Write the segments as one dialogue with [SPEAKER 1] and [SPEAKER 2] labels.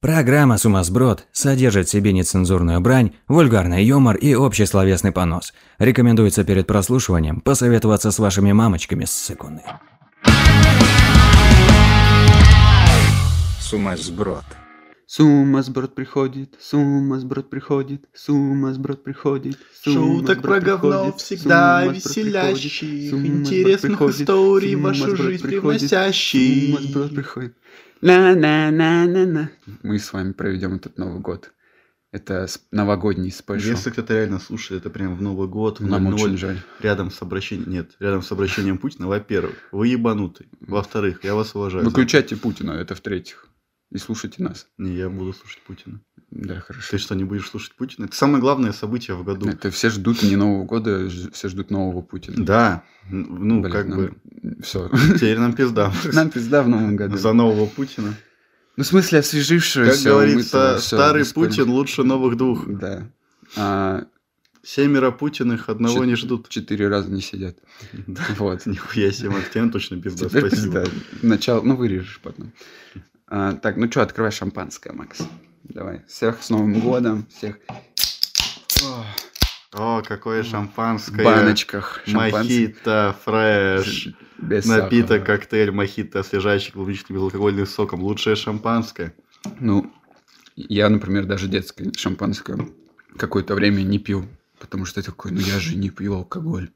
[SPEAKER 1] Программа «Сумасброд» содержит в себе нецензурную брань, вульгарный юмор и общий словесный понос. Рекомендуется перед прослушиванием посоветоваться с вашими мамочками с секунды.
[SPEAKER 2] Сумасброд.
[SPEAKER 3] С ума сброд приходит, с ума сброд приходит, с ума сброд приходит. с ума
[SPEAKER 4] Шуток
[SPEAKER 3] сброд
[SPEAKER 4] про говно
[SPEAKER 3] приходит, с
[SPEAKER 4] всегда
[SPEAKER 3] ума сброд приходит,
[SPEAKER 4] веселящих,
[SPEAKER 3] с ума сброд
[SPEAKER 4] интересных
[SPEAKER 3] приходит,
[SPEAKER 4] историй
[SPEAKER 3] с
[SPEAKER 4] в
[SPEAKER 3] ума
[SPEAKER 4] вашу
[SPEAKER 3] сброд
[SPEAKER 4] жизнь
[SPEAKER 3] приходит, с ума сброд
[SPEAKER 4] привносящих.
[SPEAKER 3] приходит. На-на-на-на-на. Мы с вами проведем этот Новый год. Это с- новогодний спешл.
[SPEAKER 2] Если кто-то реально слушает это прям в Новый год, в
[SPEAKER 3] Нам
[SPEAKER 2] ноль
[SPEAKER 3] очень жаль.
[SPEAKER 2] рядом с обращением... Нет, рядом с обращением Путина, во-первых, вы ебанутый. Во-вторых, я вас
[SPEAKER 3] Ну,
[SPEAKER 2] уважаю. за
[SPEAKER 3] Выключайте Путина, это в-третьих. И слушайте нас.
[SPEAKER 2] это. Не, я буду слушать Путина.
[SPEAKER 3] Да, хорошо.
[SPEAKER 2] Ты что, не будешь слушать Путина? Это самое главное событие в году.
[SPEAKER 3] Это все ждут не Нового года, ж- все ждут Нового Путина.
[SPEAKER 2] Да, н- ну, как бы,
[SPEAKER 3] бы... Все.
[SPEAKER 2] теперь нам пизда.
[SPEAKER 3] Нам пизда в Новом году.
[SPEAKER 2] За нового Путина.
[SPEAKER 3] Ну, в смысле, освежившегося.
[SPEAKER 2] Как говорится,
[SPEAKER 3] умытого, всё,
[SPEAKER 2] старый
[SPEAKER 3] без пыль.
[SPEAKER 2] Путин лучше новых двух.
[SPEAKER 3] Да. А,
[SPEAKER 2] Семеро Путиных одного
[SPEAKER 3] чет-
[SPEAKER 2] не ждут.
[SPEAKER 3] Четыре раза не сидят.
[SPEAKER 2] Да.
[SPEAKER 3] Вот.
[SPEAKER 2] Нихуя себе, Макс, тебе точно пизда,
[SPEAKER 3] Теперь
[SPEAKER 2] спасибо.
[SPEAKER 3] пизда. Начало, ну, вырежешь потом. А, так, ну что, открывай шампанское, Макс. Давай. Всех с Новым годом, всех
[SPEAKER 2] О, какое
[SPEAKER 3] в
[SPEAKER 2] шампанское.
[SPEAKER 3] баночках. шампанское.
[SPEAKER 2] Мохито, фреш.
[SPEAKER 3] Без
[SPEAKER 2] Напиток,
[SPEAKER 3] сахара.
[SPEAKER 2] коктейль, мохито, освежающий клубничным безалкогольным соком. Лучшее шампанское.
[SPEAKER 3] Ну, я, например, даже детское шампанское какое-то время не пил. Потому что я такой, ну я же не пью алкоголь.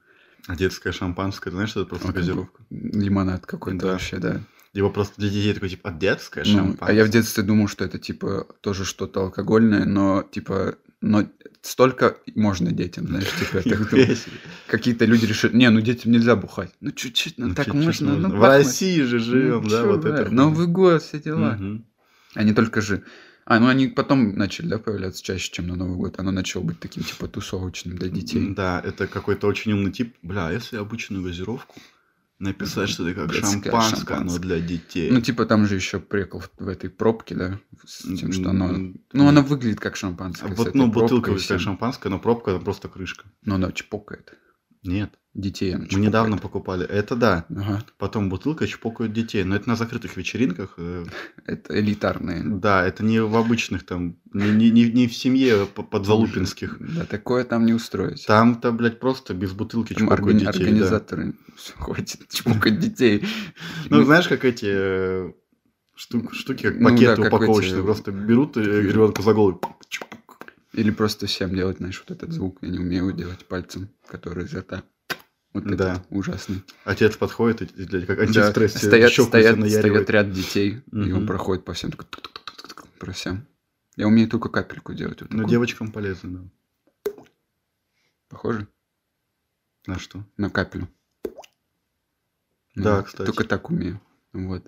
[SPEAKER 2] А детское шампанское, ты знаешь, что это
[SPEAKER 3] А
[SPEAKER 2] просто
[SPEAKER 3] как бы
[SPEAKER 2] газировка?
[SPEAKER 3] Лимонад какой-то
[SPEAKER 2] Да.
[SPEAKER 3] вообще, да.
[SPEAKER 2] Его просто для детей такой, типа, а детское
[SPEAKER 3] Ну,
[SPEAKER 2] шампанское?
[SPEAKER 3] а я в детстве думал, что это типа тоже что-то алкогольное, но типа но столько можно детям, знаешь, типа я так думал.
[SPEAKER 2] Нихуя себе.
[SPEAKER 3] какие-то люди решили, не, ну детям нельзя бухать, ну чуть-чуть, ну,
[SPEAKER 2] Ну,
[SPEAKER 3] так
[SPEAKER 2] чуть-чуть
[SPEAKER 3] можно, ну
[SPEAKER 2] В
[SPEAKER 3] бахнуть.
[SPEAKER 2] России же
[SPEAKER 3] Ну,
[SPEAKER 2] живем, да,
[SPEAKER 3] чё,
[SPEAKER 2] вот
[SPEAKER 3] да,
[SPEAKER 2] это.
[SPEAKER 3] Новый год, все дела.
[SPEAKER 2] Мгм.
[SPEAKER 3] Они только же, а ну они потом начали, да, появляться чаще, чем на Новый год, оно начало быть таким типа тусовочным для детей.
[SPEAKER 2] Да, это какой-то очень умный тип. Бля, а если обычную газировку написать, что это как
[SPEAKER 3] Детское
[SPEAKER 2] шампанское, но
[SPEAKER 3] шампанское.
[SPEAKER 2] для детей.
[SPEAKER 3] Ну типа там же еще прикол в- в этой пробке, да, с тем, что оно,
[SPEAKER 2] М,
[SPEAKER 3] ну
[SPEAKER 2] м,
[SPEAKER 3] оно выглядит как шампанское. с
[SPEAKER 2] Вот,
[SPEAKER 3] этой
[SPEAKER 2] ну,
[SPEAKER 3] пробкой
[SPEAKER 2] бутылка
[SPEAKER 3] и
[SPEAKER 2] выглядит как
[SPEAKER 3] всем.
[SPEAKER 2] шампанское, но пробка это просто крышка.
[SPEAKER 3] Но оно чпокает.
[SPEAKER 2] Нет,
[SPEAKER 3] Детей оно
[SPEAKER 2] мы недавно
[SPEAKER 3] чпокает.
[SPEAKER 2] покупали. Это да.
[SPEAKER 3] Ага.
[SPEAKER 2] Потом бутылка чпокают детей. Но это на закрытых вечеринках. э,
[SPEAKER 3] Это элитарные.
[SPEAKER 2] Да, это не в обычных там, не, не- не- не в семье п- подзалупинских.
[SPEAKER 3] Да, такое там не устроить.
[SPEAKER 2] Там-то, блядь, просто без бутылки
[SPEAKER 3] Там
[SPEAKER 2] чпокают
[SPEAKER 3] органи-
[SPEAKER 2] детей. да.
[SPEAKER 3] организаторы. Всё, хватит чмокать детей.
[SPEAKER 2] Ну,
[SPEAKER 3] Мы-
[SPEAKER 2] знаешь, как эти э, шту- штуки, как
[SPEAKER 3] Ну
[SPEAKER 2] пакеты
[SPEAKER 3] да, как
[SPEAKER 2] упаковочные,
[SPEAKER 3] эти-
[SPEAKER 2] просто берут и ребенку за голову. чпок.
[SPEAKER 3] Или просто всем делать, знаешь, вот этот звук. Я не умею делать пальцем, который изо рта. Вот этот
[SPEAKER 2] Да.
[SPEAKER 3] ужасный.
[SPEAKER 2] Отец подходит и, и, блядь, как
[SPEAKER 3] Да,
[SPEAKER 2] антистресс э, тебе
[SPEAKER 3] Стоят,
[SPEAKER 2] щеку
[SPEAKER 3] стоят,
[SPEAKER 2] себе наяривает.
[SPEAKER 3] стоят ряд детей, и он
[SPEAKER 2] Мгм.
[SPEAKER 3] проходит по всем. такой тук-тук-тук-тук-тук, Про всем. Я умею только капельку делать. Вот
[SPEAKER 2] Ну,
[SPEAKER 3] такую.
[SPEAKER 2] девочкам полезно, да.
[SPEAKER 3] Похоже
[SPEAKER 2] На что?
[SPEAKER 3] на капелю. Ну,
[SPEAKER 2] Да, кстати.
[SPEAKER 3] Только так умею. Вот.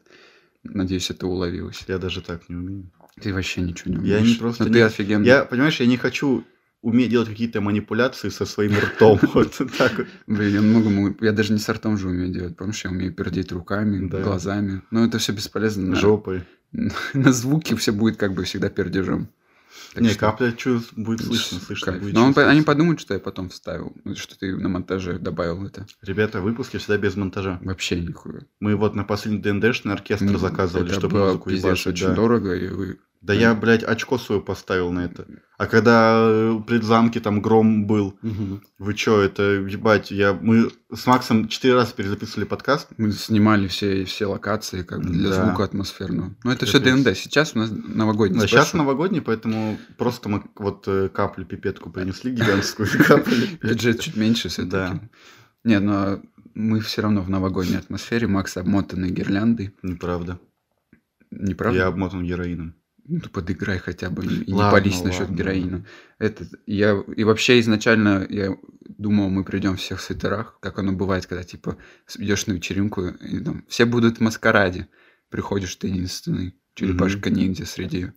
[SPEAKER 3] Надеюсь, это уловилось.
[SPEAKER 2] Я даже так не умею.
[SPEAKER 3] Ты вообще ничего не умеешь.
[SPEAKER 2] Я не просто
[SPEAKER 3] Ну,
[SPEAKER 2] не-
[SPEAKER 3] ты офигенно.
[SPEAKER 2] Я, понимаешь, я не хочу уметь делать какие-то манипуляции со своим ртом. Вот так вот.
[SPEAKER 3] Блин, я многому... Я даже не с ртом же умею делать, помнишь? Я умею пердеть руками,
[SPEAKER 2] Да.
[SPEAKER 3] глазами. Но это все бесполезно. На,
[SPEAKER 2] Жопой.
[SPEAKER 3] на звуке все будет как бы всегда пердежом. Так
[SPEAKER 2] Не,
[SPEAKER 3] что-
[SPEAKER 2] капля чувств будет слышно,
[SPEAKER 3] С-
[SPEAKER 2] слышно
[SPEAKER 3] кайф.
[SPEAKER 2] будет.
[SPEAKER 3] Но он по-
[SPEAKER 2] чувствоваться.
[SPEAKER 3] они подумают, что я потом вставил. ну, Что ты на монтаже добавил это.
[SPEAKER 2] Ребята, выпуски всегда без монтажа.
[SPEAKER 3] Вообще нихуя.
[SPEAKER 2] Мы вот на последний ДНДшный оркестр
[SPEAKER 3] Ну,
[SPEAKER 2] заказывали,
[SPEAKER 3] это
[SPEAKER 2] чтобы
[SPEAKER 3] было
[SPEAKER 2] музыку
[SPEAKER 3] пиздец,
[SPEAKER 2] ебашить,
[SPEAKER 3] очень
[SPEAKER 2] да.
[SPEAKER 3] дорого. И вы...
[SPEAKER 2] Да я, блядь, очко свое поставил на это. А когда э, предзамки там гром был, вы чё, это, ебать, я... Мы с Максом четыре раза перезаписывали подкаст.
[SPEAKER 3] Мы снимали все, все локации как бы для
[SPEAKER 2] Да.
[SPEAKER 3] звука атмосферного. Но это все
[SPEAKER 2] Капец.
[SPEAKER 3] ДНД. Сейчас у нас новогодний
[SPEAKER 2] А сейчас
[SPEAKER 3] спешл.
[SPEAKER 2] новогодний, поэтому просто мы вот э, каплю пипетку принесли, гигантскую каплю.
[SPEAKER 3] Бюджет чуть меньше все-таки.
[SPEAKER 2] Да.
[SPEAKER 3] Не, но мы все равно в новогодней атмосфере. Макс обмотанный гирляндой.
[SPEAKER 2] Неправда.
[SPEAKER 3] Не
[SPEAKER 2] Я
[SPEAKER 3] правда?
[SPEAKER 2] обмотан героином.
[SPEAKER 3] Ну, ты подыграй хотя бы и не
[SPEAKER 2] Ладно,
[SPEAKER 3] пались насчет
[SPEAKER 2] ладно.
[SPEAKER 3] героина. Это, я, и вообще изначально я думал, мы придем всех в свитерах, как оно бывает, когда типа идешь на вечеринку, и там все будут в маскараде. Приходишь ты единственный, черепашка-ниндзя среди...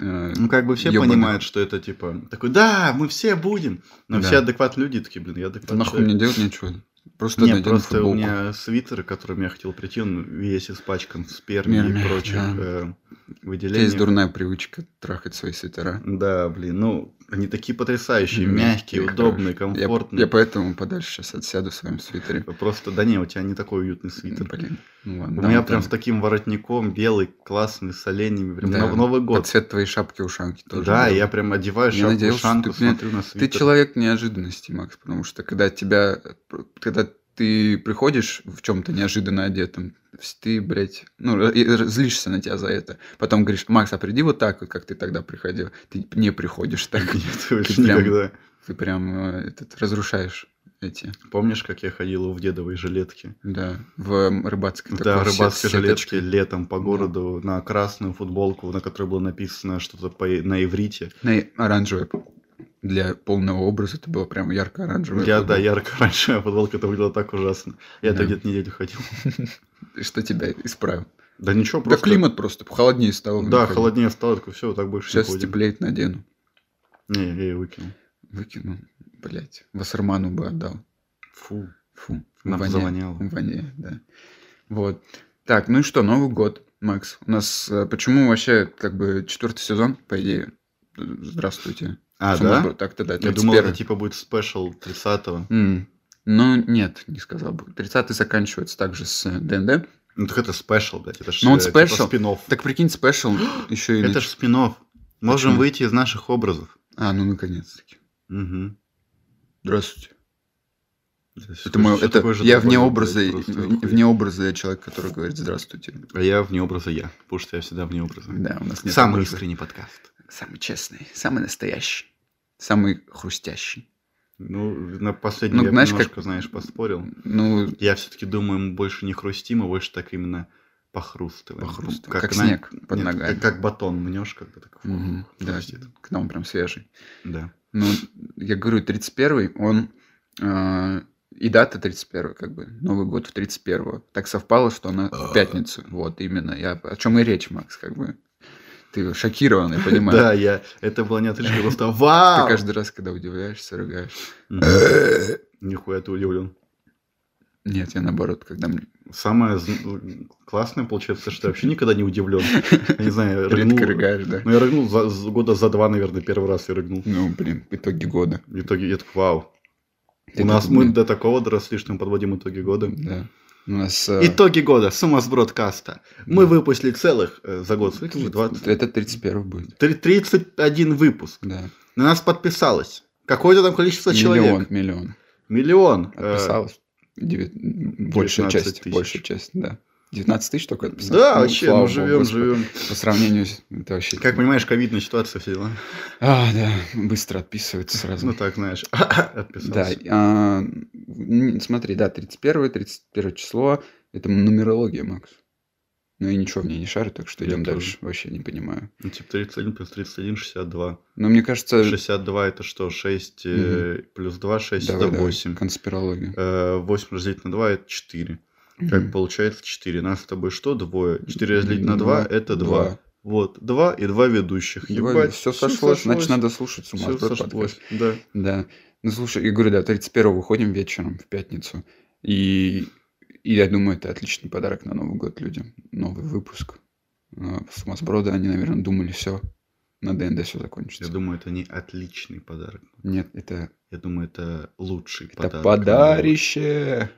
[SPEAKER 3] э,
[SPEAKER 2] Ну, как бы все
[SPEAKER 3] Ёбаных.
[SPEAKER 2] понимают, что это, типа, такой, да, мы все будем. Но
[SPEAKER 3] Да.
[SPEAKER 2] все адекватные люди такие, блин, я
[SPEAKER 3] да
[SPEAKER 2] адекватный
[SPEAKER 3] нахуй
[SPEAKER 2] человек.
[SPEAKER 3] мне делать нечего. Просто
[SPEAKER 2] Не,
[SPEAKER 3] надену
[SPEAKER 2] просто у
[SPEAKER 3] футболку.
[SPEAKER 2] меня свитер, которым я хотел прийти, он весь испачкан в сперме
[SPEAKER 3] Мерме,
[SPEAKER 2] и прочих
[SPEAKER 3] да.
[SPEAKER 2] э,
[SPEAKER 3] У тебя есть
[SPEAKER 2] выделениях.
[SPEAKER 3] дурная привычка трахать свои свитера.
[SPEAKER 2] Да, блин, ну, Они такие потрясающие,
[SPEAKER 3] Мгм.
[SPEAKER 2] мягкие,
[SPEAKER 3] Хорошо.
[SPEAKER 2] удобные,
[SPEAKER 3] Я,
[SPEAKER 2] комфортные.
[SPEAKER 3] я поэтому подальше сейчас отсяду в своем свитере.
[SPEAKER 2] Просто, да не, у тебя не такой уютный свитер.
[SPEAKER 3] Блин, ну
[SPEAKER 2] У
[SPEAKER 3] ладно.
[SPEAKER 2] меня
[SPEAKER 3] он
[SPEAKER 2] прям
[SPEAKER 3] там-
[SPEAKER 2] с таким воротником, белый, классный, с оленями, прям
[SPEAKER 3] Да,
[SPEAKER 2] на в Новый
[SPEAKER 3] под
[SPEAKER 2] год.
[SPEAKER 3] цвет твоей шапки-ушанки тоже.
[SPEAKER 2] да,
[SPEAKER 3] был.
[SPEAKER 2] я прям одеваю
[SPEAKER 3] Я
[SPEAKER 2] шапку,
[SPEAKER 3] надеялся,
[SPEAKER 2] ушанку,
[SPEAKER 3] ты- нет,
[SPEAKER 2] смотрю на
[SPEAKER 3] Ты
[SPEAKER 2] свитер.
[SPEAKER 3] человек неожиданности, Макс, потому что когда тебя, когда ты приходишь в чем-то неожиданно одетом, вс- ты, блядь, ну, и р- злишься на тебя за это. Потом говоришь, Макс, а приди вот так, вот, как ты тогда приходил. Ты не приходишь так.
[SPEAKER 2] Нет, вообще
[SPEAKER 3] прям-
[SPEAKER 2] никогда.
[SPEAKER 3] Ты прям э, этот, разрушаешь эти,
[SPEAKER 2] Помнишь, как я ходил в дедовой жилетке?
[SPEAKER 3] да, в м, рыбацкой
[SPEAKER 2] Да,
[SPEAKER 3] такой сет-
[SPEAKER 2] рыбацкой
[SPEAKER 3] сеточке.
[SPEAKER 2] жилетке летом по городу на красную футболку, на которой было написано что-то по- на иврите.
[SPEAKER 3] На оранжевой. Ну, Для полного образа это было прям ярко-оранжевое.
[SPEAKER 2] Я, да, ярко раньше а футболка это выглядело так ужасно. Я это
[SPEAKER 3] Да.
[SPEAKER 2] где-то неделю ходил.
[SPEAKER 3] Что тебя исправил?
[SPEAKER 2] Да ничего,
[SPEAKER 3] Да
[SPEAKER 2] просто...
[SPEAKER 3] климат просто холоднее стал.
[SPEAKER 2] Да,
[SPEAKER 3] выходит.
[SPEAKER 2] холоднее стало, все, так больше
[SPEAKER 3] Сейчас
[SPEAKER 2] не ходим.
[SPEAKER 3] теплеет надену.
[SPEAKER 2] Не, я ее выкинул.
[SPEAKER 3] Выкину, блять. Вассерману бы отдал.
[SPEAKER 2] Фу,
[SPEAKER 3] Фу.
[SPEAKER 2] нам
[SPEAKER 3] воняет.
[SPEAKER 2] завоняло.
[SPEAKER 3] Воняет, да. Вот. Так, ну и что, Новый год, Макс. У нас э, почему вообще как бы четвертый сезон, по идее? э, Здравствуйте.
[SPEAKER 2] А,
[SPEAKER 3] Всё,
[SPEAKER 2] да?
[SPEAKER 3] наоборот, Так-то да,
[SPEAKER 2] Я думал, это
[SPEAKER 3] 31.
[SPEAKER 2] типа будет спешл 30-го.
[SPEAKER 3] М, Ну, нет, не сказал бы. 30-й заканчивается также с э, ДНД.
[SPEAKER 2] Ну так это спешл, блядь, это же
[SPEAKER 3] Ну, он спешл.
[SPEAKER 2] типа спин-офф.
[SPEAKER 3] Так прикинь, спешл еще и...
[SPEAKER 2] Это
[SPEAKER 3] нач-
[SPEAKER 2] же спин Можем
[SPEAKER 3] Почему?
[SPEAKER 2] выйти из наших образов.
[SPEAKER 3] А, ну наконец-таки.
[SPEAKER 2] Угу.
[SPEAKER 3] Здравствуйте. Это, мое, это я вне образа, и- вне образа я человек, который говорит здравствуйте.
[SPEAKER 2] А я вне образа я, потому что я всегда вне образа.
[SPEAKER 3] Да, у нас нет
[SPEAKER 2] Самый
[SPEAKER 3] образа.
[SPEAKER 2] искренний подкаст.
[SPEAKER 3] Самый честный, самый настоящий, самый хрустящий.
[SPEAKER 2] Ну, на последнем
[SPEAKER 3] Ну,
[SPEAKER 2] я
[SPEAKER 3] знаешь,
[SPEAKER 2] немножко,
[SPEAKER 3] как-
[SPEAKER 2] знаешь, поспорил.
[SPEAKER 3] Ну,
[SPEAKER 2] Я все-таки думаю, мы больше не хрустим, а больше так именно похрустываем. Ну,
[SPEAKER 3] похрустывает, как,
[SPEAKER 2] на-
[SPEAKER 3] снег под
[SPEAKER 2] Нет,
[SPEAKER 3] ногами.
[SPEAKER 2] Как, как батон мнешь, когда так фу,
[SPEAKER 3] Мгм, да,
[SPEAKER 2] хрустит.
[SPEAKER 3] к нам прям свежий.
[SPEAKER 2] Да.
[SPEAKER 3] Ну, я говорю, 31-й, он... э, и дата 31 как бы, Новый год в 31 Так совпало, что она
[SPEAKER 2] А.
[SPEAKER 3] в пятницу. Вот, именно. Я, о чем и речь, Макс, как бы. Ты шокированный, понимаешь?
[SPEAKER 2] Да, я... Это была не отрыжка, просто вау!
[SPEAKER 3] Ты каждый раз, когда удивляешься, ругаешь.
[SPEAKER 2] Мгм. Нихуя ты удивлен.
[SPEAKER 3] Нет, я наоборот, когда мне
[SPEAKER 2] Самое зн- классное, получается, что я вообще никогда не удивлен. Я не знаю, я
[SPEAKER 3] редко
[SPEAKER 2] рыгнул.
[SPEAKER 3] рыгаешь, да?
[SPEAKER 2] Ну, я рыгнул за, за года за два, наверное, первый раз я рыгнул.
[SPEAKER 3] Ну, блин, итоги года.
[SPEAKER 2] В итоге я такой, вау.
[SPEAKER 3] Ты
[SPEAKER 2] У нас
[SPEAKER 3] такой,
[SPEAKER 2] мы
[SPEAKER 3] блин.
[SPEAKER 2] до такого доросли, что мы подводим итоги года.
[SPEAKER 3] Да. У нас... э,
[SPEAKER 2] Итоги года, сумма с бродкаста. Мы
[SPEAKER 3] Да.
[SPEAKER 2] выпустили целых э, за год, сколько?
[SPEAKER 3] тридцать-
[SPEAKER 2] 20...
[SPEAKER 3] Это 31 будет.
[SPEAKER 2] Три- 31 выпуск.
[SPEAKER 3] Да.
[SPEAKER 2] На нас подписалось. Какое-то там количество
[SPEAKER 3] Миллион,
[SPEAKER 2] человек.
[SPEAKER 3] миллион.
[SPEAKER 2] Миллион. Э,
[SPEAKER 3] Отписалось. Девят- Большая
[SPEAKER 2] 19
[SPEAKER 3] часть,
[SPEAKER 2] тысяч.
[SPEAKER 3] большая часть, да. 19 тысяч только отписалось.
[SPEAKER 2] Да,
[SPEAKER 3] Ну,
[SPEAKER 2] вообще,
[SPEAKER 3] слава
[SPEAKER 2] ну
[SPEAKER 3] богу,
[SPEAKER 2] живем,
[SPEAKER 3] господи.
[SPEAKER 2] живем.
[SPEAKER 3] По сравнению с... Это вообще...
[SPEAKER 2] Как понимаешь, ковидная ситуация все дела.
[SPEAKER 3] А, да, быстро отписывается сразу.
[SPEAKER 2] Ну так, знаешь,
[SPEAKER 3] Да,
[SPEAKER 2] отписался.
[SPEAKER 3] а, м, смотри, да, 31 31 число, это нумерология, Макс. Ну, я ничего в ней не шарю, так что
[SPEAKER 2] Я
[SPEAKER 3] идем
[SPEAKER 2] тоже.
[SPEAKER 3] дальше, вообще не понимаю.
[SPEAKER 2] Ну, типа 31 плюс 31, 62.
[SPEAKER 3] Но мне кажется...
[SPEAKER 2] 62 это что? 6 э, плюс 2, 6 это
[SPEAKER 3] давай, давай,
[SPEAKER 2] 8.
[SPEAKER 3] конспирология.
[SPEAKER 2] 8 разделить на 2 это 4. Как
[SPEAKER 3] Мгм.
[SPEAKER 2] получается 4. Нас с тобой что? Двое. 4 разделить на
[SPEAKER 3] Мгм.
[SPEAKER 2] 2 это 2.
[SPEAKER 3] Два.
[SPEAKER 2] Вот, 2 и 2 ведущих. Ебать,
[SPEAKER 3] все
[SPEAKER 2] всё
[SPEAKER 3] сошлось, значит, надо слушать с ума.
[SPEAKER 2] Всё
[SPEAKER 3] сброд
[SPEAKER 2] сошлось,
[SPEAKER 3] подкаст.
[SPEAKER 2] да.
[SPEAKER 3] Да. Ну, слушай, я говорю, да, 31 выходим вечером в пятницу. И, и я думаю, это отличный подарок на Новый год людям. Новый выпуск. А, Сумасброда, они, наверное, думали, все, на ДНД все закончится.
[SPEAKER 2] Я думаю, это не отличный подарок.
[SPEAKER 3] Нет, это,
[SPEAKER 2] Я думаю, это лучший
[SPEAKER 3] это
[SPEAKER 2] подарок.
[SPEAKER 3] подарище.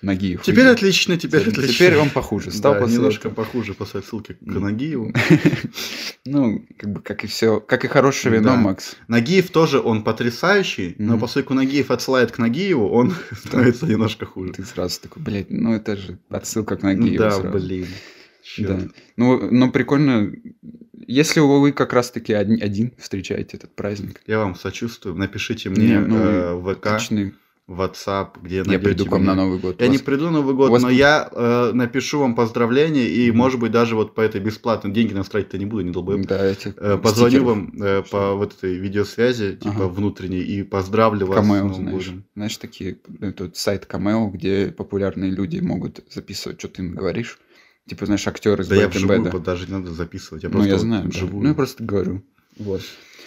[SPEAKER 3] Ноги.
[SPEAKER 2] Теперь отлично, теперь
[SPEAKER 3] Теперь,
[SPEAKER 2] отлично.
[SPEAKER 3] теперь он похуже стал
[SPEAKER 2] Да,
[SPEAKER 3] после
[SPEAKER 2] немножко
[SPEAKER 3] этого.
[SPEAKER 2] похуже по ссылке к
[SPEAKER 3] М.
[SPEAKER 2] Нагиеву.
[SPEAKER 3] Ну, как бы, как и все, как и хорошее вино,
[SPEAKER 2] Да.
[SPEAKER 3] Макс.
[SPEAKER 2] Нагиев тоже, он потрясающий, но
[SPEAKER 3] Мгм.
[SPEAKER 2] поскольку Нагиев отсылает к Нагиеву, он становится немножко хуже.
[SPEAKER 3] Ты сразу такой, блядь, ну это же отсылка к
[SPEAKER 2] Ну
[SPEAKER 3] ноги.
[SPEAKER 2] Да, блин.
[SPEAKER 3] Да.
[SPEAKER 2] Чёрт.
[SPEAKER 3] Ну, но прикольно, если вы как раз-таки одни- один встречаете этот праздник.
[SPEAKER 2] Я вам сочувствую. Напишите мне
[SPEAKER 3] Не, ну,
[SPEAKER 2] э, в ВК,
[SPEAKER 3] отличный.
[SPEAKER 2] WhatsApp, где
[SPEAKER 3] Я приду к вам на Новый год.
[SPEAKER 2] Я
[SPEAKER 3] Вас-
[SPEAKER 2] не приду на Новый год,
[SPEAKER 3] вас-
[SPEAKER 2] но я э, напишу вам поздравления и,
[SPEAKER 3] Мгм.
[SPEAKER 2] может быть, даже вот по этой бесплатной деньги нас тратить-то не буду, не долбоеб.
[SPEAKER 3] Да, этих
[SPEAKER 2] Э, позвоню
[SPEAKER 3] стикеров.
[SPEAKER 2] вам э, по вот этой видеосвязи, типа
[SPEAKER 3] Ага.
[SPEAKER 2] внутренней, и поздравлю вас с
[SPEAKER 3] Камео,
[SPEAKER 2] Новым
[SPEAKER 3] знаешь,
[SPEAKER 2] годом.
[SPEAKER 3] знаешь, такие, этот сайт Камео, где популярные люди могут записывать, что ты им говоришь. Типа, знаешь, актер из
[SPEAKER 2] Да я
[SPEAKER 3] Breaking
[SPEAKER 2] вживую,
[SPEAKER 3] Bad'а.
[SPEAKER 2] вот даже не надо записывать. Я
[SPEAKER 3] ну,
[SPEAKER 2] просто
[SPEAKER 3] я
[SPEAKER 2] вот
[SPEAKER 3] знаю, да.
[SPEAKER 2] вживую.
[SPEAKER 3] Ну, я просто говорю. Вот.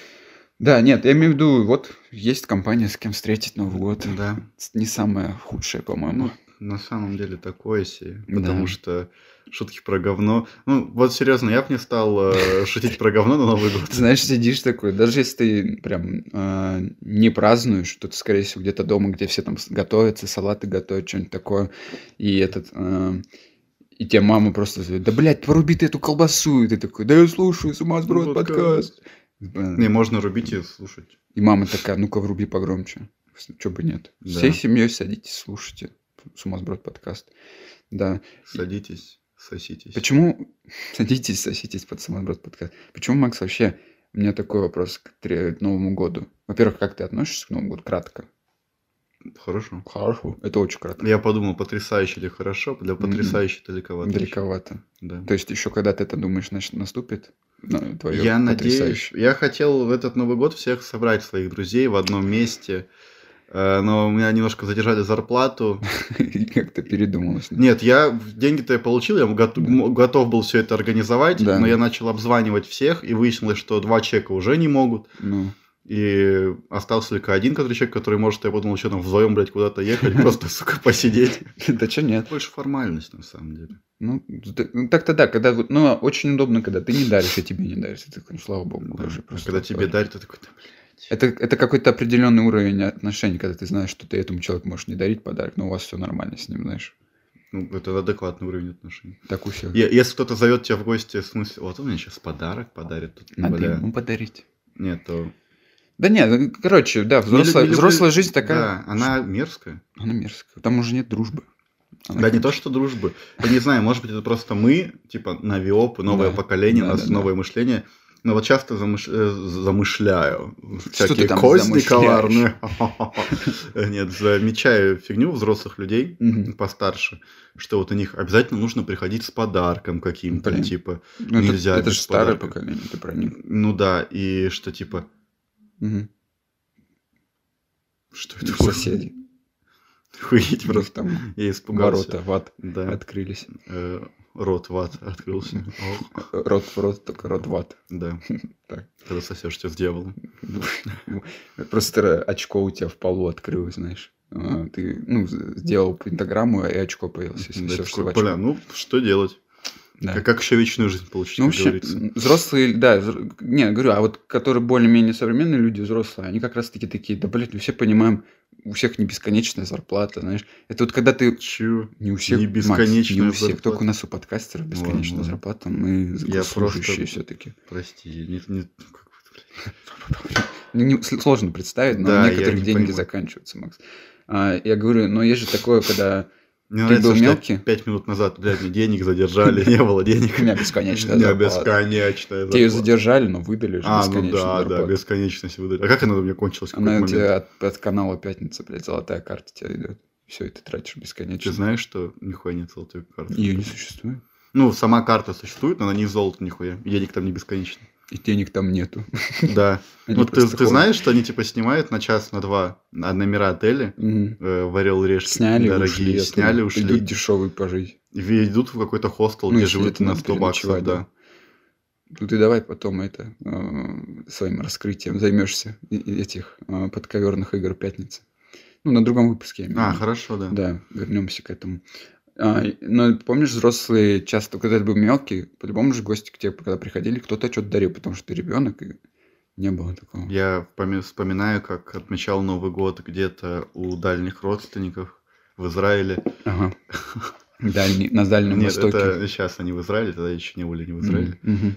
[SPEAKER 3] Да, нет, я имею в виду, вот есть компания, с кем встретить Новый год.
[SPEAKER 2] Да.
[SPEAKER 3] Не самое худшее, по-моему.
[SPEAKER 2] Ну, на самом деле такое себе,
[SPEAKER 3] Да.
[SPEAKER 2] потому что шутки про говно. Ну, вот серьезно, я бы не стал э, шутить про говно на Новый год.
[SPEAKER 3] Ты знаешь, сидишь такой, даже если ты прям э, не празднуешь, что ты, скорее всего, где-то дома, где все там с- готовятся, салаты готовят, что-нибудь такое, и этот... э, и тебе мама просто говорит, да, блядь, поруби ты эту колбасу. И ты такой, да я слушаю, с ума сброд подкаст.
[SPEAKER 2] Ну, Не, можно рубить и слушать.
[SPEAKER 3] И мама такая, ну-ка вруби погромче. Че бы нет.
[SPEAKER 2] Да.
[SPEAKER 3] Всей семьей садитесь, слушайте. С ума сброд подкаст. Да.
[SPEAKER 2] Садитесь, соситесь.
[SPEAKER 3] Почему... Садитесь, соситесь под самоброд подкаст. Почему, Макс, вообще... У меня такой вопрос к тре- Новому году. Во-первых, как ты относишься к Новому году? Кратко.
[SPEAKER 2] Хорошо.
[SPEAKER 3] Хорошо. Это очень кратко.
[SPEAKER 2] Я подумал, потрясающе или хорошо, для
[SPEAKER 3] Мгм.
[SPEAKER 2] потрясающе далековато. еще.
[SPEAKER 3] Далековато.
[SPEAKER 2] Да.
[SPEAKER 3] То есть еще когда ты это думаешь, нач- наступит? Ну, твое
[SPEAKER 2] Я надеюсь,
[SPEAKER 3] потрясающее.
[SPEAKER 2] я хотел в этот Новый год всех собрать своих друзей в одном месте, э, но у меня немножко задержали зарплату.
[SPEAKER 3] И Как-то передумалось.
[SPEAKER 2] Нет, я в- деньги-то я получил, я готов, м- готов был все это организовать,
[SPEAKER 3] Да.
[SPEAKER 2] но я начал обзванивать всех, и выяснилось, что два человека уже не могут,
[SPEAKER 3] Ну,
[SPEAKER 2] и остался только один который человек, который может, я подумал, что там вдвоем, блядь, куда-то ехать, просто, сука, посидеть.
[SPEAKER 3] да че нет?
[SPEAKER 2] Больше формальность, на самом деле.
[SPEAKER 3] Ну, т- ну, так-то да, когда вот, ну, очень удобно, когда ты не даришь, и тебе не даришь. Ты такой, ну, слава богу,
[SPEAKER 2] Да.
[SPEAKER 3] уже
[SPEAKER 2] А
[SPEAKER 3] просто
[SPEAKER 2] Когда тебе
[SPEAKER 3] отправишь.
[SPEAKER 2] дарят, ты такой, «Да,
[SPEAKER 3] Это, это какой-то определенный уровень отношений, когда ты знаешь, что ты этому человеку можешь не дарить подарок, но у вас все нормально с ним, знаешь.
[SPEAKER 2] ну, это адекватный уровень отношений.
[SPEAKER 3] Так у всех.
[SPEAKER 2] Е- Если кто-то зовет тебя в гости, в смысле, вот он мне сейчас подарок подарит. Тут,
[SPEAKER 3] Надо
[SPEAKER 2] бля».
[SPEAKER 3] ему подарить.
[SPEAKER 2] Нет, то...
[SPEAKER 3] типа, Да нет, ну, короче, да, взрослая,
[SPEAKER 2] Не лю- не люблю-
[SPEAKER 3] взрослая жизнь такая,
[SPEAKER 2] Да, она мерзкая.
[SPEAKER 3] она мерзкая. Там уже нет дружбы. Она
[SPEAKER 2] да
[SPEAKER 3] как-
[SPEAKER 2] не то, что дружбы. Я не знаю, может быть, это просто мы, типа, навиопы, новое
[SPEAKER 3] Да,
[SPEAKER 2] поколение, у
[SPEAKER 3] да,
[SPEAKER 2] нас
[SPEAKER 3] да, да.
[SPEAKER 2] новое мышление. Но вот часто замыш- э, замышляю.
[SPEAKER 3] Что ты
[SPEAKER 2] Всякие
[SPEAKER 3] там
[SPEAKER 2] козни
[SPEAKER 3] замышляешь?
[SPEAKER 2] коварные. Нет, замечаю фигню взрослых людей,
[SPEAKER 3] Мгм.
[SPEAKER 2] постарше, что вот у них обязательно нужно приходить с подарком каким-то,
[SPEAKER 3] Блин.
[SPEAKER 2] типа,
[SPEAKER 3] Ну, это-
[SPEAKER 2] нельзя
[SPEAKER 3] это,
[SPEAKER 2] без
[SPEAKER 3] же старое
[SPEAKER 2] подарка.
[SPEAKER 3] поколение, ты про них.
[SPEAKER 2] ну да, и что типа,
[SPEAKER 3] Мгм.
[SPEAKER 2] что это было?
[SPEAKER 3] Соседи.
[SPEAKER 2] Охуеть
[SPEAKER 3] У них
[SPEAKER 2] просто.
[SPEAKER 3] там
[SPEAKER 2] Я испугался.
[SPEAKER 3] ворота в ад
[SPEAKER 2] Да.
[SPEAKER 3] открылись.
[SPEAKER 2] Э, Рот в ад открылся. Ох,
[SPEAKER 3] Рот в рот, только рот в ад.
[SPEAKER 2] Да.
[SPEAKER 3] Так.
[SPEAKER 2] Когда сосешься с дьяволом.
[SPEAKER 3] Просто очко у тебя в полу открылось, знаешь. А, Ты, ну, з- сделал пентаграмму, и очко появилось. если
[SPEAKER 2] Да,
[SPEAKER 3] всё,
[SPEAKER 2] такой,
[SPEAKER 3] что в очко.
[SPEAKER 2] Бля, ну что делать?
[SPEAKER 3] Да.
[SPEAKER 2] Как, как еще вечную жизнь получить,
[SPEAKER 3] Ну,
[SPEAKER 2] как
[SPEAKER 3] вообще,
[SPEAKER 2] говорится?
[SPEAKER 3] м, взрослые, да, взр- не, говорю, а вот которые более-менее современные люди, взрослые, они как раз-таки такие, да, блядь, мы все понимаем, у всех не бесконечная зарплата, знаешь. Это вот когда ты...
[SPEAKER 2] Чё?
[SPEAKER 3] Не у всех,
[SPEAKER 2] Не
[SPEAKER 3] Макс,
[SPEAKER 2] бесконечная
[SPEAKER 3] не у всех,
[SPEAKER 2] зарплата.
[SPEAKER 3] только у нас у подкастеров бесконечная
[SPEAKER 2] ладно.
[SPEAKER 3] зарплата, мы
[SPEAKER 2] Я
[SPEAKER 3] служащие
[SPEAKER 2] просто-
[SPEAKER 3] все-таки.
[SPEAKER 2] Прости, я не- не- ну, как бы, блядь.
[SPEAKER 3] Ну, Сложно представить, но
[SPEAKER 2] Да,
[SPEAKER 3] у
[SPEAKER 2] я
[SPEAKER 3] некоторых
[SPEAKER 2] не
[SPEAKER 3] деньги
[SPEAKER 2] понимаю.
[SPEAKER 3] заканчиваются, Макс. А, я говорю, но есть же такое, когда
[SPEAKER 2] Мне
[SPEAKER 3] Ты
[SPEAKER 2] нравится,
[SPEAKER 3] был
[SPEAKER 2] что
[SPEAKER 3] мелкий?
[SPEAKER 2] я пять минут назад, блядь, мне денег задержали, не было денег.
[SPEAKER 3] у меня бесконечная
[SPEAKER 2] У меня
[SPEAKER 3] зарплата.
[SPEAKER 2] бесконечная
[SPEAKER 3] Тебя
[SPEAKER 2] зарплата.
[SPEAKER 3] ее задержали, но выдали же
[SPEAKER 2] А, ну
[SPEAKER 3] бесконечную
[SPEAKER 2] да, да,
[SPEAKER 3] зарплату.
[SPEAKER 2] бесконечность выдали. А как она у меня кончилась? в
[SPEAKER 3] Она
[SPEAKER 2] какой-то
[SPEAKER 3] у
[SPEAKER 2] момент?
[SPEAKER 3] тебя от, от канала Пятница, блядь, золотая карта тебе идет. Все, и ты тратишь бесконечно.
[SPEAKER 2] Ты знаешь, что нихуя нет золотой карты?
[SPEAKER 3] Ее не существует.
[SPEAKER 2] Ну, сама карта существует, но она не из золота нихуя. И Денег там не бесконечно.
[SPEAKER 3] И денег там нету.
[SPEAKER 2] Да.
[SPEAKER 3] Они
[SPEAKER 2] Вот Ну, ты,
[SPEAKER 3] просто
[SPEAKER 2] ты
[SPEAKER 3] ходят.
[SPEAKER 2] знаешь, что они типа снимают на час, на два на номера отеля
[SPEAKER 3] Мгм.
[SPEAKER 2] э, в Орел и Решке?
[SPEAKER 3] Сняли,
[SPEAKER 2] дорогие,
[SPEAKER 3] ушли. оттуда.
[SPEAKER 2] сняли, ушли.
[SPEAKER 3] Идут дешевые пожить.
[SPEAKER 2] И Идут в какой-то хостел, где
[SPEAKER 3] Ну, если
[SPEAKER 2] живут
[SPEAKER 3] это
[SPEAKER 2] на
[SPEAKER 3] надо
[SPEAKER 2] 100 баксов,
[SPEAKER 3] переночевать,
[SPEAKER 2] да.
[SPEAKER 3] Ну ты давай потом это э, своим раскрытием займешься и- и этих э, подковерных игр Пятницы. Ну, на другом выпуске. я имею в
[SPEAKER 2] А,
[SPEAKER 3] виду.
[SPEAKER 2] хорошо, да.
[SPEAKER 3] Да, вернемся к этому. А, и- но помнишь, взрослые часто, когда ты был мелкий, по-любому же гости к тебе, когда приходили, кто-то что-то дарил, потому что ты ребенок, и не было такого.
[SPEAKER 2] Я поми- вспоминаю, как отмечал Новый год где-то у дальних родственников в Израиле.
[SPEAKER 3] Ага. Дальний, на Дальнем
[SPEAKER 2] Нет,
[SPEAKER 3] Востоке.
[SPEAKER 2] это сейчас они в Израиле, тогда еще не были не в
[SPEAKER 3] Мгм,
[SPEAKER 2] Израиле.
[SPEAKER 3] мгм.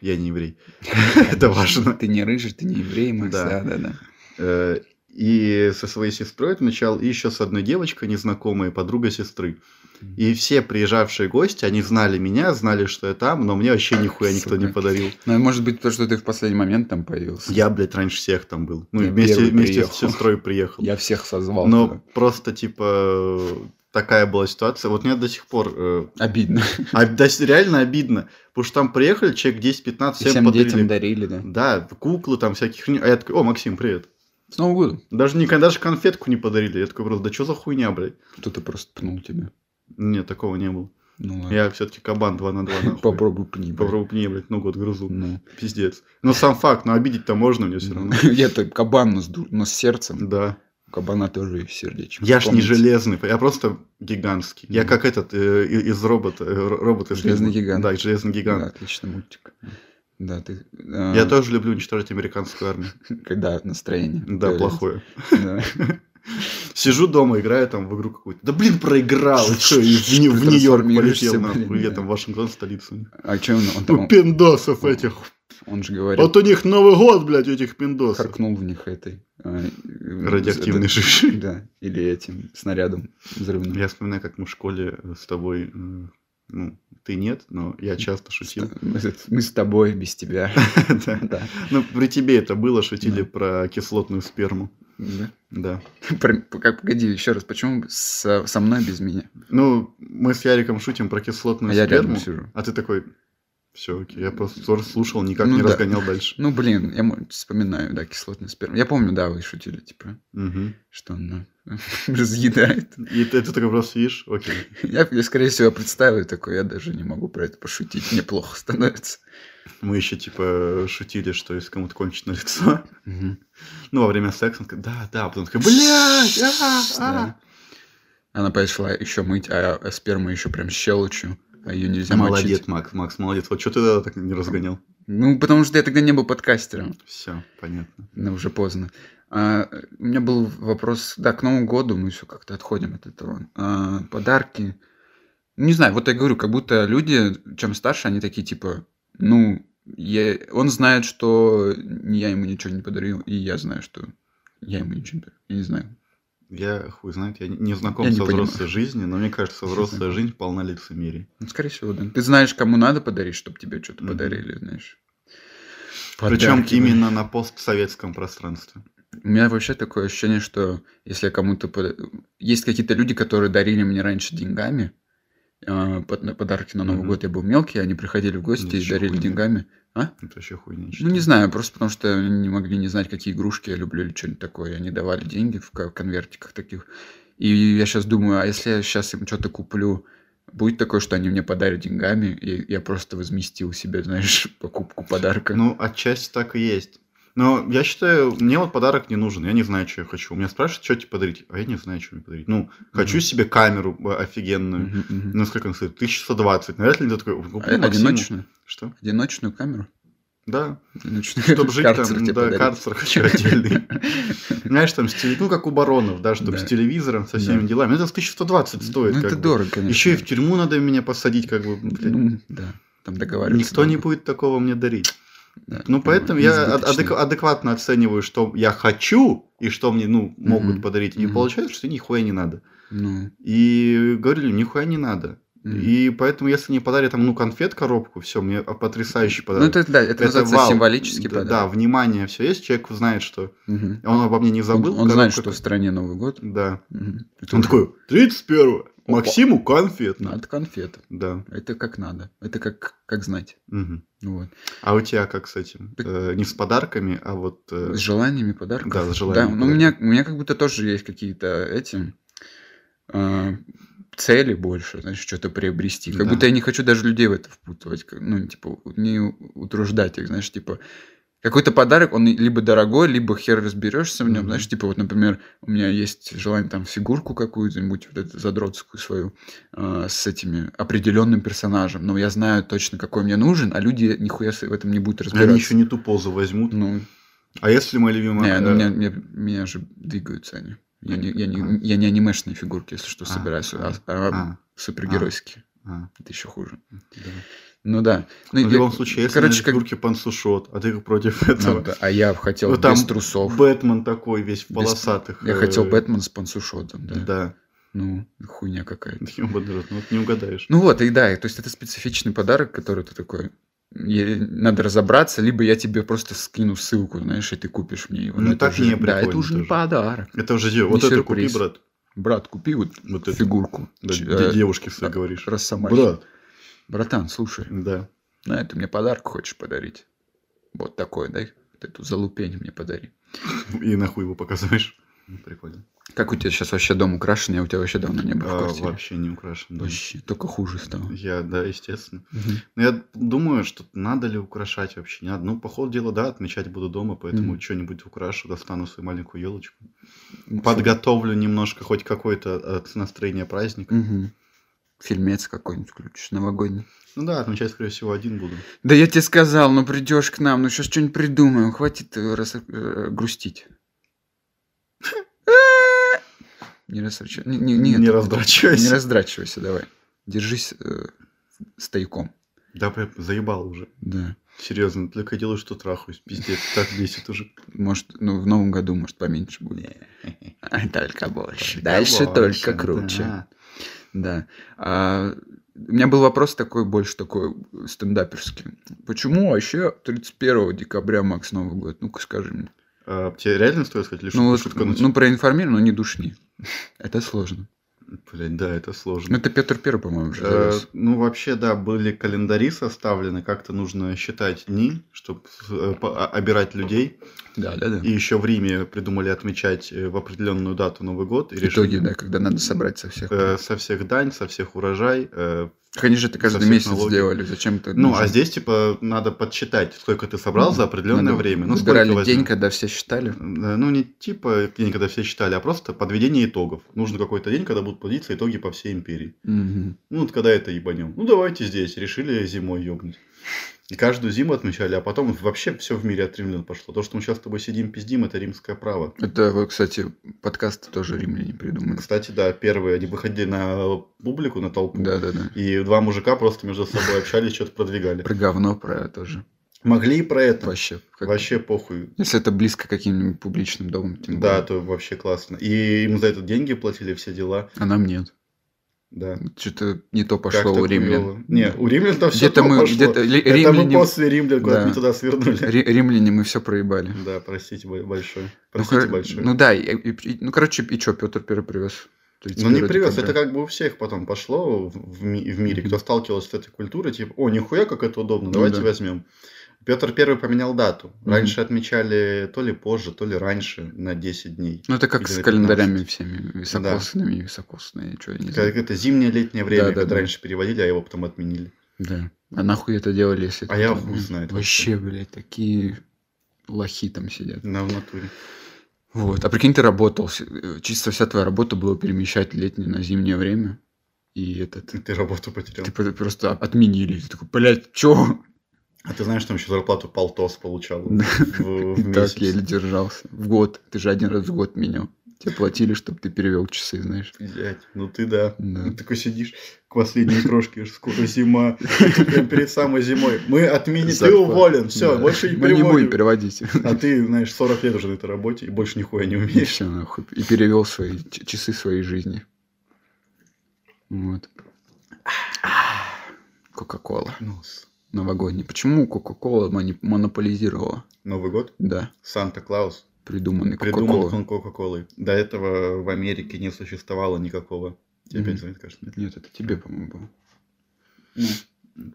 [SPEAKER 2] Я не еврей. Это важно.
[SPEAKER 3] Ты не рыжий, ты не еврей, Макс. Да,
[SPEAKER 2] Да.
[SPEAKER 3] да, да.
[SPEAKER 2] Э, И со своей сестрой отмечал, и еще с одной девочкой незнакомой, подругой сестры. И все приезжавшие гости, они знали меня, знали, что я там, но мне вообще нихуя никто не
[SPEAKER 3] Сука.
[SPEAKER 2] подарил.
[SPEAKER 3] Ну, может быть, то, что ты в последний момент там появился.
[SPEAKER 2] Я, блядь, раньше всех там был. Ну, и
[SPEAKER 3] Я
[SPEAKER 2] вместе,
[SPEAKER 3] первый
[SPEAKER 2] вместе
[SPEAKER 3] приехал.
[SPEAKER 2] с сестрой приехал.
[SPEAKER 3] Я всех созвал.
[SPEAKER 2] Но
[SPEAKER 3] туда.
[SPEAKER 2] просто, типа, такая была ситуация. Вот мне до сих пор э,
[SPEAKER 3] Обидно.
[SPEAKER 2] а- да, реально обидно. Потому что там приехали человек 10-15,
[SPEAKER 3] И
[SPEAKER 2] всем
[SPEAKER 3] Всем детям
[SPEAKER 2] подарили.
[SPEAKER 3] дарили, да.
[SPEAKER 2] Да, куклы там всяких. хрень. А я такой, о, Максим, привет.
[SPEAKER 3] С Новым годом.
[SPEAKER 2] Даже никогда даже конфетку не подарили. Я такой просто, да что за хуйня, блядь?
[SPEAKER 3] Кто-то просто пнул тебя.
[SPEAKER 2] Нет, такого не было.
[SPEAKER 3] Ну ладно.
[SPEAKER 2] Я все-таки кабан 2 на 2 нахуй.
[SPEAKER 3] Попробуй пни. блядь.
[SPEAKER 2] Попробуй мне, блядь, ногу отгрызу.
[SPEAKER 3] Ну.
[SPEAKER 2] Пиздец. Но сам факт, но обидеть-то можно мне все равно.
[SPEAKER 3] Я-то кабан, но с, ду- но с сердцем.
[SPEAKER 2] Да.
[SPEAKER 3] кабана тоже есть сердечко.
[SPEAKER 2] Я ж не
[SPEAKER 3] Помните?
[SPEAKER 2] железный, я просто гигантский. Я
[SPEAKER 3] Мгм.
[SPEAKER 2] как этот э, и- из робота, э, ро- робот из
[SPEAKER 3] Железный
[SPEAKER 2] фильма.
[SPEAKER 3] гигант.
[SPEAKER 2] Да, железный
[SPEAKER 3] Да,
[SPEAKER 2] гигант.
[SPEAKER 3] отличный мультик. Да, ты... а,
[SPEAKER 2] Я тоже люблю уничтожить американскую армию.
[SPEAKER 3] Когда настроение.
[SPEAKER 2] Да,
[SPEAKER 3] появляется.
[SPEAKER 2] плохое.
[SPEAKER 3] Да.
[SPEAKER 2] Сижу дома, играю там в игру какую-то. Да блин, проиграл. И что, и в, Нью- в Нью-Йорк полетел
[SPEAKER 3] Трансформируешься,
[SPEAKER 2] нахуй.
[SPEAKER 3] блин,
[SPEAKER 2] Я
[SPEAKER 3] да.
[SPEAKER 2] там Вашингтон, столица.
[SPEAKER 3] А что он, он, там-
[SPEAKER 2] Ну, пиндосов этих.
[SPEAKER 3] он же говорил,
[SPEAKER 2] Вот у них Новый год, блядь, у этих пиндосов.
[SPEAKER 3] харкнул в них этой... а, э,
[SPEAKER 2] Радиоактивный
[SPEAKER 3] за-
[SPEAKER 2] шиш.
[SPEAKER 3] Да, или этим снарядом взрывным.
[SPEAKER 2] Я вспоминаю, как мы в школе с тобой... э, Ну, ты нет, но я часто шутил.
[SPEAKER 3] Мы с- мы с тобой, без тебя.
[SPEAKER 2] Да.
[SPEAKER 3] Да.
[SPEAKER 2] Ну, при тебе это было, шутили
[SPEAKER 3] Да.
[SPEAKER 2] про кислотную сперму.
[SPEAKER 3] Да.
[SPEAKER 2] Да.
[SPEAKER 3] Про- Как, погоди, еще раз, почему со, со мной без меня?
[SPEAKER 2] Ну, мы с Яриком шутим про кислотную
[SPEAKER 3] А я
[SPEAKER 2] Ну, сперму.
[SPEAKER 3] рядом сижу.
[SPEAKER 2] А ты такой, все, окей, я просто ссор слушал, никак
[SPEAKER 3] Ну
[SPEAKER 2] не
[SPEAKER 3] да.
[SPEAKER 2] разгонял дальше.
[SPEAKER 3] Ну, блин, я м- вспоминаю, да, кислотный сперм. Я помню, да, вы шутили, типа,
[SPEAKER 2] Мгм.
[SPEAKER 3] что она разъедает.
[SPEAKER 2] И ты, ты такой просто видишь, окей.
[SPEAKER 3] Я, я, скорее всего, представил такой, я даже не могу про это пошутить, мне плохо становится.
[SPEAKER 2] Мы еще типа шутили, что если кому-то кончить на лицо, ну, во время секса, он такой, да, да, а потом такой, блядь, а, а».
[SPEAKER 3] Да. Она пошла еще мыть, а, а сперма еще прям щелочью, а ее нельзя
[SPEAKER 2] Молодец,
[SPEAKER 3] мочить.
[SPEAKER 2] Макс, Макс, молодец. Вот что ты тогда так не разгонял?
[SPEAKER 3] Ну, потому что я тогда не был подкастером.
[SPEAKER 2] Все, понятно.
[SPEAKER 3] Ну, уже поздно. А, у меня был вопрос, да, к Новому году мы все как-то отходим от этого. А, подарки. Не знаю, вот я говорю, как будто люди, чем старше, они такие типа, ну, я- он знает, что я ему ничего не подарил, и я знаю, что я ему ничего не подарил. Я не знаю.
[SPEAKER 2] Я хуй знает, я не- не знаком
[SPEAKER 3] Я не
[SPEAKER 2] со
[SPEAKER 3] понимаю.
[SPEAKER 2] взрослой жизнью, но мне кажется, взрослая жизнь полна лицемерий.
[SPEAKER 3] Ну, скорее всего, да. Ты знаешь, кому надо подарить, чтобы тебе что-то
[SPEAKER 2] Мгм.
[SPEAKER 3] подарили, знаешь.
[SPEAKER 2] Причем
[SPEAKER 3] Подарки, блин.
[SPEAKER 2] именно на постсоветском пространстве.
[SPEAKER 3] У меня вообще такое ощущение, что если я кому-то... пода- Есть какие-то люди, которые дарили мне раньше деньгами, а, под- на подарки на Новый
[SPEAKER 2] Мгм.
[SPEAKER 3] год я был мелкий, они приходили в гости и
[SPEAKER 2] Ничего
[SPEAKER 3] дарили
[SPEAKER 2] себе.
[SPEAKER 3] деньгами.
[SPEAKER 2] Это вообще хуйня.
[SPEAKER 3] Ну, не знаю, просто потому что они не могли не знать, какие игрушки я люблю или что-нибудь такое. И Они давали деньги в ко- конвертиках таких. И я сейчас думаю, а если я сейчас им что-то куплю, будет такое, что они мне подарят деньгами, и я просто возместил себе, знаешь, покупку подарка.
[SPEAKER 2] Ну, отчасти так и есть. Но я считаю, мне вот подарок не нужен. Я не знаю, что я хочу. У меня спрашивают, что тебе подарить. А я не знаю, что мне подарить. Ну, хочу
[SPEAKER 3] Мгм.
[SPEAKER 2] себе камеру э, офигенную.
[SPEAKER 3] Мгм, мгм.
[SPEAKER 2] Ну, сколько она стоит? 1120. Навряд ли ты такой... «Куплю
[SPEAKER 3] А-
[SPEAKER 2] Максиму».
[SPEAKER 3] одиночную?
[SPEAKER 2] Что?
[SPEAKER 3] Одиночную камеру?
[SPEAKER 2] Да.
[SPEAKER 3] Одиночную.
[SPEAKER 2] Чтобы жить
[SPEAKER 3] Карцер
[SPEAKER 2] там,
[SPEAKER 3] тебе
[SPEAKER 2] да,
[SPEAKER 3] подарить.
[SPEAKER 2] карцер хочу отдельный. Знаешь, там, с теле- ну, как у баронов, да, чтобы
[SPEAKER 3] Да.
[SPEAKER 2] с телевизором, со всеми
[SPEAKER 3] Да.
[SPEAKER 2] делами. Это 1120 стоит.
[SPEAKER 3] Ну, это дорого, конечно.
[SPEAKER 2] Еще и в тюрьму надо меня посадить, как бы. блядь.
[SPEAKER 3] Ну, да, там договариваются.
[SPEAKER 2] Никто не будет такого мне дарить. Ну, поэтому я ад- адек- адекватно оцениваю, что я хочу и что мне, ну, могут
[SPEAKER 3] Мгм.
[SPEAKER 2] подарить. И
[SPEAKER 3] Мгм.
[SPEAKER 2] получается, что нихуя не надо.
[SPEAKER 3] Ну,
[SPEAKER 2] И говорю, людям, нихуя не надо. И поэтому, если не подарят там, ну, конфет, коробку, все, мне а, потрясающий
[SPEAKER 3] Ну,
[SPEAKER 2] подарок.
[SPEAKER 3] это, да, это, называется
[SPEAKER 2] вау.
[SPEAKER 3] символический
[SPEAKER 2] да, Да,
[SPEAKER 3] подарок.
[SPEAKER 2] внимание, все есть. Человек знает, что
[SPEAKER 3] Мгм.
[SPEAKER 2] он обо мне не забыл.
[SPEAKER 3] Он, он знает, что
[SPEAKER 2] коробка-
[SPEAKER 3] в стране Новый год.
[SPEAKER 2] Да.
[SPEAKER 3] Мгм. Это
[SPEAKER 2] Он
[SPEAKER 3] уже
[SPEAKER 2] такой, 31
[SPEAKER 3] Опа.
[SPEAKER 2] Максиму конфет.
[SPEAKER 3] Надо конфет.
[SPEAKER 2] Да.
[SPEAKER 3] Это как надо. Это как, как знать.
[SPEAKER 2] Мгм.
[SPEAKER 3] Вот.
[SPEAKER 2] А у тебя как с этим? Э, не с подарками, а вот... э,
[SPEAKER 3] С желаниями подарков.
[SPEAKER 2] Да, с желаниями
[SPEAKER 3] Да, но у меня, у меня как будто тоже есть какие-то эти а, цели больше, значит, что-то приобрести. Как
[SPEAKER 2] Да.
[SPEAKER 3] будто я не хочу даже людей в это впутывать. как- Ну, типа, не утруждать их, знаешь, типа... Какой-то подарок, он либо дорогой, либо хер разберешься в нем,
[SPEAKER 2] Мгм.
[SPEAKER 3] знаешь, типа вот, например, у меня есть желание там фигурку какую-нибудь, вот эту задротскую свою, а, с этими определенным персонажем, но я знаю точно, какой мне нужен, а люди нихуя с- в этом не будут разбираться.
[SPEAKER 2] Они еще не ту позу возьмут.
[SPEAKER 3] Ну,
[SPEAKER 2] А если мы любимые...
[SPEAKER 3] не, ну,
[SPEAKER 2] э,
[SPEAKER 3] меня, меня- меня же двигаются они. Я не, я,
[SPEAKER 2] А.
[SPEAKER 3] не, я не анимешные фигурки, если что,
[SPEAKER 2] А,
[SPEAKER 3] собираюсь, а,
[SPEAKER 2] а,
[SPEAKER 3] а
[SPEAKER 2] а,
[SPEAKER 3] супергеройские.
[SPEAKER 2] а,
[SPEAKER 3] Это еще хуже.
[SPEAKER 2] да.
[SPEAKER 3] Ну да. Ну,
[SPEAKER 2] Ну, в
[SPEAKER 3] я-
[SPEAKER 2] любом случае, если
[SPEAKER 3] короче, как...
[SPEAKER 2] фигурки пансушот, а ты против
[SPEAKER 3] ну
[SPEAKER 2] этого.
[SPEAKER 3] да, а я хотел
[SPEAKER 2] Ну, там
[SPEAKER 3] без трусов.
[SPEAKER 2] Бэтмен такой весь в
[SPEAKER 3] Без-
[SPEAKER 2] полосатых.
[SPEAKER 3] Я
[SPEAKER 2] э,
[SPEAKER 3] хотел Бэтмен с пансушотом, да.
[SPEAKER 2] Да.
[SPEAKER 3] Ну, хуйня какая-то.
[SPEAKER 2] Ёбаный рот, ну вот не угадаешь.
[SPEAKER 3] Ну вот, и да, и то есть это специфичный подарок, который ты такой... е- Надо разобраться, либо я тебе просто скину ссылку, знаешь, и ты купишь мне его.
[SPEAKER 2] Ну,
[SPEAKER 3] это
[SPEAKER 2] так
[SPEAKER 3] уже-
[SPEAKER 2] не
[SPEAKER 3] Да, это
[SPEAKER 2] прикольно
[SPEAKER 3] уже не
[SPEAKER 2] тоже.
[SPEAKER 3] подарок.
[SPEAKER 2] Это уже дело. Вот это купи,
[SPEAKER 3] сюрприз.
[SPEAKER 2] брат.
[SPEAKER 3] Брат, купи вот,
[SPEAKER 2] Вот это.
[SPEAKER 3] фигурку.
[SPEAKER 2] Да,
[SPEAKER 3] Ч-
[SPEAKER 2] де-
[SPEAKER 3] э,
[SPEAKER 2] девушке своей
[SPEAKER 3] а,
[SPEAKER 2] говоришь.
[SPEAKER 3] Росомахи.
[SPEAKER 2] Брат.
[SPEAKER 3] Братан, слушай,
[SPEAKER 2] Да.
[SPEAKER 3] на это мне подарок хочешь подарить? Вот такой, дай. Вот эту залупень мне подари.
[SPEAKER 2] И нахуй его показываешь. Ну, прикольно.
[SPEAKER 3] Как у тебя сейчас вообще дом украшен? Я у тебя вообще давно не был в
[SPEAKER 2] А,
[SPEAKER 3] квартире.
[SPEAKER 2] вообще не украшен. да.
[SPEAKER 3] Вообще, только хуже стало.
[SPEAKER 2] Я, да, естественно. Ну, я думаю, что надо ли украшать вообще. Не надо. Ну, по ходу дела, да, отмечать буду дома, поэтому
[SPEAKER 3] Мгм.
[SPEAKER 2] что-нибудь украшу, достану свою маленькую елочку.
[SPEAKER 3] Мгм.
[SPEAKER 2] Подготовлю немножко хоть какое-то от настроение праздника.
[SPEAKER 3] Мгм. Фильмец какой-нибудь включишь, новогодний.
[SPEAKER 2] Ну да, отмечать, скорее всего, один буду.
[SPEAKER 3] Да я тебе сказал, ну придешь к нам, ну сейчас что-нибудь придумаем, хватит э, рас- э, грустить. Не раздрачивайся.
[SPEAKER 2] Не раздрачивайся.
[SPEAKER 3] Не раздрачивайся, давай. Держись э, стояком.
[SPEAKER 2] Да, прям заебал уже.
[SPEAKER 3] Да.
[SPEAKER 2] Серьезно, только я делаю, что трахаюсь. Пиздец, так бесит уже.
[SPEAKER 3] Может, ну в новом году, может, поменьше будет. А только больше.
[SPEAKER 2] Больше, да.
[SPEAKER 3] Да. А, у меня был вопрос такой, больше такой стендаперский. Почему вообще 31 декабря, Макс, Новый год? Ну-ка скажи мне.
[SPEAKER 2] А, тебе реально стоит сказать или
[SPEAKER 3] Ну,
[SPEAKER 2] шутку
[SPEAKER 3] вот,
[SPEAKER 2] шуткануть?
[SPEAKER 3] ну проинформируй, но не душни. Это сложно.
[SPEAKER 2] Блядь, да, это
[SPEAKER 3] Ну,
[SPEAKER 2] сложно.
[SPEAKER 3] это Петр Первый, по-моему, уже
[SPEAKER 2] Э,
[SPEAKER 3] завез.
[SPEAKER 2] ну, вообще, да, были календари составлены, как-то нужно считать дни, чтобы а, обирать людей.
[SPEAKER 3] Да, да, да.
[SPEAKER 2] И еще в Риме придумали отмечать э, в определенную дату Новый год. И
[SPEAKER 3] Итоги,
[SPEAKER 2] решили,
[SPEAKER 3] да, когда надо собрать со всех.
[SPEAKER 2] э, со всех дань, со всех урожай. э,
[SPEAKER 3] Так они же это каждый
[SPEAKER 2] всех
[SPEAKER 3] месяц
[SPEAKER 2] налоги.
[SPEAKER 3] делали. Зачем это?
[SPEAKER 2] ну,
[SPEAKER 3] нужно?
[SPEAKER 2] а здесь, типа, надо подсчитать, сколько ты собрал
[SPEAKER 3] Ну,
[SPEAKER 2] за определенное
[SPEAKER 3] Надо-
[SPEAKER 2] время. Ну, сколько
[SPEAKER 3] выбирали
[SPEAKER 2] возьмёт.
[SPEAKER 3] день, когда все считали.
[SPEAKER 2] Да, Ну, не типа день, когда все считали, а просто подведение итогов. Нужен какой-то день, когда будут подводиться итоги по всей империи.
[SPEAKER 3] Мгм.
[SPEAKER 2] Ну, вот когда это ебанем. Ну, давайте здесь. Решили зимой ебнуть. И каждую зиму отмечали, а потом вообще все в мире от римлян пошло. То, что мы сейчас с тобой сидим, пиздим, это римское право.
[SPEAKER 3] Это, вот, кстати, подкасты тоже римляне придумали.
[SPEAKER 2] Кстати, да, первые, они выходили на публику, на толпу.
[SPEAKER 3] Да, да, да.
[SPEAKER 2] И два мужика просто между собой общались, что-то продвигали.
[SPEAKER 3] Про говно, про тоже.
[SPEAKER 2] Могли и про это.
[SPEAKER 3] Вообще. как-
[SPEAKER 2] Вообще похуй.
[SPEAKER 3] Если это близко к каким-нибудь публичным домам, тем
[SPEAKER 2] Да,
[SPEAKER 3] более.
[SPEAKER 2] то вообще классно. И им за это деньги платили, все дела.
[SPEAKER 3] А нам нет.
[SPEAKER 2] Да.
[SPEAKER 3] Что-то не то пошло
[SPEAKER 2] Как-то хуёво.
[SPEAKER 3] у римлян.
[SPEAKER 2] Не, у римлян там все
[SPEAKER 3] Где-то мы,
[SPEAKER 2] пошло.
[SPEAKER 3] где-то ли-
[SPEAKER 2] Это мы
[SPEAKER 3] римляне,
[SPEAKER 2] после римлян куда-то
[SPEAKER 3] Да.
[SPEAKER 2] не туда свернули.
[SPEAKER 3] ри- римляне мы все проебали.
[SPEAKER 2] Да, простите бо- большое.
[SPEAKER 3] Ну,
[SPEAKER 2] Простите
[SPEAKER 3] кор-
[SPEAKER 2] большое.
[SPEAKER 3] ну да, и- и- и- ну короче, и что, Петр Первый привез?
[SPEAKER 2] Ну не привез, это как бы у всех потом пошло в, в ми- в мире,
[SPEAKER 3] Мгм.
[SPEAKER 2] кто сталкивался с этой культурой, типа, о, нихуя, как это удобно,
[SPEAKER 3] Ну
[SPEAKER 2] давайте
[SPEAKER 3] да.
[SPEAKER 2] возьмем. Петр Первый поменял дату.
[SPEAKER 3] Мгм.
[SPEAKER 2] Раньше отмечали то ли позже, то ли раньше на 10 дней.
[SPEAKER 3] Ну это как
[SPEAKER 2] или
[SPEAKER 3] с
[SPEAKER 2] на
[SPEAKER 3] календарями всеми, високосными, високосные, что я не
[SPEAKER 2] Как
[SPEAKER 3] знаю.
[SPEAKER 2] это зимнее-летнее время,
[SPEAKER 3] Да, да,
[SPEAKER 2] когда
[SPEAKER 3] да.
[SPEAKER 2] раньше переводили, а его потом отменили.
[SPEAKER 3] Да. А нахуй это делали, если...
[SPEAKER 2] А
[SPEAKER 3] это
[SPEAKER 2] я
[SPEAKER 3] там,
[SPEAKER 2] хуй
[SPEAKER 3] ну,
[SPEAKER 2] знает
[SPEAKER 3] Вообще, блядь, такие лохи там сидят.
[SPEAKER 2] На в натуре.
[SPEAKER 3] Вот. А прикинь, ты работал, с- э, чисто вся твоя работа была перемещать летнее на зимнее время. И этот...
[SPEAKER 2] Ты, ты работу потерял.
[SPEAKER 3] Ты про- просто отменили. Ты такой, блядь, чё?
[SPEAKER 2] А ты знаешь, там еще зарплату полтос получал в,
[SPEAKER 3] Да.
[SPEAKER 2] в
[SPEAKER 3] И так
[SPEAKER 2] месяц.
[SPEAKER 3] еле держался. В год. Ты же один раз в год менял. Тебе платили, чтобы ты перевел часы, знаешь.
[SPEAKER 2] Блядь, ну ты да.
[SPEAKER 3] Да.
[SPEAKER 2] Ты такой сидишь к последней крошке, скоро зима, прям перед самой зимой. Мы отменим, ты
[SPEAKER 3] Зарплата.
[SPEAKER 2] уволен, все,
[SPEAKER 3] Да.
[SPEAKER 2] больше не
[SPEAKER 3] Мы не будем
[SPEAKER 2] переводим.
[SPEAKER 3] переводить.
[SPEAKER 2] А ты, знаешь, 40 лет уже на этой работе и больше нихуя не
[SPEAKER 3] И
[SPEAKER 2] умеешь.
[SPEAKER 3] все нахуй. И перевел свои ч- часы своей жизни. Вот. Кока-кола.
[SPEAKER 2] Нос.
[SPEAKER 3] Новогодний. Почему Кока-кола мони- монополизировала?
[SPEAKER 2] Новый год,
[SPEAKER 3] Да.
[SPEAKER 2] Санта-Клаус
[SPEAKER 3] Придуманный
[SPEAKER 2] придумал
[SPEAKER 3] Ну, Кока-кола.
[SPEAKER 2] он Кока-Колой. До этого в Америке не существовало никакого. Тебе
[SPEAKER 3] Мгм.
[SPEAKER 2] опять звонит, кажется, нет?
[SPEAKER 3] Нет, это тебе, по-моему, было.
[SPEAKER 2] Ну,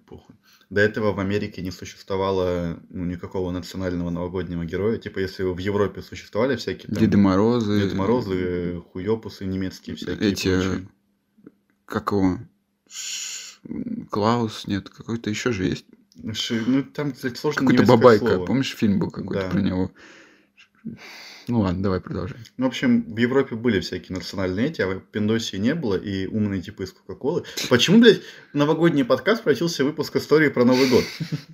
[SPEAKER 2] Похуй. До этого в Америке не существовало ну, никакого национального новогоднего героя. Типа, если в Европе существовали всякие там
[SPEAKER 3] Деды Морозы.
[SPEAKER 2] Дед Морозы, хуёпусы немецкие всякие. и
[SPEAKER 3] Э, Эти... э,
[SPEAKER 2] прочие.
[SPEAKER 3] Как его? Ш- Клаус, нет, какой-то еще же есть.
[SPEAKER 2] Ши- Ну, там, кстати, сложно
[SPEAKER 3] Какой-то
[SPEAKER 2] немецкое
[SPEAKER 3] бабайка.
[SPEAKER 2] слово.
[SPEAKER 3] Помнишь, фильм был какой-то
[SPEAKER 2] Да.
[SPEAKER 3] про него? Ну ладно, давай продолжай.
[SPEAKER 2] Ну, в общем, в Европе были всякие национальные эти, а в Пиндосии не было, и умные типы из Кока-Колы. Почему, блядь, новогодний подкаст превратился в выпуск истории про Новый год?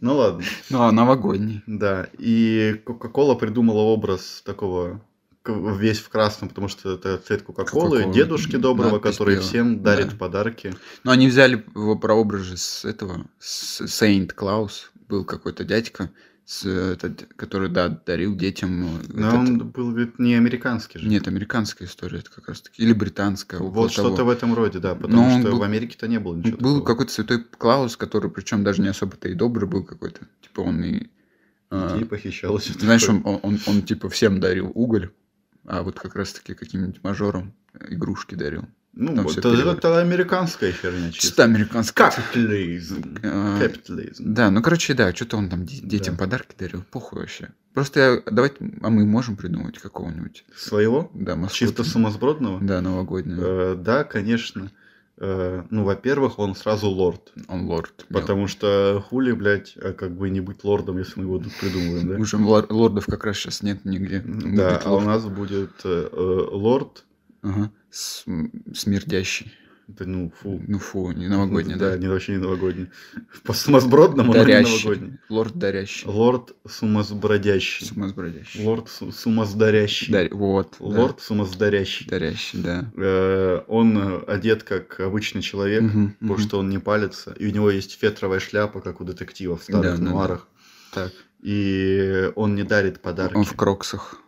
[SPEAKER 2] Ну, ладно.
[SPEAKER 3] Ну а новогодний.
[SPEAKER 2] Да, и Кока-Кола придумала образ такого к- весь в красном, потому что это цвет Кока-Колы,
[SPEAKER 3] Кока-Кола.
[SPEAKER 2] дедушки доброго,
[SPEAKER 3] Надпись
[SPEAKER 2] который
[SPEAKER 3] белая.
[SPEAKER 2] всем дарит
[SPEAKER 3] Да.
[SPEAKER 2] подарки.
[SPEAKER 3] Но они взяли его прообраз же с этого, с Сейнт Клаус. Был какой-то дядька, с, э, этот, который, да, дарил детям... э,
[SPEAKER 2] Но
[SPEAKER 3] этот-
[SPEAKER 2] он был, говорит, не американский же.
[SPEAKER 3] Нет, американская история это как раз-таки. Или британская. около
[SPEAKER 2] Вот что-то в
[SPEAKER 3] того.
[SPEAKER 2] этом роде, да,
[SPEAKER 3] Но
[SPEAKER 2] потому
[SPEAKER 3] Ну, он
[SPEAKER 2] что
[SPEAKER 3] был-
[SPEAKER 2] в Америке-то не было ничего
[SPEAKER 3] Был
[SPEAKER 2] такого.
[SPEAKER 3] какой-то святой Клаус, который, причем даже не особо-то и добрый был какой-то. Типа он и... э,
[SPEAKER 2] Детей похищал А, и всё
[SPEAKER 3] знаешь,
[SPEAKER 2] такое.
[SPEAKER 3] он, он, он, он, типа всем дарил уголь, а вот как раз-таки каким-нибудь мажорам игрушки дарил.
[SPEAKER 2] Ну,
[SPEAKER 3] Там
[SPEAKER 2] вот
[SPEAKER 3] всё
[SPEAKER 2] это,
[SPEAKER 3] перевод.
[SPEAKER 2] это американская херня чисто.
[SPEAKER 3] Чисто американская.
[SPEAKER 2] Капитализм.
[SPEAKER 3] А,
[SPEAKER 2] Капитализм.
[SPEAKER 3] Да, ну короче, да, что-то он там де- детям
[SPEAKER 2] Да.
[SPEAKER 3] подарки дарил, похуй вообще. Просто я, давайте, а мы можем придумать какого-нибудь?
[SPEAKER 2] Своего?
[SPEAKER 3] Да, Москву.
[SPEAKER 2] Чисто сумасбродного?
[SPEAKER 3] Да, новогоднего.
[SPEAKER 2] Э, Да, конечно. Э, Ну, во-первых, он сразу лорд.
[SPEAKER 3] Он лорд. Мел.
[SPEAKER 2] Потому что хули, блядь, а как бы не быть лордом, если мы его тут придумываем, да?
[SPEAKER 3] Уже лор- лордов как раз сейчас нет нигде.
[SPEAKER 2] Да,
[SPEAKER 3] Будет
[SPEAKER 2] а у
[SPEAKER 3] лорд.
[SPEAKER 2] нас будет э, э, лорд,
[SPEAKER 3] Ага. С- м, Смердящий.
[SPEAKER 2] да ну, фу.
[SPEAKER 3] Ну фу, не новогодний, да.
[SPEAKER 2] не вообще не новогодний. По сумасбродному, но не новогодний.
[SPEAKER 3] Дарящий. Лорд дарящий.
[SPEAKER 2] Лорд сумасбродящий.
[SPEAKER 3] Сумасбродящий.
[SPEAKER 2] Лорд су- сумасдарящий.
[SPEAKER 3] Дарь- Вот. да.
[SPEAKER 2] Лорд сумасдарящий.
[SPEAKER 3] Дарящий, да.
[SPEAKER 2] Э, Он э, одет как обычный человек,
[SPEAKER 3] Мгм,
[SPEAKER 2] потому
[SPEAKER 3] мгм.
[SPEAKER 2] что он не палится. И у него есть фетровая шляпа, как у детектива в старых
[SPEAKER 3] Да, да,
[SPEAKER 2] нуарах.
[SPEAKER 3] Так.
[SPEAKER 2] И он не дарит подарки,
[SPEAKER 3] Он в кроксах.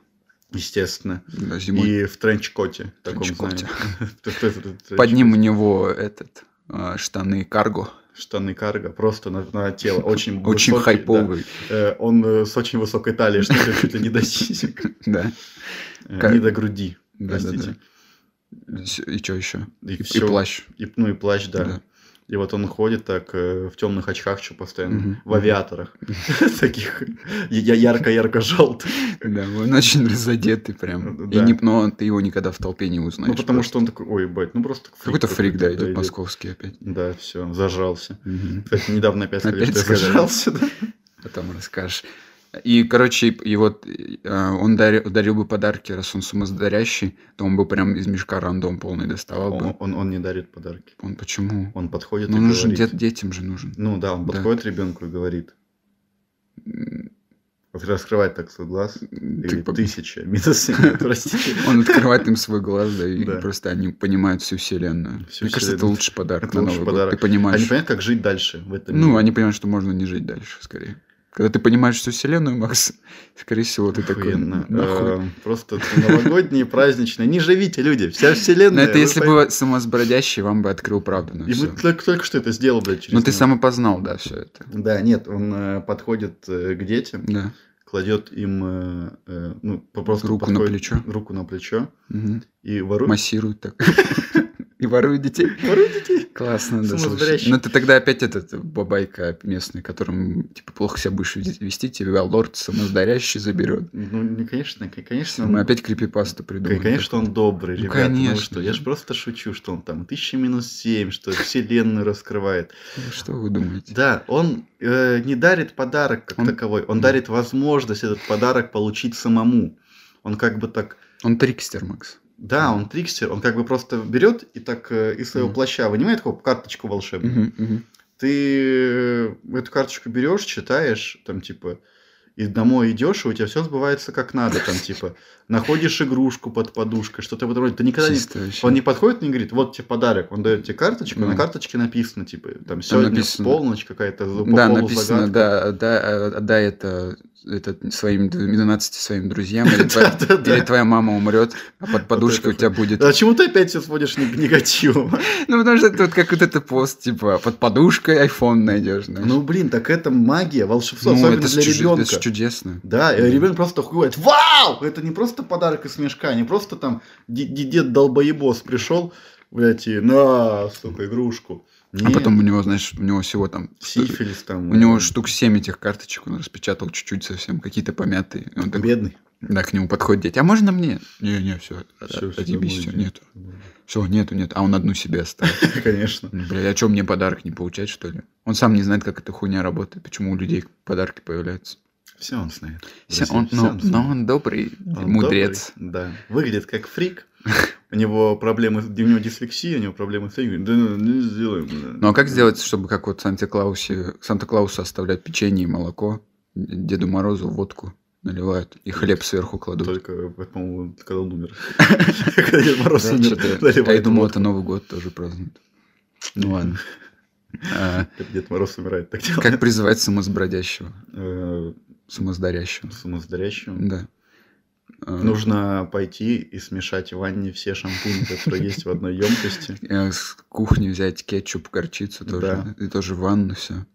[SPEAKER 2] естественно.
[SPEAKER 3] Да, зимой.
[SPEAKER 2] И в тренчкоте. таком,
[SPEAKER 3] Тренчкоте.
[SPEAKER 2] знаете. Кто это тут
[SPEAKER 3] Под ним у
[SPEAKER 2] тренчкот?
[SPEAKER 3] него этот а, штаны карго.
[SPEAKER 2] Штаны карго, просто на, на тело. Очень высокие,
[SPEAKER 3] Очень
[SPEAKER 2] да.
[SPEAKER 3] хайповый.
[SPEAKER 2] Э, Он э, с очень высокой талией, что ли, чуть ли не до сисек.
[SPEAKER 3] Да.
[SPEAKER 2] Э,
[SPEAKER 3] Как-
[SPEAKER 2] Не до груди,
[SPEAKER 3] Да, да,
[SPEAKER 2] простите.
[SPEAKER 3] да. С- И что еще?
[SPEAKER 2] И
[SPEAKER 3] И, и
[SPEAKER 2] всё.
[SPEAKER 3] плащ.
[SPEAKER 2] И, ну и плащ, да.
[SPEAKER 3] Да.
[SPEAKER 2] И вот он ходит так э, в темных очках, что постоянно,
[SPEAKER 3] Мгм.
[SPEAKER 2] в авиаторах. Таких я- ярко-ярко-желтых.
[SPEAKER 3] Да, он очень разодетый прям. И
[SPEAKER 2] Ну, Да.
[SPEAKER 3] не- но ты его никогда в толпе не узнаешь.
[SPEAKER 2] Ну потому
[SPEAKER 3] просто.
[SPEAKER 2] что он такой, ой, бать, ну просто фрик
[SPEAKER 3] Какой-то фрик, да,
[SPEAKER 2] какой-то
[SPEAKER 3] идет московский опять.
[SPEAKER 2] Да, все, зажрался.
[SPEAKER 3] Мгм.
[SPEAKER 2] Кстати, недавно опять сказали,
[SPEAKER 3] Опять
[SPEAKER 2] что я
[SPEAKER 3] сказали.
[SPEAKER 2] зажрался, да.
[SPEAKER 3] Потом расскажешь. И, короче, и вот э, он дари- дарил, бы подарки, раз он сумасдарящий, то он бы прям из мешка рандом полный доставал
[SPEAKER 2] Он,
[SPEAKER 3] бы.
[SPEAKER 2] он- он не дарит подарки.
[SPEAKER 3] Он почему?
[SPEAKER 2] Он подходит
[SPEAKER 3] Ну,
[SPEAKER 2] и
[SPEAKER 3] нужен
[SPEAKER 2] говорит.
[SPEAKER 3] дет- детям же нужен.
[SPEAKER 2] Ну да, он
[SPEAKER 3] Да.
[SPEAKER 2] подходит ребенку и говорит.
[SPEAKER 3] М,
[SPEAKER 2] Вот раскрывает так свой глаз. и
[SPEAKER 3] ты
[SPEAKER 2] говорит,
[SPEAKER 3] по-
[SPEAKER 2] тысяча, минус семь, простите.
[SPEAKER 3] Он открывает им свой глаз, да, и
[SPEAKER 2] Да.
[SPEAKER 3] просто они понимают всю вселенную.
[SPEAKER 2] Всю
[SPEAKER 3] Мне кажется, это
[SPEAKER 2] вселенную.
[SPEAKER 3] лучший подарок
[SPEAKER 2] Это
[SPEAKER 3] на
[SPEAKER 2] лучший
[SPEAKER 3] Новый
[SPEAKER 2] подарок.
[SPEAKER 3] год. Ты понимаешь.
[SPEAKER 2] Они понимают, А как жить дальше в этом
[SPEAKER 3] Ну,
[SPEAKER 2] мире.
[SPEAKER 3] они понимают, что можно не жить дальше, скорее. Когда ты понимаешь всю вселенную, Макс, скорее всего, ты такой, «Ну,
[SPEAKER 2] Охуенно.
[SPEAKER 3] нахуй.
[SPEAKER 2] Э, Просто новогодние, праздничные. Не живите, люди. Вся
[SPEAKER 3] Но
[SPEAKER 2] вселенная.
[SPEAKER 3] это
[SPEAKER 2] вы
[SPEAKER 3] если
[SPEAKER 2] поймете.
[SPEAKER 3] бы самосбродящий вам бы открыл правду. Ну,
[SPEAKER 2] И мы
[SPEAKER 3] всё.
[SPEAKER 2] только, только что это сделал, блядь, через
[SPEAKER 3] Ну, ты
[SPEAKER 2] него.
[SPEAKER 3] самопознал, да, все это.
[SPEAKER 2] Да, нет, он э, подходит э, к детям,
[SPEAKER 3] Да.
[SPEAKER 2] кладет им, э, э, ну, по- просто
[SPEAKER 3] Руку на
[SPEAKER 2] подходит-
[SPEAKER 3] плечо.
[SPEAKER 2] руку на плечо
[SPEAKER 3] Мгм.
[SPEAKER 2] и ворует.
[SPEAKER 3] Массирует так. И ворует детей.
[SPEAKER 2] Ворует детей.
[SPEAKER 3] Классно, да,
[SPEAKER 2] Сумасбродящий.
[SPEAKER 3] Но ты тогда опять этот бабайка местный, которым типа плохо себя будешь ве- вести, тебя лорд самоздарящий заберет.
[SPEAKER 2] Ну, не, конечно, к- конечно.
[SPEAKER 3] Мы
[SPEAKER 2] он-
[SPEAKER 3] опять крипипасту придумали.
[SPEAKER 2] К- Конечно, он добрый,
[SPEAKER 3] Ну,
[SPEAKER 2] ребята. ну вы
[SPEAKER 3] конечно.
[SPEAKER 2] что, я же просто шучу, что он там тысяча минус семь, что вселенную раскрывает.
[SPEAKER 3] Ну, Что вы думаете?
[SPEAKER 2] Да, он э, не дарит подарок как
[SPEAKER 3] Он-
[SPEAKER 2] таковой, он
[SPEAKER 3] Да.
[SPEAKER 2] дарит возможность этот подарок получить самому. Он как бы так,
[SPEAKER 3] Он трикстер, Макс.
[SPEAKER 2] да, он трикстер, он как бы просто берет и так э, из своего
[SPEAKER 3] Мгм.
[SPEAKER 2] плаща вынимает такую карточку волшебную.
[SPEAKER 3] Мгм, мгм.
[SPEAKER 2] Ты э, эту карточку берешь, читаешь, там типа и домой идешь, и у тебя все сбывается как надо, там типа находишь игрушку под подушкой, что-то в этом роде. Ты никогда не
[SPEAKER 3] Чисто вообще.
[SPEAKER 2] он не подходит и не говорит, вот тебе подарок. Он дает тебе карточку,
[SPEAKER 3] Ну.
[SPEAKER 2] на карточке написано, типа, там сегодня
[SPEAKER 3] написано.
[SPEAKER 2] полночь какая-то по
[SPEAKER 3] Да,
[SPEAKER 2] полу
[SPEAKER 3] написано,
[SPEAKER 2] загадка.
[SPEAKER 3] да, отдай, отдай это, это своим д- 12 своим друзьям, или, твоя,
[SPEAKER 2] Да, да, да.
[SPEAKER 3] или твоя мама умрет, а под подушкой у
[SPEAKER 2] это
[SPEAKER 3] тебя будет...
[SPEAKER 2] А чему ты опять все сводишь не- к негативу?
[SPEAKER 3] Ну, потому что это вот как вот этот пост, типа, под подушкой iPhone найдешь. знаешь.
[SPEAKER 2] Ну, блин, так это магия, волшебство,
[SPEAKER 3] Ну,
[SPEAKER 2] особенно
[SPEAKER 3] ж
[SPEAKER 2] для
[SPEAKER 3] чуде-
[SPEAKER 2] ребенка.
[SPEAKER 3] это ж чудесно.
[SPEAKER 2] Да, и
[SPEAKER 3] Да.
[SPEAKER 2] ребенок просто хует. Вау! Это не просто подарок из мешка, не просто там ди- ди- дед долбоебос пришел, блядь, и на, сука, игрушку.
[SPEAKER 3] А
[SPEAKER 2] Нет,
[SPEAKER 3] потом у него, знаешь, у него всего там...
[SPEAKER 2] сифилис там. э,
[SPEAKER 3] У него штук 7 этих карточек, он распечатал чуть-чуть совсем, какие-то помятые. И он так-
[SPEAKER 2] Бедный.
[SPEAKER 3] да, к нему подходит дети. А можно мне? Не-не, все,
[SPEAKER 2] А Всё, всё,
[SPEAKER 3] отъебись, все,
[SPEAKER 2] домой иди.
[SPEAKER 3] нету. Все, нету, нет. А он одну себе оставил.
[SPEAKER 2] Конечно.
[SPEAKER 3] Ну, Бля, а что, мне подарок не получать, что ли? Он сам не знает, как эта хуйня работает, почему у людей подарки появляются.
[SPEAKER 2] Все он знает.
[SPEAKER 3] Все,
[SPEAKER 2] Друзья,
[SPEAKER 3] он, ну,
[SPEAKER 2] всё
[SPEAKER 3] но,
[SPEAKER 2] знает. Ну,
[SPEAKER 3] но он добрый,
[SPEAKER 2] Он
[SPEAKER 3] мудрец.
[SPEAKER 2] добрый, да. Выглядит как фрик. У него проблемы, у него дислексия, у него проблемы с речью. Да, ну, ну, сделаем. да.
[SPEAKER 3] Ну а как сделать, чтобы как вот Санта-Клаусе, Санта-Клаусу оставляют печенье и молоко, Деду Морозу водку наливают и хлеб сверху кладут?
[SPEAKER 2] Только, по-моему, когда он умер. Когда Дед Мороз
[SPEAKER 3] Да,
[SPEAKER 2] умер.
[SPEAKER 3] чё-то- а я
[SPEAKER 2] наливает
[SPEAKER 3] думал,
[SPEAKER 2] водку.
[SPEAKER 3] это Новый год тоже празднуют. Ну ладно. А,
[SPEAKER 2] Как Дед Мороз умирает, так
[SPEAKER 3] Как
[SPEAKER 2] делает.
[SPEAKER 3] призывать самосбродящего,
[SPEAKER 2] Э,
[SPEAKER 3] самоздарящего?
[SPEAKER 2] Самоздарящим.
[SPEAKER 3] Да. А,
[SPEAKER 2] Нужно пойти и смешать в ванне все шампуни, которые есть в одной емкости.
[SPEAKER 3] э, С кухни взять кетчуп, горчицу тоже. И тоже в ванну все.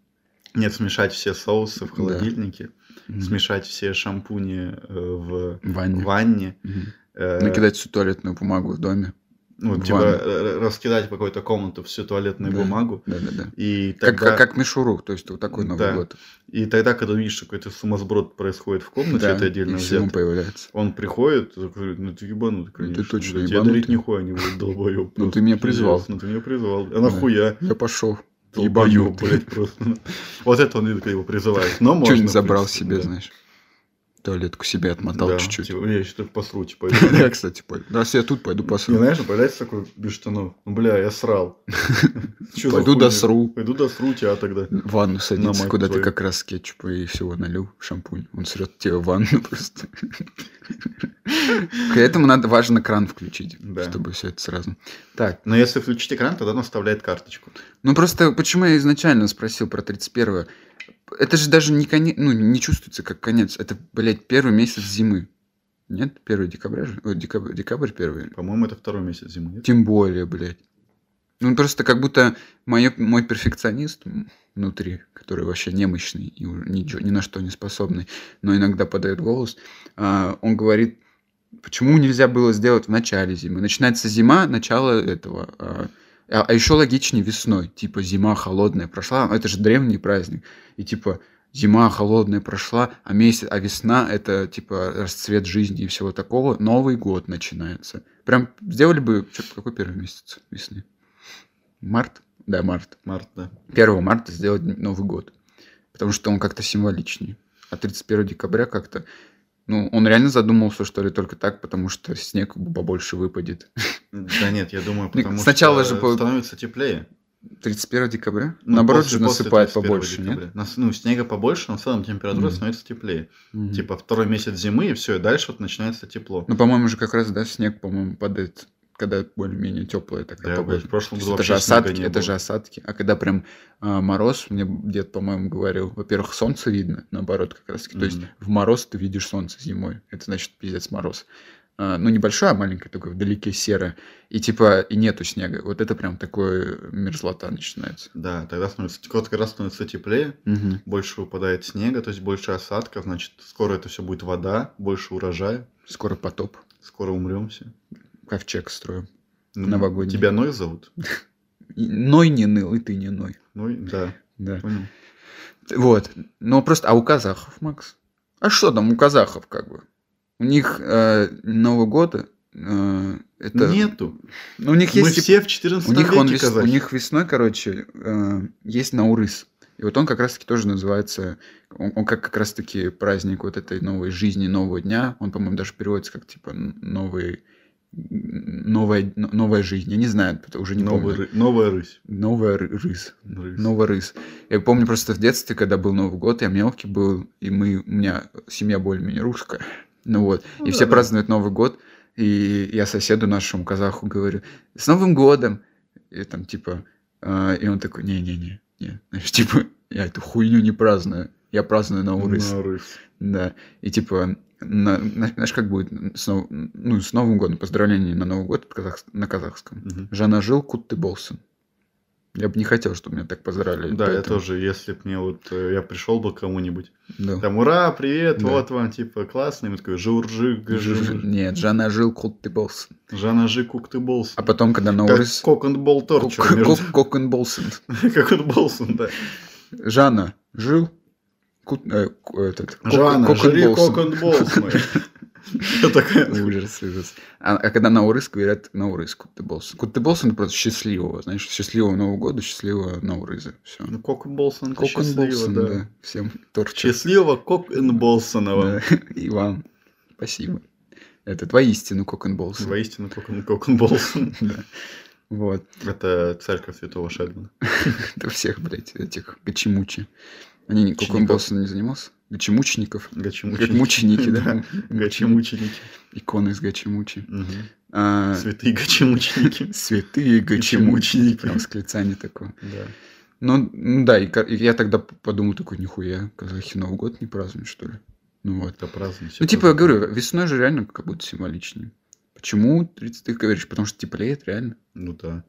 [SPEAKER 2] Нет, смешать все соусы в
[SPEAKER 3] Да.
[SPEAKER 2] холодильнике, смешать все шампуни э, в
[SPEAKER 3] Ванне.
[SPEAKER 2] ванне.
[SPEAKER 3] Мгм.
[SPEAKER 2] Э,
[SPEAKER 3] Накидать всю туалетную бумагу в доме.
[SPEAKER 2] Ну,
[SPEAKER 3] В
[SPEAKER 2] типа
[SPEAKER 3] ванну.
[SPEAKER 2] э, раскидать по какой-то комнату всю туалетную
[SPEAKER 3] Да.
[SPEAKER 2] бумагу.
[SPEAKER 3] Да-да-да.
[SPEAKER 2] И
[SPEAKER 3] Как,
[SPEAKER 2] тогда,
[SPEAKER 3] как, как мишуру, то есть вот такой Новый
[SPEAKER 2] Да.
[SPEAKER 3] год.
[SPEAKER 2] и тогда, когда видишь, что какой-то сумасброд происходит в комнате,
[SPEAKER 3] Да,
[SPEAKER 2] Ну, это отдельно
[SPEAKER 3] и всему
[SPEAKER 2] взято.
[SPEAKER 3] появляется.
[SPEAKER 2] Он приходит, говорит, ну ты ебанутый, конечно.
[SPEAKER 3] точно
[SPEAKER 2] блядь, Я
[SPEAKER 3] ебанутый. Ну,
[SPEAKER 2] дарить нихуя не буду, долбоёб.
[SPEAKER 3] ты
[SPEAKER 2] просто,
[SPEAKER 3] меня
[SPEAKER 2] пиздец,
[SPEAKER 3] призвал.
[SPEAKER 2] Ну ты меня призвал. А
[SPEAKER 3] Да.
[SPEAKER 2] нахуя?
[SPEAKER 3] Я пошел.
[SPEAKER 2] Долбоёб,
[SPEAKER 3] Ебанутый.
[SPEAKER 2] блядь, просто. Вот это он видно, как его призывает. Но можно.
[SPEAKER 3] Что-нибудь
[SPEAKER 2] в
[SPEAKER 3] забрал
[SPEAKER 2] принципе,
[SPEAKER 3] себе,
[SPEAKER 2] да.
[SPEAKER 3] знаешь. Туалетку себе отмотал
[SPEAKER 2] Да,
[SPEAKER 3] чуть-чуть.
[SPEAKER 2] типа, я сейчас посру, типа.
[SPEAKER 3] Я, кстати, пойду. Раз я тут пойду
[SPEAKER 2] Не,
[SPEAKER 3] посру.
[SPEAKER 2] знаешь, ну, появляется такой без штанов. Ну, Бля, я срал. Чё за
[SPEAKER 3] Пойду
[SPEAKER 2] хуйня?
[SPEAKER 3] досру.
[SPEAKER 2] Пойду досру тебя тогда.
[SPEAKER 3] В Ванну садиться,
[SPEAKER 2] мать
[SPEAKER 3] куда ты
[SPEAKER 2] твою.
[SPEAKER 3] как раз кетчупа и всего налил, шампунь. Он срет тебе в ванну просто. К этому надо важно кран включить,
[SPEAKER 2] Да.
[SPEAKER 3] чтобы все это сразу. Так,
[SPEAKER 2] Но если включить экран, тогда он оставляет карточку.
[SPEAKER 3] ну просто почему я изначально спросил про 31-е? Это же даже не конец, ну не чувствуется как конец. Это, блядь, первый месяц зимы. Нет? 1 декабря же? О, декабрь, декабрь первый.
[SPEAKER 2] По-моему, это второй месяц зимы. нет?
[SPEAKER 3] Тем более, блядь. Ну, просто как будто моё- мой перфекционист м, внутри, который вообще немощный и уже ничего, ни на что не способный, но иногда подает голос, а, он говорит, почему нельзя было сделать в начале зимы. Начинается зима, начало этого. А, еще логичнее весной. Типа зима холодная прошла, а это же древний праздник. И типа зима холодная прошла, а месяц, а весна это типа расцвет жизни и всего такого. Новый год начинается. Прям сделали бы чё, какой первый месяц весны? Март? Да, март.
[SPEAKER 2] Март, да.
[SPEAKER 3] 1 марта сделать Новый год. Потому что он как-то символичнее. А 31 декабря как-то... Ну, он реально задумался, что ли, только так, потому что снег побольше выпадет.
[SPEAKER 2] Да нет, я думаю,
[SPEAKER 3] Мне
[SPEAKER 2] потому
[SPEAKER 3] сначала
[SPEAKER 2] что
[SPEAKER 3] же по-
[SPEAKER 2] становится теплее.
[SPEAKER 3] 31 декабря?
[SPEAKER 2] Ну,
[SPEAKER 3] Наоборот
[SPEAKER 2] после-
[SPEAKER 3] же
[SPEAKER 2] после
[SPEAKER 3] насыпает
[SPEAKER 2] 31
[SPEAKER 3] побольше, нет?
[SPEAKER 2] декабря. Нас- ну, снега побольше, но в целом температура
[SPEAKER 3] Мгм.
[SPEAKER 2] становится теплее.
[SPEAKER 3] Мгм.
[SPEAKER 2] Типа второй месяц зимы, и все, и дальше вот начинается тепло.
[SPEAKER 3] Ну, по-моему, же как раз, да, снег, по-моему, падает, когда более-менее теплая
[SPEAKER 2] Да,
[SPEAKER 3] тогда
[SPEAKER 2] я
[SPEAKER 3] погода.
[SPEAKER 2] говорю, в прошлом
[SPEAKER 3] То есть
[SPEAKER 2] году
[SPEAKER 3] это же
[SPEAKER 2] вообще снега
[SPEAKER 3] осадки,
[SPEAKER 2] не
[SPEAKER 3] это
[SPEAKER 2] было.
[SPEAKER 3] же осадки. А когда прям а, мороз, мне дед, по-моему, говорил, во-первых, солнце видно, наоборот, как раз таки. То есть
[SPEAKER 2] Мгм.
[SPEAKER 3] в мороз ты видишь солнце зимой. Это значит пиздец мороз. А, ну, небольшое, а маленькое, такое вдалеке серое. И типа, и нету снега. Вот это прям такое мерзлота начинается.
[SPEAKER 2] Да, тогда становится, как раз становится теплее, больше выпадает снега, то есть больше осадков, значит, скоро это все будет вода, больше урожая,
[SPEAKER 3] Скоро потоп.
[SPEAKER 2] скоро умрем все.
[SPEAKER 3] Ковчег строим.
[SPEAKER 2] Ну,
[SPEAKER 3] Новогодний.
[SPEAKER 2] Тебя Ной зовут?
[SPEAKER 3] И Ной не ныл, и ты не ной.
[SPEAKER 2] Ной, да,
[SPEAKER 3] Да.
[SPEAKER 2] понял.
[SPEAKER 3] Вот. Но просто... А у казахов, Макс? А что там у казахов, как бы? У них э, Нового года... э, это...
[SPEAKER 2] Нету.
[SPEAKER 3] Ну, у них
[SPEAKER 2] Мы
[SPEAKER 3] есть... и-
[SPEAKER 2] все в 14
[SPEAKER 3] у, них,
[SPEAKER 2] веке
[SPEAKER 3] вон вес- у
[SPEAKER 2] казахи.
[SPEAKER 3] них весной, короче, э, есть наурыс. И вот он как раз-таки тоже называется... Он, он как, как раз-таки праздник вот этой новой жизни, нового дня. Он, по-моему, даже переводится как, типа, н- новый... н- Новая, н- новая жизнь. Я не знаю, это уже не
[SPEAKER 2] Новый ры-
[SPEAKER 3] помню.
[SPEAKER 2] Новая рысь.
[SPEAKER 3] Новая ры- рыс.
[SPEAKER 2] Рысь.
[SPEAKER 3] Новорыс. Я помню просто в детстве, когда был Новый год, я мелкий был, и мы, у меня семья более-менее русская. Ну вот,
[SPEAKER 2] Ну
[SPEAKER 3] и
[SPEAKER 2] да,
[SPEAKER 3] все
[SPEAKER 2] да.
[SPEAKER 3] празднуют Новый год, и я соседу нашему казаху говорю, с Новым годом! И там типа, а, и он такой, не-не-не, не, знаешь, типа, я эту хуйню не праздную, я праздную Наурыс.
[SPEAKER 2] На рысь.
[SPEAKER 3] Да, и типа, на- на- знаешь, как будет с, Нов- ну, с Новым годом, поздравление на Новый год казах- на казахском?
[SPEAKER 2] Мгм.
[SPEAKER 3] Жана Жил, Кут ты Болсон. Я бы не хотел, чтобы меня так поздравляли.
[SPEAKER 2] Да, я
[SPEAKER 3] поэтому-
[SPEAKER 2] тоже, если б мне вот, э, я пришел бы к кому-нибудь,
[SPEAKER 3] Да.
[SPEAKER 2] там, ура, привет,
[SPEAKER 3] Да.
[SPEAKER 2] вот вам, типа, классный, мы такой, журжик,
[SPEAKER 3] Ж-
[SPEAKER 2] журжик,
[SPEAKER 3] Нет, Жана Жил, Кут ты Болсон.
[SPEAKER 2] Жанна Жикук, ты болс.
[SPEAKER 3] А потом, когда на
[SPEAKER 2] Как
[SPEAKER 3] Урыс...
[SPEAKER 2] коконбол торчу между...
[SPEAKER 3] Кокен Болсон.
[SPEAKER 2] Как он Болсон, да.
[SPEAKER 3] Жана Жил, Кут... э, к- этот, Кок-
[SPEAKER 2] Жанна,
[SPEAKER 3] Кокен
[SPEAKER 2] жри
[SPEAKER 3] Болсон.
[SPEAKER 2] коконболс мой. Я такая,
[SPEAKER 3] Ужас, ужас. А, а когда на Урыс говорят на Урыс Кут ты Болсон. Кут ты Болсон это просто счастливого, знаешь, счастливого Нового года, счастливого на Урыза. Все.
[SPEAKER 2] ну, коконболсон, это
[SPEAKER 3] Кокен
[SPEAKER 2] счастливо,
[SPEAKER 3] Болсон,
[SPEAKER 2] да.
[SPEAKER 3] да. Всем торчит.
[SPEAKER 2] Счастливо коконболсонова.
[SPEAKER 3] Да, И вам спасибо. Это воистину кокенболс.
[SPEAKER 2] Воистину кокон- коконболсон.
[SPEAKER 3] Вот.
[SPEAKER 2] Это церковь святого Шельмана.
[SPEAKER 3] Это всех, блядь, этих гачимучи. Они не-
[SPEAKER 2] Учеников.
[SPEAKER 3] кокенболсом не занимался? Гачимучников. Как
[SPEAKER 2] Гачимученики.
[SPEAKER 3] мученики, да?
[SPEAKER 2] Гачимученики.
[SPEAKER 3] Иконы из гачимучи.
[SPEAKER 2] Мгм.
[SPEAKER 3] А,
[SPEAKER 2] Святые гачимученики.
[SPEAKER 3] Святые гачимучи.
[SPEAKER 2] Гачимучники.
[SPEAKER 3] Прям восклицание такое.
[SPEAKER 2] Да.
[SPEAKER 3] Ну, ну да, и ка- и я тогда п- подумал такой, нихуя, казахи Новый год не празднуют, что ли? Ну вот.
[SPEAKER 2] Это праздник.
[SPEAKER 3] Ну, типа, я говорю, весной же реально как будто символичнее. Почему 30 ты говоришь? Потому что теплеет, реально.
[SPEAKER 2] Ну да.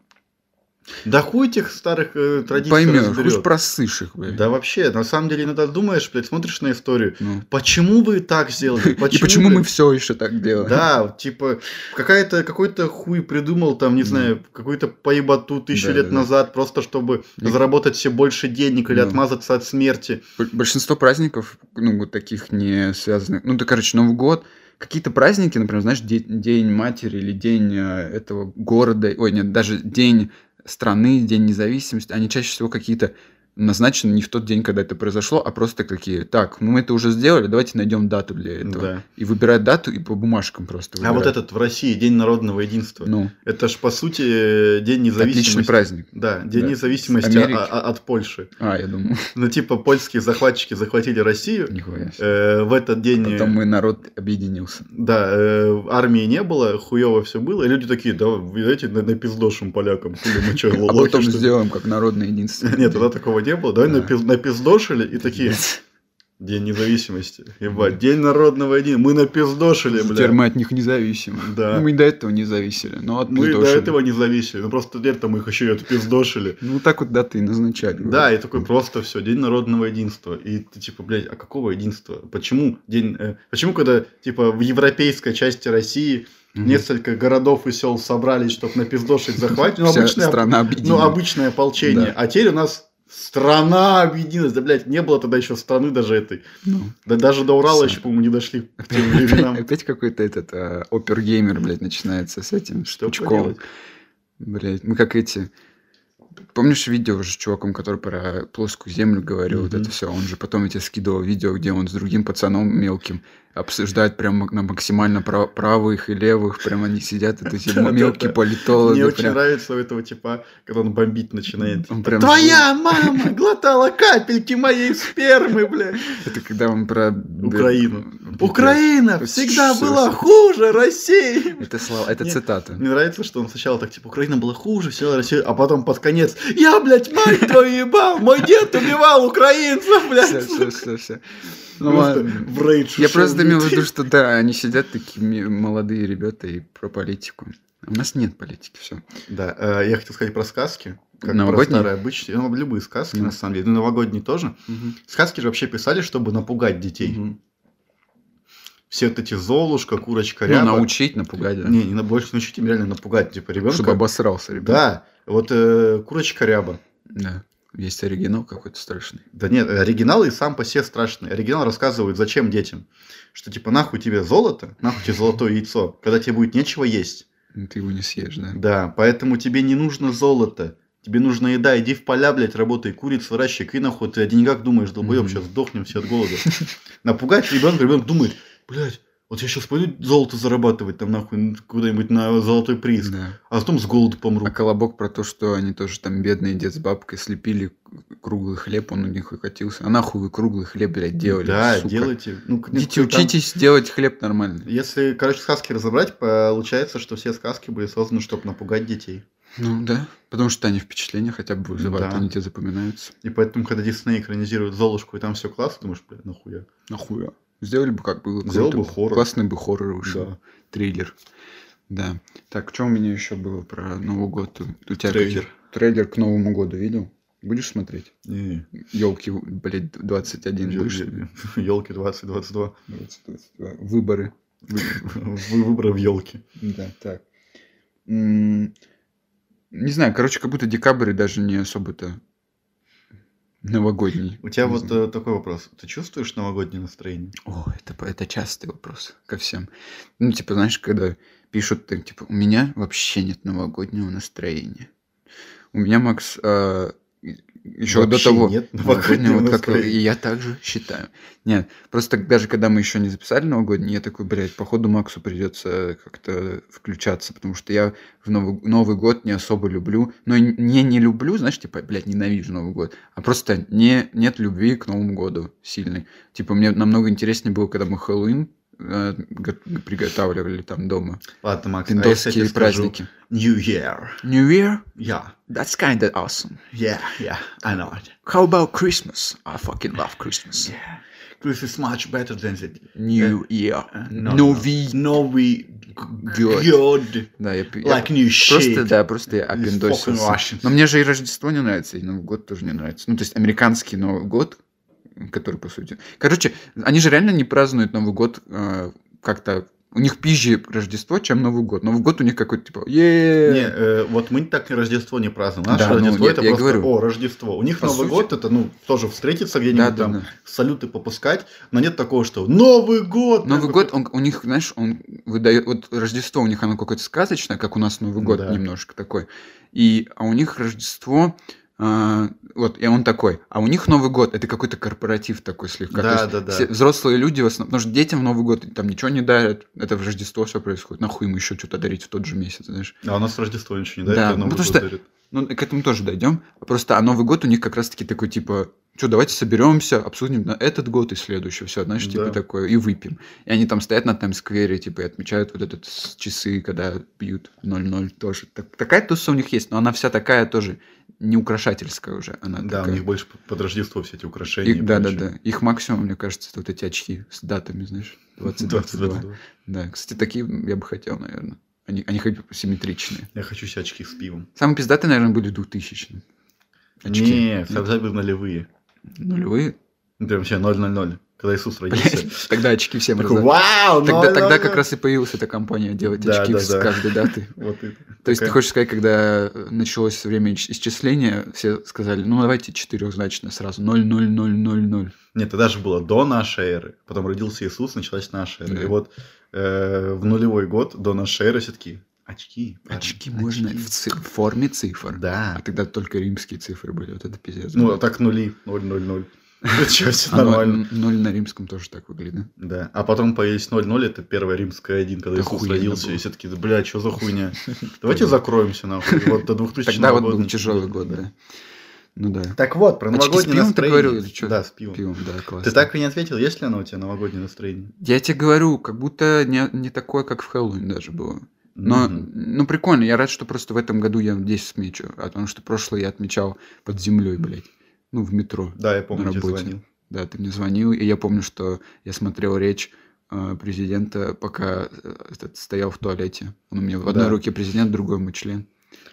[SPEAKER 2] Да хуй этих старых э, традиций
[SPEAKER 3] Поймешь,
[SPEAKER 2] разберёт.
[SPEAKER 3] уж просышь их, блядь.
[SPEAKER 2] Да вообще, на самом деле иногда думаешь, блядь, смотришь на историю,
[SPEAKER 3] Ну.
[SPEAKER 2] почему вы так сделали?
[SPEAKER 3] И почему мы
[SPEAKER 2] блядь,
[SPEAKER 3] все еще так делаем?
[SPEAKER 2] Да, типа, какая-то, какой-то хуй придумал, там, не
[SPEAKER 3] Да.
[SPEAKER 2] знаю, какую-то поеботу тысячу
[SPEAKER 3] Да,
[SPEAKER 2] лет
[SPEAKER 3] да, да.
[SPEAKER 2] назад, просто чтобы
[SPEAKER 3] И- Ну.
[SPEAKER 2] заработать все больше денег или
[SPEAKER 3] Да.
[SPEAKER 2] отмазаться от смерти.
[SPEAKER 3] Б- Большинство праздников, ну, вот таких не связанных. Ну, да, короче, Новый год. Какие-то праздники, например, знаешь, де- День, матери или день э, этого города, ой, нет, даже день страны, день независимости, они чаще всего какие-то назначены не в тот день, когда это произошло, а просто такие, так, ну, мы это уже сделали, давайте найдем дату для этого.
[SPEAKER 2] Да.
[SPEAKER 3] И выбирают дату, и по бумажкам просто
[SPEAKER 2] А вот
[SPEAKER 3] выбирают.
[SPEAKER 2] этот в России День народного единства.
[SPEAKER 3] Ну,
[SPEAKER 2] Это ж по сути э, День независимости.
[SPEAKER 3] отличный праздник.
[SPEAKER 2] Да, День
[SPEAKER 3] Да.
[SPEAKER 2] независимости
[SPEAKER 3] Америки.
[SPEAKER 2] а- а- от Польши.
[SPEAKER 3] А, я думал,
[SPEAKER 2] Ну, типа, польские захватчики захватили Россию.
[SPEAKER 3] нихуя себе.
[SPEAKER 2] э, в этот день, э,
[SPEAKER 3] Потом мой народ объединился.
[SPEAKER 2] да, э, в армии не было, хуево все было. И люди такие, да, вы знаете, на- напиздошим полякам. Хули мы чё,
[SPEAKER 3] А
[SPEAKER 2] лохи,
[SPEAKER 3] потом
[SPEAKER 2] Э, что ли?»
[SPEAKER 3] сделаем как народное единство.
[SPEAKER 2] Нет, тогда такого не было. Давай
[SPEAKER 3] Да.
[SPEAKER 2] напиз- напиздошили и такие, День независимости. Ебать, День народного единства. Мы напиздошили,
[SPEAKER 3] Теперь
[SPEAKER 2] бля.
[SPEAKER 3] мы от них независимы.
[SPEAKER 2] Да.
[SPEAKER 3] Мы и до этого не зависели, но от
[SPEAKER 2] Мы
[SPEAKER 3] них
[SPEAKER 2] до
[SPEAKER 3] тоже.
[SPEAKER 2] этого не зависели. Ну, просто летом мы их еще и отпиздошили.
[SPEAKER 3] Ну, так вот даты и назначали.
[SPEAKER 2] Да, и такой просто все, День народного единства. И ты типа, блядь, а какого единства? Почему день. э, почему, когда типа в европейской части России
[SPEAKER 3] Мгм.
[SPEAKER 2] несколько городов и сел собрались, чтобы напиздошить захватить? Ну,
[SPEAKER 3] Вся
[SPEAKER 2] обычное,
[SPEAKER 3] страна
[SPEAKER 2] ну,
[SPEAKER 3] объединена.
[SPEAKER 2] обычное ополчение.
[SPEAKER 3] Да.
[SPEAKER 2] А теперь у нас страна объединилась. Да, блядь, не было тогда еще страны даже этой.
[SPEAKER 3] Ну,
[SPEAKER 2] Да даже до Урала
[SPEAKER 3] Сам.
[SPEAKER 2] еще, по-моему, не дошли к тем
[SPEAKER 3] опять,
[SPEAKER 2] временам.
[SPEAKER 3] опять какой-то этот а, опергеймер, блядь, начинается с этим
[SPEAKER 2] Что
[SPEAKER 3] Пучковым.
[SPEAKER 2] поделать?
[SPEAKER 3] Блядь, мы как эти... Помнишь видео же с чуваком, который про плоскую землю говорил, вот
[SPEAKER 2] Мгм.
[SPEAKER 3] это все. Он же потом я тебе скидывал видео, где он с другим пацаном мелким обсуждает прям мак- на максимально прав- правых и левых, прям они сидят, это эти
[SPEAKER 2] Да-да-да.
[SPEAKER 3] мелкие политологи.
[SPEAKER 2] Мне очень
[SPEAKER 3] прям.
[SPEAKER 2] нравится у этого типа, когда он бомбить начинает.
[SPEAKER 3] Он прям
[SPEAKER 2] Твоя мама глотала капельки моей спермы, блядь.
[SPEAKER 3] Это когда он про...
[SPEAKER 2] Украину.
[SPEAKER 3] Б-
[SPEAKER 2] Украина
[SPEAKER 3] Это
[SPEAKER 2] всегда
[SPEAKER 3] всё-
[SPEAKER 2] была хуже России.
[SPEAKER 3] Это слова, это
[SPEAKER 2] Не.
[SPEAKER 3] цитата.
[SPEAKER 2] Мне нравится, что он сначала так, типа, Украина была хуже, всегда Россия, а потом под конец, я, блядь, мать твою ебал, мой дед убивал украинцев,
[SPEAKER 3] Всё,
[SPEAKER 2] блядь.
[SPEAKER 3] всё, всё, всё. Ну
[SPEAKER 2] Просто
[SPEAKER 3] ладно.
[SPEAKER 2] в рейдж
[SPEAKER 3] Я
[SPEAKER 2] ушёл,
[SPEAKER 3] просто имел в
[SPEAKER 2] блядь.
[SPEAKER 3] виду, что да, они сидят такие ми- молодые ребята и про политику. А У нас нет политики, все.
[SPEAKER 2] Да, э, я хотел сказать про сказки. Как про
[SPEAKER 3] Новогодние?
[SPEAKER 2] старые обычаи. Ну, любые сказки,
[SPEAKER 3] Ну.
[SPEAKER 2] на самом деле. Ну, новогодние тоже. Сказки же вообще писали, чтобы напугать детей. Все вот эти Золушка, Курочка,
[SPEAKER 3] Ну,
[SPEAKER 2] Ряба.
[SPEAKER 3] научить, напугать, да.
[SPEAKER 2] Не, не на- больше научить им реально напугать. Типа ребенка.
[SPEAKER 3] Чтобы обосрался, ребят.
[SPEAKER 2] Да, вот э, Курочка, Ряба.
[SPEAKER 3] Да. Есть оригинал какой-то страшный.
[SPEAKER 2] Да нет, оригинал и сам по себе страшный. Оригинал рассказывает, зачем детям. Что типа нахуй тебе золото, нахуй тебе золотое яйцо, когда тебе будет нечего есть.
[SPEAKER 3] Ну, Ты его не съешь, да.
[SPEAKER 2] Да, поэтому тебе не нужно золото. Тебе нужна еда, иди в поля, блядь, работай, куриц выращивай, и нахуй ты о деньгах думаешь, долбоем,
[SPEAKER 3] Мгм.
[SPEAKER 2] сейчас сдохнем все от голода. Напугать ребенка, ребенок думает, блядь, вот я сейчас пойду золото зарабатывать там нахуй ну, куда-нибудь на золотой приз,
[SPEAKER 3] Да.
[SPEAKER 2] а потом с голоду помру.
[SPEAKER 3] А колобок про то, что они тоже там бедные дед с бабкой слепили круглый хлеб, он у них и катился. А нахуй вы круглый хлеб, блядь, делали,
[SPEAKER 2] да,
[SPEAKER 3] сука.
[SPEAKER 2] делайте. Ну, к-
[SPEAKER 3] Идите,
[SPEAKER 2] к- там-
[SPEAKER 3] учитесь делать хлеб нормально.
[SPEAKER 2] Если, короче, сказки разобрать, получается, что все сказки были созданы, чтобы напугать детей.
[SPEAKER 3] Ну да, потому что они впечатления хотя бы вызывают,
[SPEAKER 2] Да.
[SPEAKER 3] они тебе запоминаются.
[SPEAKER 2] И поэтому, когда Дисней экранизирует Золушку, и там все классно, думаешь, бля, нахуя?
[SPEAKER 3] Нахуя? Сделали бы как было.
[SPEAKER 2] Сделал
[SPEAKER 3] круто.
[SPEAKER 2] бы хоррор.
[SPEAKER 3] Классный бы хоррор вышел.
[SPEAKER 2] Да.
[SPEAKER 3] Триллер. Да. Так, что у меня еще было про Новый год? У у тебя
[SPEAKER 2] Трейлер.
[SPEAKER 3] какие- Трейлер к Новому году видел? Будешь смотреть?
[SPEAKER 2] Не,
[SPEAKER 3] Елки, блядь, 21 больше.
[SPEAKER 2] Елки 2022.
[SPEAKER 3] 22. Выборы.
[SPEAKER 2] Вы- Выборы в елке.
[SPEAKER 3] Да, так. М, Не знаю, короче, как будто декабрь и даже не особо-то новогодний.
[SPEAKER 2] У тебя
[SPEAKER 3] Не
[SPEAKER 2] вот
[SPEAKER 3] знаю.
[SPEAKER 2] э, такой вопрос. Ты чувствуешь новогоднее настроение?
[SPEAKER 3] О, это, по- это частый вопрос ко всем. Ну, типа, знаешь, когда пишут, ты, типа, у меня вообще нет новогоднего настроения. У меня, Макс, еще до
[SPEAKER 2] Вообще
[SPEAKER 3] того...
[SPEAKER 2] Нет
[SPEAKER 3] новогоднего,
[SPEAKER 2] новогоднего
[SPEAKER 3] вот как- и
[SPEAKER 2] настроения.
[SPEAKER 3] я также считаю. Нет, просто даже когда мы еще не записали новогодний, я такой, блядь, походу Максу придется как-то включаться, потому что я в Новый, Новый год не особо люблю. Но и не не люблю, знаешь, типа, блядь, ненавижу Новый год, а просто не, нет любви к Новому году сильной. Типа, мне намного интереснее было, когда мы Хэллоуин э, го- приготавливали там дома.
[SPEAKER 2] Ладно, Макс, а если я
[SPEAKER 3] Пиндовские
[SPEAKER 2] тебе скажу
[SPEAKER 3] праздники.
[SPEAKER 2] New Year.
[SPEAKER 3] New Year?
[SPEAKER 2] Yeah,
[SPEAKER 3] That's kinda awesome.
[SPEAKER 2] yeah, yeah, I know it.
[SPEAKER 3] How about Christmas? I fucking love Christmas.
[SPEAKER 2] Yeah. This is much better than the
[SPEAKER 3] New year.
[SPEAKER 2] no,
[SPEAKER 3] No
[SPEAKER 2] no.
[SPEAKER 3] we-
[SPEAKER 2] Norway
[SPEAKER 3] ну, Good.
[SPEAKER 2] good.
[SPEAKER 3] Да, я, п- я
[SPEAKER 2] Like new shit.
[SPEAKER 3] просто, да, просто я
[SPEAKER 2] These fucking
[SPEAKER 3] опиндосился.
[SPEAKER 2] Russians.
[SPEAKER 3] Но мне же и Рождество не нравится, и Новый год тоже не нравится. Ну, то есть американский Новый год, который, по сути... Короче, они же реально не празднуют Новый год э, как-то... У них пизже Рождество, чем Новый год. Новый год у них какой-то типа...
[SPEAKER 2] Не,
[SPEAKER 3] «Е-е-е».
[SPEAKER 2] э, вот мы так и Рождество не празднуем. Наше
[SPEAKER 3] Да, ну,
[SPEAKER 2] Рождество
[SPEAKER 3] я-
[SPEAKER 2] это
[SPEAKER 3] я
[SPEAKER 2] просто
[SPEAKER 3] говорю.
[SPEAKER 2] о Рождество. У них
[SPEAKER 3] По
[SPEAKER 2] Новый
[SPEAKER 3] сути.
[SPEAKER 2] год это ну тоже встретиться где-нибудь
[SPEAKER 3] Да, да,
[SPEAKER 2] там,
[SPEAKER 3] да.
[SPEAKER 2] салюты попускать, но нет такого, что Новый год.
[SPEAKER 3] Новый
[SPEAKER 2] такой,
[SPEAKER 3] год, он, у них, знаешь, он выдает... Вот Рождество у них, оно какое-то сказочное, как у нас Новый год
[SPEAKER 2] Да.
[SPEAKER 3] немножко такой. И, а у них Рождество... а, вот, и он такой. А у них Новый год, это какой-то корпоратив такой слегка. То
[SPEAKER 2] Да,
[SPEAKER 3] есть
[SPEAKER 2] да, да.
[SPEAKER 3] все взрослые люди в основном... Потому что детям в Новый год там ничего не дарят. Это в Рождество все происходит. Нахуй им еще что-то дарить в тот же месяц, знаешь.
[SPEAKER 2] А у нас Рождество ничего не
[SPEAKER 3] Да,
[SPEAKER 2] дает, а
[SPEAKER 3] ну,
[SPEAKER 2] Новый
[SPEAKER 3] потому
[SPEAKER 2] год
[SPEAKER 3] что-
[SPEAKER 2] дарит.
[SPEAKER 3] Ну, к этому тоже дойдем. Просто а Новый год у них как раз-таки такой, типа, что, давайте соберемся, обсудим на этот год и следующий, все, знаешь, типа
[SPEAKER 2] Да.
[SPEAKER 3] такое, и выпьем. И они там стоят на Таймс-сквере, типа, и отмечают вот этот с- часы, когда пьют 0-0 тоже. Так- такая туса у них есть, но она вся такая тоже не украшательская уже. Она
[SPEAKER 2] Да, у
[SPEAKER 3] такая.
[SPEAKER 2] них больше под Рождество все эти украшения.
[SPEAKER 3] Их-
[SPEAKER 2] и
[SPEAKER 3] да, да,
[SPEAKER 2] прочее.
[SPEAKER 3] да. Их максимум, мне кажется, это вот эти очки с датами, знаешь, 20-22.
[SPEAKER 2] 20-22.
[SPEAKER 3] Да, кстати, такие я бы хотел, наверное. Они, они хоть симметричные.
[SPEAKER 2] Я хочу себе очки с пивом.
[SPEAKER 3] Самые пиздатые, наверное, были 2000
[SPEAKER 2] Не, все обязательно нулевые.
[SPEAKER 3] Нулевые.
[SPEAKER 2] Прям вообще 000, когда Иисус родился.
[SPEAKER 3] Блядь, Тогда очки всем
[SPEAKER 2] Такой,
[SPEAKER 3] раздавали.
[SPEAKER 2] вау, ну,
[SPEAKER 3] Тогда,
[SPEAKER 2] 000!»
[SPEAKER 3] тогда как раз и появилась эта компания делать
[SPEAKER 2] Да,
[SPEAKER 3] очки
[SPEAKER 2] да,
[SPEAKER 3] с
[SPEAKER 2] да.
[SPEAKER 3] каждой даты.
[SPEAKER 2] Вот это.
[SPEAKER 3] То есть ты
[SPEAKER 2] Такая-
[SPEAKER 3] хочешь сказать, когда э, началось время исч- исчисления, все сказали, ну давайте четырехзначно сразу, 00000.
[SPEAKER 2] Нет, тогда же было до нашей эры. Потом родился Иисус, началась наша эра.
[SPEAKER 3] Да.
[SPEAKER 2] И вот э, в нулевой год до нашей эры все-таки очки. парни,
[SPEAKER 3] Очки можно
[SPEAKER 2] очки».
[SPEAKER 3] в ци- в форме цифр. А
[SPEAKER 2] Да.
[SPEAKER 3] тогда только римские цифры были, вот это пиздец.
[SPEAKER 2] Ну,
[SPEAKER 3] было.
[SPEAKER 2] а так нули, 000. Ну, чё, все
[SPEAKER 3] А ноль-
[SPEAKER 2] нормально.
[SPEAKER 3] Ноль на римском тоже так выглядит.
[SPEAKER 2] Да. А потом появились 0-0, это первая римская 1, когда
[SPEAKER 3] Да
[SPEAKER 2] Иисус
[SPEAKER 3] охуенно
[SPEAKER 2] родился,
[SPEAKER 3] было.
[SPEAKER 2] и все таки бля, что за хуйня? Давайте закроемся, нахуй. Вот до 2000
[SPEAKER 3] Тогда вот
[SPEAKER 2] года
[SPEAKER 3] был
[SPEAKER 2] ничего
[SPEAKER 3] тяжелый
[SPEAKER 2] не
[SPEAKER 3] год,
[SPEAKER 2] было.
[SPEAKER 3] да. Ну да.
[SPEAKER 2] Так вот, про
[SPEAKER 3] Очки с
[SPEAKER 2] новогоднее
[SPEAKER 3] пивом ты
[SPEAKER 2] настроение.
[SPEAKER 3] говорил или чё?
[SPEAKER 2] Да, с пивом.
[SPEAKER 3] Пивом, да, классно.
[SPEAKER 2] Ты так и не ответил, есть ли оно у тебя новогоднее настроение?
[SPEAKER 3] Я тебе говорю, как будто не, не такое, как в Хэллоуин даже было. Но,
[SPEAKER 2] Мгм.
[SPEAKER 3] ну, прикольно. Я рад, что просто в этом году я здесь отмечу. А потому что прошлое я отмечал под землей, блядь. Ну, в метро.
[SPEAKER 2] Да, я помню,
[SPEAKER 3] на
[SPEAKER 2] тебе
[SPEAKER 3] работе.
[SPEAKER 2] звонил.
[SPEAKER 3] Да, ты мне звонил, и я помню, что я смотрел речь э, президента, пока э, этот стоял в туалете. Он у меня в одной
[SPEAKER 2] Да.
[SPEAKER 3] руке президент, в другой мой член.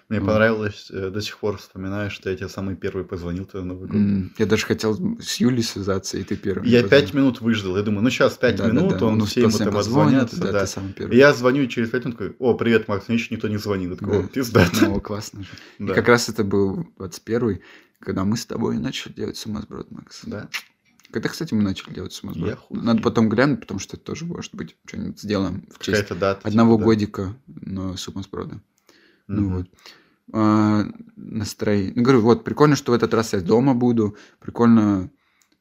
[SPEAKER 2] Мне
[SPEAKER 3] Ну.
[SPEAKER 2] понравилось, э, до сих пор вспоминаю, что я тебе самый первый позвонил тогда на Новый год.
[SPEAKER 3] М, Я даже хотел с Юлей связаться, и ты первый.
[SPEAKER 2] Я
[SPEAKER 3] мне
[SPEAKER 2] пять
[SPEAKER 3] позвонил.
[SPEAKER 2] минут выждал. Я думаю, ну сейчас пять
[SPEAKER 3] Да, да,
[SPEAKER 2] минут,
[SPEAKER 3] да.
[SPEAKER 2] он
[SPEAKER 3] Ну,
[SPEAKER 2] все ему
[SPEAKER 3] всем
[SPEAKER 2] там
[SPEAKER 3] позвонят,
[SPEAKER 2] отзвонятся.
[SPEAKER 3] да,
[SPEAKER 2] Да,
[SPEAKER 3] ты самый
[SPEAKER 2] И
[SPEAKER 3] первый.
[SPEAKER 2] я звоню и через пять минут, такой, о, привет, Макс, мне еще никто не звонил. Я такой, о,
[SPEAKER 3] Да.
[SPEAKER 2] пиздато.
[SPEAKER 3] Ну, классно же. И
[SPEAKER 2] Да.
[SPEAKER 3] как раз это был 21-й, когда мы с тобой начали делать сумасброд, Макс.
[SPEAKER 2] Да.
[SPEAKER 3] Когда, кстати, мы начали делать сумасброд?
[SPEAKER 2] Я хуй
[SPEAKER 3] Надо
[SPEAKER 2] знаю.
[SPEAKER 3] потом глянуть, потому что это тоже, может быть, что-нибудь сделаем в честь
[SPEAKER 2] Какая-то дата. типа,
[SPEAKER 3] одного
[SPEAKER 2] да.
[SPEAKER 3] годика но сумасброда. Ну
[SPEAKER 2] Мгм.
[SPEAKER 3] вот. А, настроение. Ну, говорю, вот, прикольно, что в этот раз я дома буду. Прикольно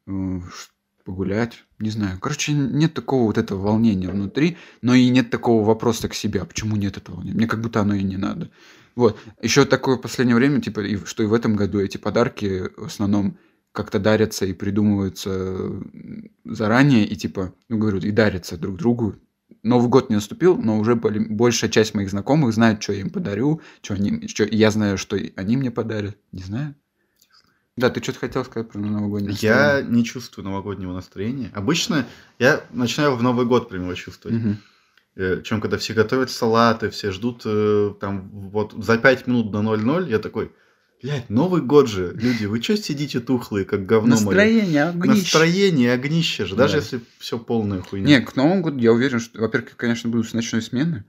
[SPEAKER 3] э, ш- погулять. Не знаю. Короче, нет такого вот этого волнения внутри, но и нет такого вопроса к себе, а почему нет этого волнения? Мне как будто оно и не надо. Вот. Еще такое в последнее время, типа, и в- что и в этом году эти подарки в основном как-то дарятся и придумываются м, заранее, и типа, ну, говорю, и дарятся друг другу. Новый год не наступил, но уже более- большая часть моих знакомых знает, что я им подарю, что они, что я знаю, что и они мне подарят. Не знаю. Да, ты что-то хотел сказать про новогодний
[SPEAKER 2] Я не чувствую новогоднего настроения. Обычно я начинаю в Новый год прям его чувствовать. Э, Чем когда все готовят салаты, все ждут э, там вот за 5 минут до 00, я такой, блядь, Новый год же, люди, вы что сидите тухлые, как говно мое?
[SPEAKER 3] Настроение,
[SPEAKER 2] Настроение огнище же, даже
[SPEAKER 3] Да.
[SPEAKER 2] если все полная хуйня.
[SPEAKER 3] Не, к Новому году я уверен, что, во-первых, я, конечно, буду с ночной смены.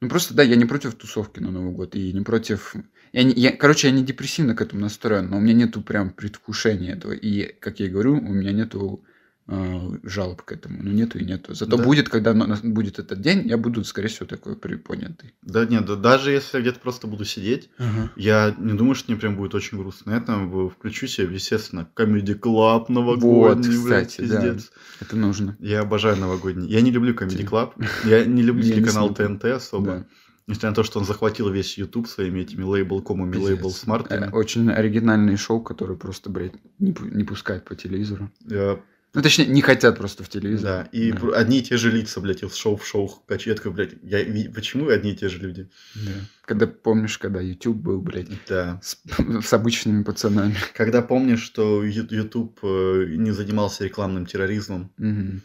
[SPEAKER 3] Ну просто, да, я не против тусовки на Новый год, и не против... Я не- я- короче, я не депрессивно к этому настроен, но у меня нету прям предвкушения этого. И, как я и говорю, у меня нету э, жалоб к этому. Ну нету и нету. Зато
[SPEAKER 2] Да.
[SPEAKER 3] будет, когда на- на- будет этот день, я буду, скорее всего, такой припонятый.
[SPEAKER 2] Да нет, да даже если я где-то просто буду сидеть, я не думаю, что мне прям будет очень грустно. Я там э, включу себе, естественно, Comedy Club новогодний, блядь,
[SPEAKER 3] кстати, да.
[SPEAKER 2] пиздец.
[SPEAKER 3] Это нужно.
[SPEAKER 2] Я обожаю новогодний. Я не люблю Comedy
[SPEAKER 3] Тебе-
[SPEAKER 2] Club. Я не люблю
[SPEAKER 3] Я не
[SPEAKER 2] телеканал
[SPEAKER 3] смотрю.
[SPEAKER 2] ТНТ особо.
[SPEAKER 3] Да.
[SPEAKER 2] Несмотря на то, что он захватил весь YouTube своими этими лейбл-комами,
[SPEAKER 3] Пиздец. Э,
[SPEAKER 2] лейбл-смартами.
[SPEAKER 3] Очень оригинальные шоу, которые просто, блядь, не пу- не пускают по телевизору.
[SPEAKER 2] Э,
[SPEAKER 3] Ну, точнее, не хотят просто в телевизор.
[SPEAKER 2] Да, и
[SPEAKER 3] Да.
[SPEAKER 2] пр- одни и те же лица, блядь, из шоу в шоу качетка, блядь. Я, ви- почему одни и те же люди?
[SPEAKER 3] Да. Когда помнишь, когда YouTube был, блядь,
[SPEAKER 2] Да.
[SPEAKER 3] с, с обычными пацанами.
[SPEAKER 2] Когда помнишь, что Ю- YouTube э, не занимался рекламным терроризмом
[SPEAKER 3] Мгм.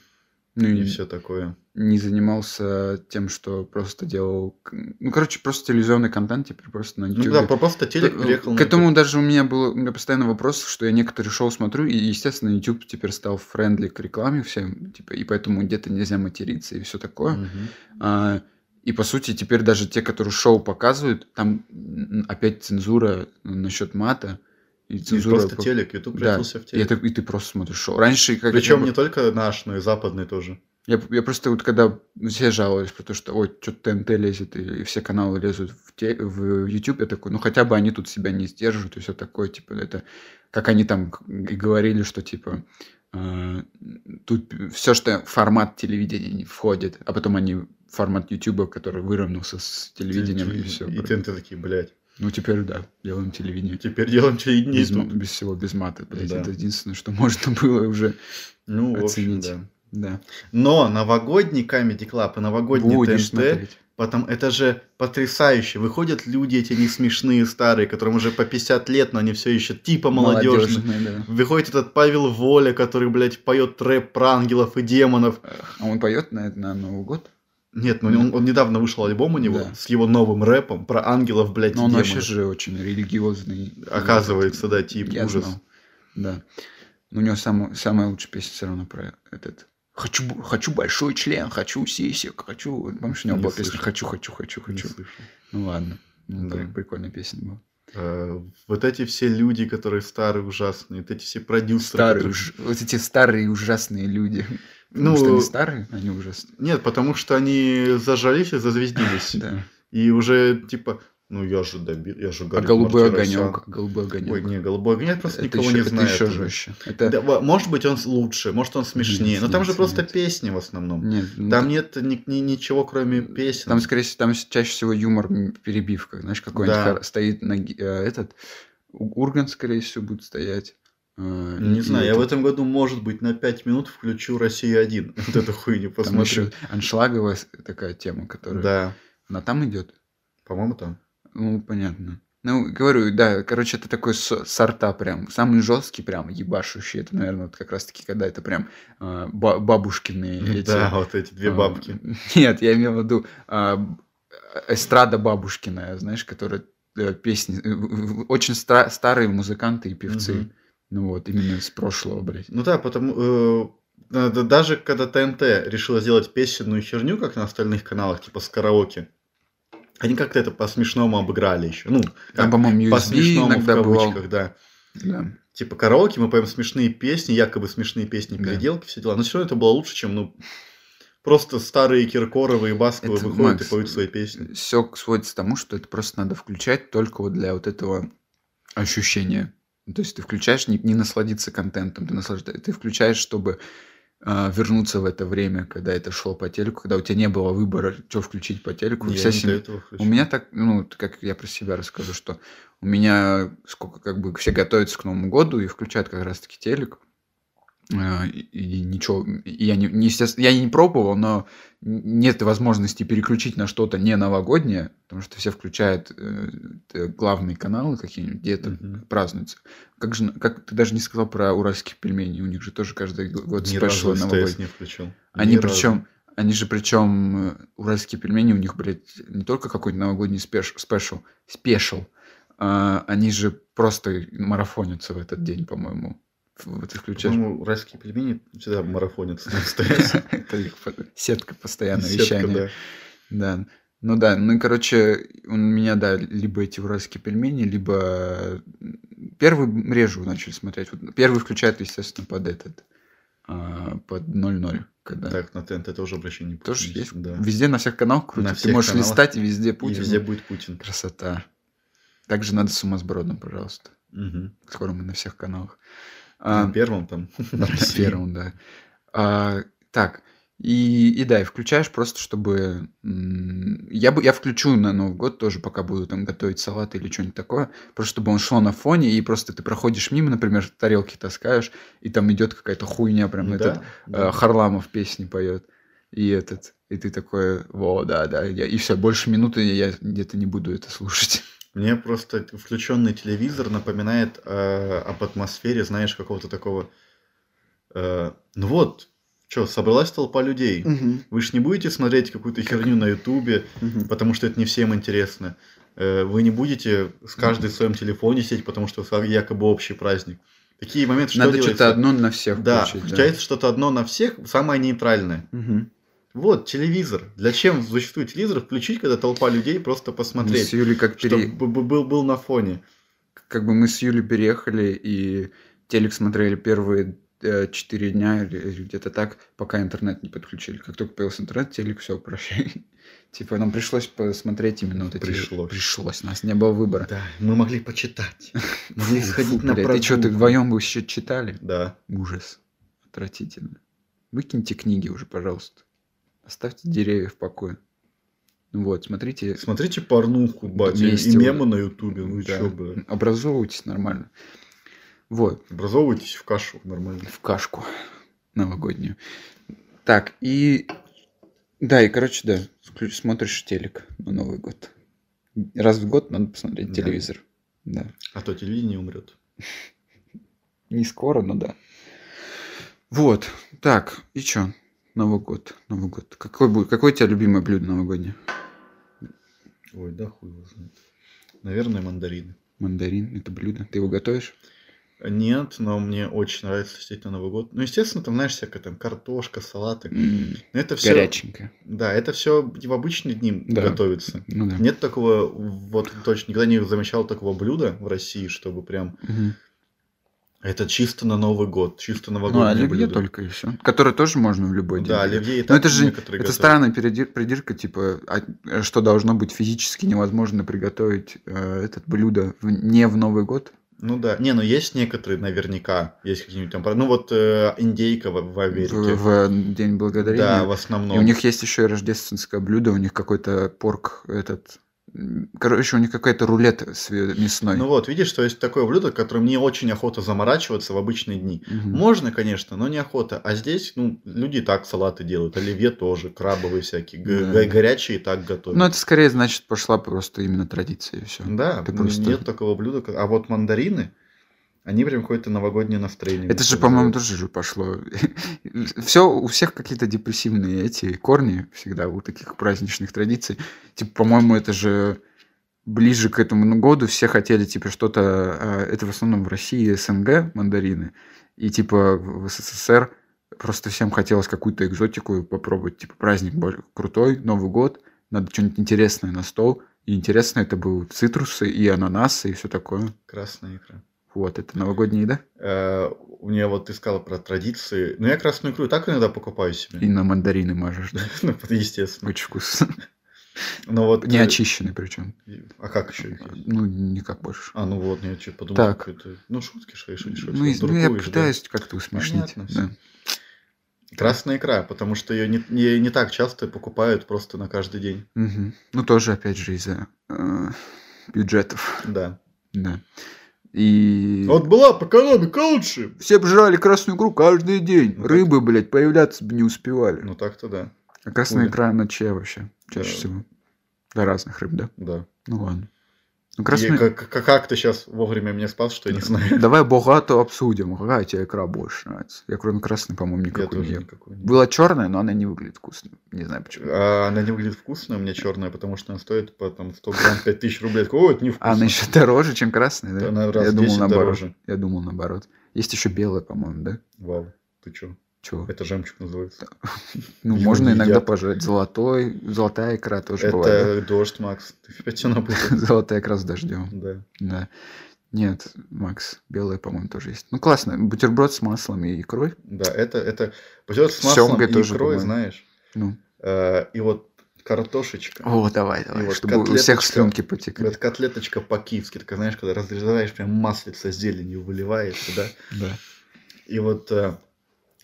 [SPEAKER 3] Ну
[SPEAKER 2] и
[SPEAKER 3] и
[SPEAKER 2] все такое.
[SPEAKER 3] не занимался тем, что просто делал... к- Ну, короче, просто телевизионный контент теперь просто на YouTube.
[SPEAKER 2] Ну да, про- просто телек
[SPEAKER 3] Т-
[SPEAKER 2] переехал
[SPEAKER 3] Э, К
[SPEAKER 2] на
[SPEAKER 3] этому
[SPEAKER 2] YouTube.
[SPEAKER 3] даже у меня был у меня постоянно вопрос, что я некоторые шоу смотрю, и, естественно, YouTube теперь стал френдли к рекламе всем, типа, и поэтому где-то нельзя материться и все такое.
[SPEAKER 2] Мгм.
[SPEAKER 3] А, и, по сути, теперь даже те, которые шоу показывают, там м, опять цензура насчет мата. И
[SPEAKER 2] И
[SPEAKER 3] цензура...
[SPEAKER 2] Просто
[SPEAKER 3] по-
[SPEAKER 2] телек, YouTube
[SPEAKER 3] Да.
[SPEAKER 2] превратился в
[SPEAKER 3] И,
[SPEAKER 2] телек.
[SPEAKER 3] это- и ты просто смотришь шоу. Раньше... Как
[SPEAKER 2] Причем
[SPEAKER 3] я-
[SPEAKER 2] не только наш, но и западный тоже.
[SPEAKER 3] Я, я просто вот когда все жаловались про то, что ой, что-то ТНТ лезет, и, и все каналы лезут в, те- в YouTube, я такой, ну хотя бы они тут себя не сдерживают, и все такое, типа, это как они там г- и говорили, что типа э, тут все, что в формат телевидения не входит, а потом они формат YouTube, который выровнялся с телевидением, и все.
[SPEAKER 2] И ТНТ такие, блядь.
[SPEAKER 3] Ну теперь да, делаем телевидение.
[SPEAKER 2] Теперь делаем телевидение.
[SPEAKER 3] Без,
[SPEAKER 2] и
[SPEAKER 3] ма-
[SPEAKER 2] тут.
[SPEAKER 3] без всего, без мата, блядь,
[SPEAKER 2] Да.
[SPEAKER 3] это единственное, что можно было уже,
[SPEAKER 2] Ну, в общем,
[SPEAKER 3] оценить.
[SPEAKER 2] да.
[SPEAKER 3] да.
[SPEAKER 2] Но новогодний Comedy Club и новогодний ТНТ,
[SPEAKER 3] Будешь смотреть.
[SPEAKER 2] потом это же потрясающе. Выходят люди эти не смешные старые, которым уже по 50 лет, но они все еще типа молодежные.
[SPEAKER 3] Молодежное, да.
[SPEAKER 2] Выходит этот Павел Воля, который, блядь, поет рэп про ангелов и демонов.
[SPEAKER 3] А он поет на, на Новый год?
[SPEAKER 2] Нет, ну он, он недавно вышел альбом у него
[SPEAKER 3] Да.
[SPEAKER 2] с его новым рэпом про ангелов, блядь,
[SPEAKER 3] Но
[SPEAKER 2] и
[SPEAKER 3] он
[SPEAKER 2] демонов.
[SPEAKER 3] вообще же очень религиозный.
[SPEAKER 2] Оказывается, да, тип,
[SPEAKER 3] Я
[SPEAKER 2] ужас.
[SPEAKER 3] знал. Да. Но у него само- самая лучшая песня все равно про этот. Хочу, б- хочу большой член, хочу сисек, хочу... Вот Помнишь, у него
[SPEAKER 2] Не
[SPEAKER 3] была песня
[SPEAKER 2] слышал.
[SPEAKER 3] «Хочу, хочу, хочу,
[SPEAKER 2] Не
[SPEAKER 3] хочу».
[SPEAKER 2] слышал.
[SPEAKER 3] Ну ладно. Ну,
[SPEAKER 2] Да.
[SPEAKER 3] прик- Прикольная песня была.
[SPEAKER 2] Э, Вот эти все люди, которые старые, ужасные, вот эти все продюсеры.
[SPEAKER 3] Старые,
[SPEAKER 2] которые-
[SPEAKER 3] уж- вот эти старые ужасные люди.
[SPEAKER 2] Ну,
[SPEAKER 3] Потому что они старые, они ужасные.
[SPEAKER 2] Нет, потому что они зажались и зазвездились.
[SPEAKER 3] Да.
[SPEAKER 2] И уже типа, ну я же добил, я же
[SPEAKER 3] А
[SPEAKER 2] Гарик
[SPEAKER 3] голубой
[SPEAKER 2] Мартиросян».
[SPEAKER 3] огонек, голубой огонек.
[SPEAKER 2] Ой, не, голубой огонек, я просто
[SPEAKER 3] это
[SPEAKER 2] никого
[SPEAKER 3] еще,
[SPEAKER 2] не
[SPEAKER 3] это
[SPEAKER 2] знаю.
[SPEAKER 3] еще
[SPEAKER 2] этого.
[SPEAKER 3] жестче. Это...
[SPEAKER 2] Да, во- может быть, он с- лучше, может, он смешнее.
[SPEAKER 3] Нет,
[SPEAKER 2] но там
[SPEAKER 3] нет,
[SPEAKER 2] же просто
[SPEAKER 3] нет.
[SPEAKER 2] песни в основном.
[SPEAKER 3] Нет, ну,
[SPEAKER 2] Там нет ни- ни- ничего, кроме песен.
[SPEAKER 3] Там, скорее всего, там с- чаще всего юмор м, перебивка. Знаешь, какой-нибудь
[SPEAKER 2] Да.
[SPEAKER 3] хор- стоит на ги- э, этот... У- Ургант, скорее всего, будет стоять. э,
[SPEAKER 2] Не
[SPEAKER 3] и-
[SPEAKER 2] знаю,
[SPEAKER 3] и
[SPEAKER 2] я в
[SPEAKER 3] этот-
[SPEAKER 2] этом году, может быть, на 5 минут включу «Россия-1». Вот эту хуйню
[SPEAKER 3] Там
[SPEAKER 2] посмотрю.
[SPEAKER 3] еще аншлаговая с- такая тема, которая...
[SPEAKER 2] Да,
[SPEAKER 3] Она там идет?
[SPEAKER 2] по-моему, там.
[SPEAKER 3] Ну, понятно. Ну, говорю, да, короче, это такой со- сорта прям, самый жесткий прям, ебашущий, это, наверное, вот как раз-таки, когда это прям э, ба- бабушкины эти...
[SPEAKER 2] Да, вот эти две
[SPEAKER 3] А,
[SPEAKER 2] бабки.
[SPEAKER 3] Нет, я имел в виду а, эстрада бабушкина, знаешь, которая э, песни... э, в- в- Очень стра- старые музыканты и певцы.
[SPEAKER 2] Мгм.
[SPEAKER 3] Ну вот, именно с прошлого, блядь.
[SPEAKER 2] Ну да, потому... э, да- да- Даже когда ТНТ решила сделать песенную херню, как на остальных каналах, типа с караоке, они как-то это по-смешному обыграли еще. Ну,
[SPEAKER 3] Там,
[SPEAKER 2] как
[SPEAKER 3] по-моему, USB
[SPEAKER 2] по-смешному в
[SPEAKER 3] иногда бывал.
[SPEAKER 2] кавычках, да.
[SPEAKER 3] Да.
[SPEAKER 2] Типа караоке, мы поем смешные песни, якобы смешные песни,
[SPEAKER 3] Да.
[SPEAKER 2] переделки, все дела. Но все равно это было лучше, чем, ну, просто старые Киркоровы и Басковы
[SPEAKER 3] Это,
[SPEAKER 2] выходят
[SPEAKER 3] Макс, э,
[SPEAKER 2] и поют свои песни.
[SPEAKER 3] Все сводится к тому, что это просто надо включать только вот для вот этого ощущения. Ну, То есть ты включаешь не, не насладиться контентом, ты, наслажда- ты включаешь, чтобы а, вернуться в это время, когда это шло по телеку, когда у тебя не было выбора, что включить по телеку.
[SPEAKER 2] Не, я
[SPEAKER 3] вся
[SPEAKER 2] не
[SPEAKER 3] семья-
[SPEAKER 2] до этого
[SPEAKER 3] У
[SPEAKER 2] хочу.
[SPEAKER 3] меня так, ну, вот как я про себя расскажу, что у меня сколько как бы все готовятся к Новому году и включают как раз-таки телек. А, И, и ничего, и я не, не, естественно, я не пробовал, но нет возможности переключить на что-то не новогоднее, потому что все включают э, т- главные каналы какие-нибудь, где это
[SPEAKER 2] Мгм.
[SPEAKER 3] празднуется. Как же, как ты даже не сказал про уральских пельменей, у них же тоже каждый г- год
[SPEAKER 2] Ни разу
[SPEAKER 3] спешл новогодний.
[SPEAKER 2] СТС не включил.
[SPEAKER 3] Они
[SPEAKER 2] Ни разу.
[SPEAKER 3] причем, они же причем э, уральские пельмени у них, блядь, не только какой-то новогодний спеш, спешл, спешл, а, они же просто марафонятся в этот день, по-моему. Ф- Вот ты включаешь.
[SPEAKER 2] По-моему, уральские пельмени всегда марафонят с СТС.
[SPEAKER 3] Это их по- сетка постоянного
[SPEAKER 2] Сетка,
[SPEAKER 3] вещания.
[SPEAKER 2] да.
[SPEAKER 3] Да. Ну да, ну и, короче, у меня, да, либо эти уральские пельмени, либо м, первый режу начали смотреть. Вот первый включает, естественно, под этот, а, под 0-0, когда
[SPEAKER 2] Так, на ТНТ тоже обращение не
[SPEAKER 3] Тоже есть.
[SPEAKER 2] Да.
[SPEAKER 3] Везде на всех каналах круто.
[SPEAKER 2] На
[SPEAKER 3] Ты
[SPEAKER 2] всех
[SPEAKER 3] можешь
[SPEAKER 2] каналах.
[SPEAKER 3] листать, и везде
[SPEAKER 2] И
[SPEAKER 3] Путин.
[SPEAKER 2] везде будет Путин.
[SPEAKER 3] Красота. Также надо с сумасбродом, пожалуйста.
[SPEAKER 2] Мгм.
[SPEAKER 3] Скоро мы на всех каналах. А,
[SPEAKER 2] На первом там.
[SPEAKER 3] на
[SPEAKER 2] России.
[SPEAKER 3] первом, да. А, так, И, и да, и включаешь просто, чтобы... м, Я, бы, я включу на Новый год тоже, пока буду там готовить салат или что-нибудь такое, просто чтобы он шло на фоне, и просто ты проходишь мимо, например, тарелки таскаешь, и там идет какая-то хуйня, прям
[SPEAKER 2] Да,
[SPEAKER 3] этот
[SPEAKER 2] да.
[SPEAKER 3] э, Харламов песни поет. И этот, и ты такой, во, да, да, я- и все, больше минуты я где-то не буду это слушать.
[SPEAKER 2] Мне просто включенный телевизор напоминает э, об атмосфере, знаешь, какого-то такого... э, ну вот, что, собралась толпа людей. Вы же не будете смотреть какую-то херню на ютубе, потому что это не всем интересно. Э, Вы не будете с каждой в своем телефоне сидеть, потому что это якобы общий праздник. Такие моменты, что
[SPEAKER 3] Надо
[SPEAKER 2] делается?
[SPEAKER 3] что-то одно на всех
[SPEAKER 2] Да,
[SPEAKER 3] включить, да.
[SPEAKER 2] включается что-то одно на всех, самое нейтральное.
[SPEAKER 3] Мгм.
[SPEAKER 2] Вот, телевизор. Для чем зачастую телевизор включить, когда толпа людей просто
[SPEAKER 3] Мы с
[SPEAKER 2] посмотреть,
[SPEAKER 3] Юлей как пере-
[SPEAKER 2] чтобы б- был, был на фоне.
[SPEAKER 3] как бы мы с Юлей переехали и телек смотрели первые э, четыре дня или, или где-то так, пока интернет не подключили. Как только появился интернет, телек все, прощай. Типа нам пришлось посмотреть именно вот эти...
[SPEAKER 2] Пришлось.
[SPEAKER 3] Пришлось, у нас не было выбора.
[SPEAKER 2] Да, мы могли почитать. Могли
[SPEAKER 3] Фу,
[SPEAKER 2] сходить
[SPEAKER 3] фу,
[SPEAKER 2] на
[SPEAKER 3] бля, Ты что, ты
[SPEAKER 2] прогулку.
[SPEAKER 3] вдвоем бы еще читали?
[SPEAKER 2] Да.
[SPEAKER 3] Ужас. Отвратительно. Выкиньте книги уже, пожалуйста. Оставьте деревья в покое. Ну вот, смотрите,
[SPEAKER 2] Смотрите порнуху, батя,
[SPEAKER 3] Вместе
[SPEAKER 2] и мемы
[SPEAKER 3] вот.
[SPEAKER 2] на ютубе. Ну и
[SPEAKER 3] Да.
[SPEAKER 2] чё, бля.
[SPEAKER 3] образовывайтесь нормально. Вот.
[SPEAKER 2] Образовывайтесь в кашу нормально.
[SPEAKER 3] в кашку новогоднюю. Так, и... Да, и, короче, да, склю- смотришь телек на Новый год. Раз в год надо посмотреть
[SPEAKER 2] Да.
[SPEAKER 3] телевизор. Да.
[SPEAKER 2] А то телевидение умрет.
[SPEAKER 3] Не скоро, но да. Вот. Так, и чё? Новый год, Новый год. Какой будет, какое у тебя любимое блюдо новогоднее?
[SPEAKER 2] Ой, да хуй его знает. Наверное, мандарины.
[SPEAKER 3] Мандарин, это блюдо. Ты его готовишь?
[SPEAKER 2] Нет, но мне очень нравится сидеть на Новый год. Ну, естественно, там, знаешь, всякая там картошка, салаты.
[SPEAKER 3] М,
[SPEAKER 2] Но это все...
[SPEAKER 3] Горяченькое.
[SPEAKER 2] Да, это все в обычные дни
[SPEAKER 3] Да.
[SPEAKER 2] готовится.
[SPEAKER 3] Ну да.
[SPEAKER 2] Нет такого, вот точно никогда не замечал такого блюда в России, чтобы прям
[SPEAKER 3] Мгм.
[SPEAKER 2] это чисто на Новый год, чисто
[SPEAKER 3] Ну,
[SPEAKER 2] новогоднее
[SPEAKER 3] оливье
[SPEAKER 2] блюдо.
[SPEAKER 3] только и все. Которое тоже можно в любой день.
[SPEAKER 2] а Да,
[SPEAKER 3] делать.
[SPEAKER 2] оливье и
[SPEAKER 3] Ну
[SPEAKER 2] так
[SPEAKER 3] это же
[SPEAKER 2] некоторые
[SPEAKER 3] это
[SPEAKER 2] готовят.
[SPEAKER 3] странная переди- придирка, типа, а, что должно быть физически невозможно приготовить э, этот блюдо в- не в Новый год.
[SPEAKER 2] Ну да, не, ну есть некоторые наверняка, есть какие-нибудь там, ну вот э, индейка в, в
[SPEAKER 3] В,
[SPEAKER 2] Америке.
[SPEAKER 3] в День Благодарения.
[SPEAKER 2] да, в
[SPEAKER 3] и
[SPEAKER 2] основном.
[SPEAKER 3] у них есть еще и рождественское блюдо, у них какой-то порк этот... м, Короче, у них какой-то рулет с ве- мясной.
[SPEAKER 2] Ну вот, видишь, что есть такое блюдо, которым не очень охота заморачиваться в обычные дни.
[SPEAKER 3] Мгм.
[SPEAKER 2] Можно, конечно, но неохота. А здесь, ну, люди и так салаты делают, оливье тоже, крабовые всякие, г-
[SPEAKER 3] Да.
[SPEAKER 2] г- горячие и так
[SPEAKER 3] Ну,
[SPEAKER 2] готовят.
[SPEAKER 3] это скорее, значит, пошла просто именно традиция и все.
[SPEAKER 2] Да,
[SPEAKER 3] это
[SPEAKER 2] н-
[SPEAKER 3] просто-
[SPEAKER 2] нет такого блюда. ко- А вот мандарины, они прям какое-то новогоднее настроение.
[SPEAKER 3] Это же,
[SPEAKER 2] вызывают.
[SPEAKER 3] по-моему, тоже же пошло. Все, у всех какие-то депрессивные эти корни всегда у таких праздничных традиций. Типа, по-моему, это же ближе к этому году все хотели, типа, что-то... а, Это в основном в России СНГ мандарины. И, типа, в СССР просто всем хотелось какую-то экзотику попробовать. Типа, праздник боль- крутой, Новый год, надо что-нибудь интересное на стол. И интересно это будут цитрусы и ананасы и все такое.
[SPEAKER 2] Красная икра.
[SPEAKER 3] Вот, это новогодняя еда.
[SPEAKER 2] Э, У меня вот ты сказал про традиции. Ну, я красную икру и так иногда покупаю
[SPEAKER 3] И
[SPEAKER 2] себе.
[SPEAKER 3] на мандарины мажешь, да?
[SPEAKER 2] Ну, естественно.
[SPEAKER 3] Очень вкусно.
[SPEAKER 2] Но вот...
[SPEAKER 3] Не
[SPEAKER 2] э,
[SPEAKER 3] очищенный причем.
[SPEAKER 2] А как еще их есть?
[SPEAKER 3] Ну, никак больше.
[SPEAKER 2] А, ну вот, я что подумал,
[SPEAKER 3] Так.
[SPEAKER 2] как это... Ну, шутки, что
[SPEAKER 3] Ну, и- ну, я пытаюсь как-то усмешнить.
[SPEAKER 2] Понятно
[SPEAKER 3] да.
[SPEAKER 2] Красная икра, потому что ее не, не- не так часто покупают просто на каждый день.
[SPEAKER 3] Мгм. Ну, тоже, опять же, из-за э, бюджетов.
[SPEAKER 2] Да.
[SPEAKER 3] Да. И...
[SPEAKER 2] Вот была бы экономика лучше.
[SPEAKER 3] Все бы жрали красную икру каждый день.
[SPEAKER 2] Ну, так.
[SPEAKER 3] Рыбы, блядь, появляться бы не успевали.
[SPEAKER 2] Ну так-то да.
[SPEAKER 3] а красная
[SPEAKER 2] хули.
[SPEAKER 3] икра на чья вообще? Чаще
[SPEAKER 2] Да.
[SPEAKER 3] всего. Для разных рыб, да?
[SPEAKER 2] Да.
[SPEAKER 3] Ну, ладно. Ну,
[SPEAKER 2] И
[SPEAKER 3] красная...
[SPEAKER 2] как, как- как ты сейчас вовремя меня спас, что я не знаю.
[SPEAKER 3] Давай богато обсудим. Какая тебе икра больше нравится? Я кроме красной, по-моему,
[SPEAKER 2] Я
[SPEAKER 3] никакой не
[SPEAKER 2] тоже
[SPEAKER 3] ем.
[SPEAKER 2] никакой не-
[SPEAKER 3] Была черная, но она не выглядит вкусно. Не знаю почему.
[SPEAKER 2] А она не выглядит вкусно, у меня черная, потому что она стоит по там 100 грамм 5000 рублей. Такой, О, это не
[SPEAKER 3] А она
[SPEAKER 2] вкусно.
[SPEAKER 3] еще дороже, чем красная, да?
[SPEAKER 2] Она раз
[SPEAKER 3] Я
[SPEAKER 2] в
[SPEAKER 3] думал
[SPEAKER 2] 10
[SPEAKER 3] наоборот.
[SPEAKER 2] дороже.
[SPEAKER 3] Я думал наоборот. Есть еще белая, по-моему, да?
[SPEAKER 2] Вау, ты чё?
[SPEAKER 3] Чего?
[SPEAKER 2] Это жемчуг называется.
[SPEAKER 3] Ну,
[SPEAKER 2] его
[SPEAKER 3] можно
[SPEAKER 2] не
[SPEAKER 3] иногда
[SPEAKER 2] едят.
[SPEAKER 3] пожрать. Золотой, золотая икра тоже бывает.
[SPEAKER 2] Это дождь, Макс. Ты опять все
[SPEAKER 3] да?
[SPEAKER 2] напутал.
[SPEAKER 3] Золотая икра с дождем.
[SPEAKER 2] Да.
[SPEAKER 3] Да. Нет, Макс, белая, по-моему, тоже есть. Ну, классно. Бутерброд с маслом и икрой.
[SPEAKER 2] Да, это, это пойдет с
[SPEAKER 3] Сёмгой
[SPEAKER 2] маслом и
[SPEAKER 3] тоже,
[SPEAKER 2] икрой,
[SPEAKER 3] по-моему.
[SPEAKER 2] знаешь.
[SPEAKER 3] Ну.
[SPEAKER 2] Э, И вот картошечка.
[SPEAKER 3] О, давай, давай.
[SPEAKER 2] вот
[SPEAKER 3] чтобы у всех
[SPEAKER 2] котлеточка.
[SPEAKER 3] слюнки потекли.
[SPEAKER 2] Вот котлеточка по-киевски, такая, знаешь, когда разрезаешь, прям маслица с зеленью выливается, да?
[SPEAKER 3] Да.
[SPEAKER 2] И вот э,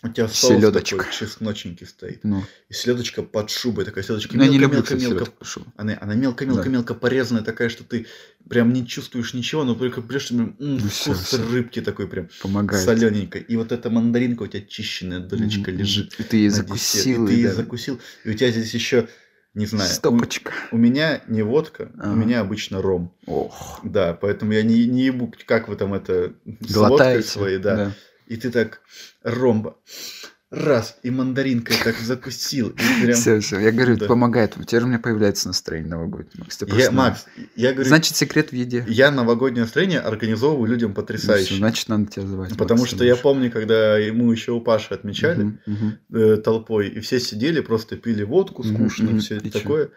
[SPEAKER 2] У тебя соус
[SPEAKER 3] Селёдочка.
[SPEAKER 2] такой чесноченький стоит.
[SPEAKER 3] Ну,
[SPEAKER 2] И селедочка под шубой такая, селедочка
[SPEAKER 3] ну, я не люблю, кстати,
[SPEAKER 2] мелко-мелко-мелко.
[SPEAKER 3] селёдку, шо.
[SPEAKER 2] Она, она мелко-мелко-мелко порезанная такая, что ты прям не чувствуешь ничего, но только прежде м, м,
[SPEAKER 3] Ну, всё,
[SPEAKER 2] вкус
[SPEAKER 3] всё.
[SPEAKER 2] рыбки такой прям
[SPEAKER 3] Помогает.
[SPEAKER 2] солененькой. И вот эта мандаринка у тебя чищенная долечка
[SPEAKER 3] Мгм.
[SPEAKER 2] лежит.
[SPEAKER 3] И ты ей
[SPEAKER 2] на
[SPEAKER 3] закусил.
[SPEAKER 2] десерт. И ты
[SPEAKER 3] и
[SPEAKER 2] ее
[SPEAKER 3] да.
[SPEAKER 2] закусил. И у тебя здесь еще, не знаю, у,
[SPEAKER 3] Стопочка.
[SPEAKER 2] у меня не водка,
[SPEAKER 3] Ага.
[SPEAKER 2] у меня обычно ром.
[SPEAKER 3] Ох.
[SPEAKER 2] Да, поэтому я не, не ебу, как вы там это с водкой
[SPEAKER 3] Глотаете.
[SPEAKER 2] своей, да. И ты так ромба. Раз, и мандаринкой так закусил. И прям...
[SPEAKER 3] Все, все. Я говорю,
[SPEAKER 2] Да.
[SPEAKER 3] помогает. Теперь у меня появляется настроение новогоднее. Макс, ты
[SPEAKER 2] Я,
[SPEAKER 3] просто-
[SPEAKER 2] Макс, я говорю,
[SPEAKER 3] Значит, секрет в еде.
[SPEAKER 2] я новогоднее настроение организовываю людям
[SPEAKER 3] Ну,
[SPEAKER 2] потрясающе.
[SPEAKER 3] Значит, надо тебя звать.
[SPEAKER 2] потому
[SPEAKER 3] Макс,
[SPEAKER 2] что
[SPEAKER 3] ты
[SPEAKER 2] я
[SPEAKER 3] будешь.
[SPEAKER 2] помню, когда ему еще у Паши отмечали,
[SPEAKER 3] Мгм, мгм.
[SPEAKER 2] э, толпой, и все сидели, просто пили водку
[SPEAKER 3] Мгм,
[SPEAKER 2] скучно,
[SPEAKER 3] мгм.
[SPEAKER 2] все
[SPEAKER 3] И чё?
[SPEAKER 2] такое.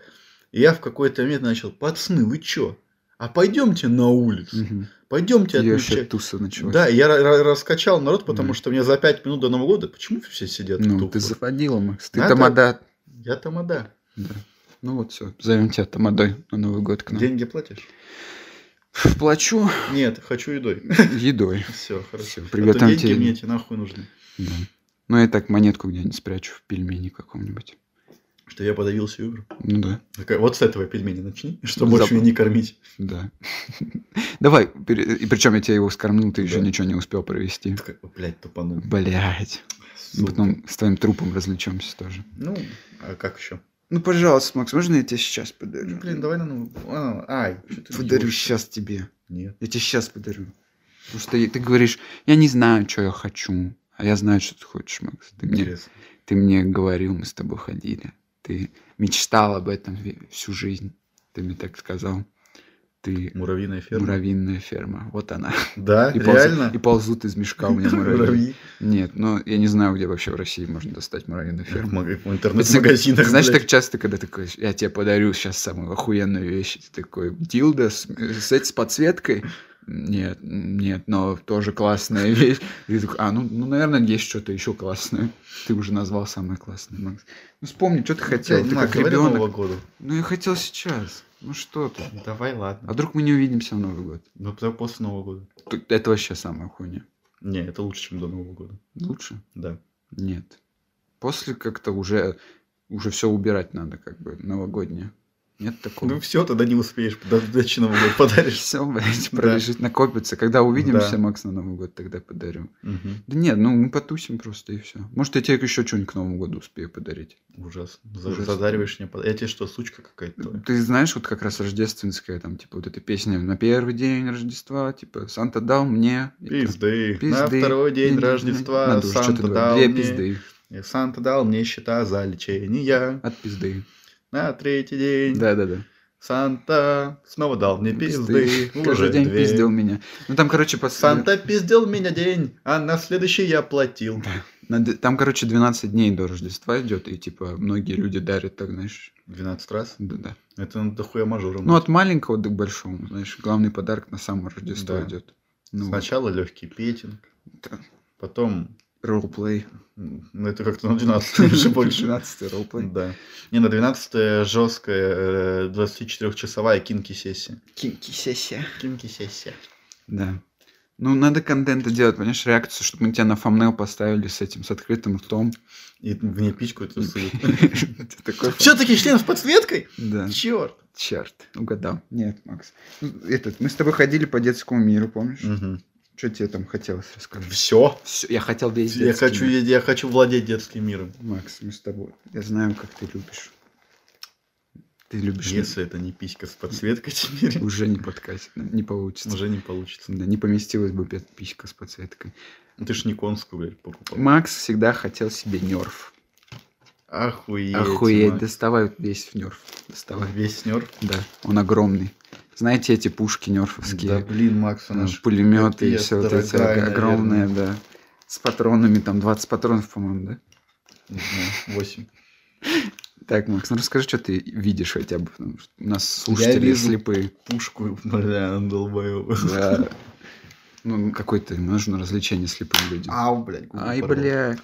[SPEAKER 2] И я в какой-то момент начал, пацаны, вы чё? А пойдемте на улицу,
[SPEAKER 3] Мгм.
[SPEAKER 2] пойдемте
[SPEAKER 3] Её еще
[SPEAKER 2] отмечать.
[SPEAKER 3] туса началась.
[SPEAKER 2] Да, я ра- ра- раскачал народ, потому
[SPEAKER 3] Мгм.
[SPEAKER 2] что мне за пять минут до Нового года, почему все сидят
[SPEAKER 3] Ну,
[SPEAKER 2] тупо?
[SPEAKER 3] ты заводила, Макс. Ты
[SPEAKER 2] Надо-
[SPEAKER 3] тамада.
[SPEAKER 2] Я а тамада.
[SPEAKER 3] Да. Ну вот все, зовем тебя тамадой на Новый год к нам.
[SPEAKER 2] Деньги платишь?
[SPEAKER 3] Плачу
[SPEAKER 2] Нет, хочу едой.
[SPEAKER 3] едой.
[SPEAKER 2] Все, хорошо.
[SPEAKER 3] Всё,
[SPEAKER 2] А то
[SPEAKER 3] приготовим
[SPEAKER 2] деньги
[SPEAKER 3] тебе.
[SPEAKER 2] мне эти нахуй нужны.
[SPEAKER 3] Да. Ну, я так монетку где-нибудь спрячу в пельмени каком-нибудь.
[SPEAKER 2] Что я подавился и умер.
[SPEAKER 3] Ну да,
[SPEAKER 2] Такая, вот с этого пельмени начни, что
[SPEAKER 3] Ну,
[SPEAKER 2] больше
[SPEAKER 3] запах.
[SPEAKER 2] меня не кормить.
[SPEAKER 3] да. Давай, пере- и причем я тебя его скормил, ты еще
[SPEAKER 2] Да.
[SPEAKER 3] ничего не успел провести.
[SPEAKER 2] Такой, блядь, тупанул.
[SPEAKER 3] Блять.
[SPEAKER 2] сука».
[SPEAKER 3] Ну, Потом с твоим трупом развлечемся тоже.
[SPEAKER 2] Ну, а как еще?
[SPEAKER 3] Ну, пожалуйста, Макс, можно я тебе сейчас
[SPEAKER 2] Ну,
[SPEAKER 3] подарю?
[SPEAKER 2] блин, давай на ну. а, Ай, что ты
[SPEAKER 3] Подарю
[SPEAKER 2] делаешь?
[SPEAKER 3] сейчас тебе.
[SPEAKER 2] Нет.
[SPEAKER 3] Я тебе сейчас подарю. Потому что ты говоришь, я не знаю, что я хочу. А я знаю, что ты хочешь, Макс. Ты мне,
[SPEAKER 2] Интересно.
[SPEAKER 3] ты мне говорил, мы с тобой ходили. Ты мечтал об этом ве- всю жизнь. Ты мне так сказал. Ты
[SPEAKER 2] Муравьиная ферма.
[SPEAKER 3] муравьиная ферма. Вот она.
[SPEAKER 2] Да,
[SPEAKER 3] И ползут-
[SPEAKER 2] реально.
[SPEAKER 3] и ползут из мешка у меня муравьи.
[SPEAKER 2] Муравьи.
[SPEAKER 3] Нет, ну я не знаю, где вообще в России можно достать муравьиную
[SPEAKER 2] В
[SPEAKER 3] ферму.
[SPEAKER 2] маг- в
[SPEAKER 3] Это
[SPEAKER 2] интернет-магазинах.
[SPEAKER 3] Знаешь,
[SPEAKER 2] блядь.
[SPEAKER 3] так часто, когда такой, я тебе подарю сейчас самую охуенную вещь, и ты такой, дилда с, с, этой- с подсветкой? Нет, нет, но тоже классная вещь. И ты такой, а, ну, ну, наверное, есть что-то еще классное. Ты уже назвал самое классное, Макс. Ну, вспомни, что ты хотел,
[SPEAKER 2] Блядь,
[SPEAKER 3] ты
[SPEAKER 2] Макс,
[SPEAKER 3] как
[SPEAKER 2] давай до Нового
[SPEAKER 3] ребенок.
[SPEAKER 2] года.
[SPEAKER 3] Ну, я хотел сейчас. Ну, что ты?
[SPEAKER 2] Давай,
[SPEAKER 3] А
[SPEAKER 2] ладно.
[SPEAKER 3] вдруг мы не увидимся в Новый год?
[SPEAKER 2] Ну, тогда после Нового года.
[SPEAKER 3] Тут- Это вообще самая хуйня.
[SPEAKER 2] Не, это лучше, чем до Нового года.
[SPEAKER 3] Лучше?
[SPEAKER 2] Да.
[SPEAKER 3] Нет. После как-то уже, уже все убирать надо, как бы, новогоднее. Нет такого.
[SPEAKER 2] Ну все, тогда не успеешь. До дачи Нового года подаришь.
[SPEAKER 3] Все, блядь,
[SPEAKER 2] Да.
[SPEAKER 3] пролежит, накопится. Когда увидимся,
[SPEAKER 2] Да.
[SPEAKER 3] Макс, на Новый год тогда подарю.
[SPEAKER 2] Мгм.
[SPEAKER 3] Да нет, ну мы потусим просто и все. Может, я тебе еще что-нибудь к Новому году успею подарить.
[SPEAKER 2] Ужасно. За-
[SPEAKER 3] Ужасно.
[SPEAKER 2] Задариваешь мне под- Я тебе что, сучка какая-то?
[SPEAKER 3] Ты знаешь, вот как раз рождественская, там, типа, вот эта песня на первый день Рождества, типа, Санта дал мне... и там,
[SPEAKER 2] Пизды. На
[SPEAKER 3] пизды.
[SPEAKER 2] второй день
[SPEAKER 3] Не-не-не.
[SPEAKER 2] Рождества
[SPEAKER 3] Надо уже
[SPEAKER 2] Санта
[SPEAKER 3] что-то говорить.
[SPEAKER 2] дал
[SPEAKER 3] Две
[SPEAKER 2] мне...
[SPEAKER 3] пизды.
[SPEAKER 2] Санта дал мне счета за лечение.
[SPEAKER 3] От пизды.
[SPEAKER 2] На третий день
[SPEAKER 3] Да-да-да.
[SPEAKER 2] Санта снова дал мне пизды. Уже
[SPEAKER 3] Каждый день
[SPEAKER 2] две.
[SPEAKER 3] пиздил меня. Ну, там, короче, по...
[SPEAKER 2] Санта пиздил меня день, а на следующий я платил.
[SPEAKER 3] Надо- Там, короче, 12 дней до Рождества идет, и типа многие люди дарят, так знаешь,
[SPEAKER 2] 12 раз?
[SPEAKER 3] да-да.
[SPEAKER 2] Это надо дохуя мажором.
[SPEAKER 3] Ну, от маленького до большого, знаешь, главный подарок на самое Рождество
[SPEAKER 2] Да.
[SPEAKER 3] идет. Ну,
[SPEAKER 2] Сначала легкий петинг,
[SPEAKER 3] Да.
[SPEAKER 2] потом...
[SPEAKER 3] роллплей.
[SPEAKER 2] м, Ну, это как-то на 12 уже больше.
[SPEAKER 3] 12 роллплей.
[SPEAKER 2] Да. Не, на э, 12 жесткая 24-часовая кинки-сессия.
[SPEAKER 3] Кинки сессия.
[SPEAKER 2] Кинки-сессия.
[SPEAKER 3] Да. Ну, надо контента делать, понимаешь, реакцию, чтобы мы тебя на фамнел поставили с этим, с открытым ртом.
[SPEAKER 2] И в ней пичку эту суют.
[SPEAKER 3] Ты такой...
[SPEAKER 2] Все-таки член с подсветкой?
[SPEAKER 3] Да.
[SPEAKER 2] Черт.
[SPEAKER 3] Черт, угадал. Нет, Макс. Ну, Этот, мы с тобой ходили по детскому миру, помнишь? Что тебе там хотелось рассказать?
[SPEAKER 2] Все.
[SPEAKER 3] Всё, я хотел весь
[SPEAKER 2] Я
[SPEAKER 3] детский
[SPEAKER 2] хочу,
[SPEAKER 3] мир.
[SPEAKER 2] я, я хочу владеть детским миром.
[SPEAKER 3] Макс, мы с тобой. Я знаю, как ты любишь. Ты любишь.
[SPEAKER 2] Если это не писька с подсветкой теперь,
[SPEAKER 3] Уже не подкатит, не получится.
[SPEAKER 2] уже не получится.
[SPEAKER 3] Да, не поместилась бы пи- писька с подсветкой.
[SPEAKER 2] Ну, Ты ж не конскую, блядь, покупал.
[SPEAKER 3] Макс всегда хотел себе нерф.
[SPEAKER 2] Охуеть.
[SPEAKER 3] Охуеть,
[SPEAKER 2] Макс.
[SPEAKER 3] доставай вот весь нерф. Доставай.
[SPEAKER 2] Весь нерв.
[SPEAKER 3] Да, он огромный. Знаете эти пушки
[SPEAKER 2] Да
[SPEAKER 3] нерфовские?
[SPEAKER 2] блин, Макс, она ж
[SPEAKER 3] пулеметы и
[SPEAKER 2] капец
[SPEAKER 3] все вот эти
[SPEAKER 2] дорогая,
[SPEAKER 3] огромные, да. С патронами, там 20 патронов, по-моему, да?
[SPEAKER 2] не знаю, 8.
[SPEAKER 3] Так, Макс, ну расскажи, что ты видишь хотя бы, потому что у нас слушатели
[SPEAKER 2] вижу-
[SPEAKER 3] слепые.
[SPEAKER 2] Пушку, бля, долбоёб.
[SPEAKER 3] Да. Ну, какое-то им нужно развлечение слепым людям.
[SPEAKER 2] Ау, блядь, губы
[SPEAKER 3] Ай,
[SPEAKER 2] порвал.
[SPEAKER 3] бля.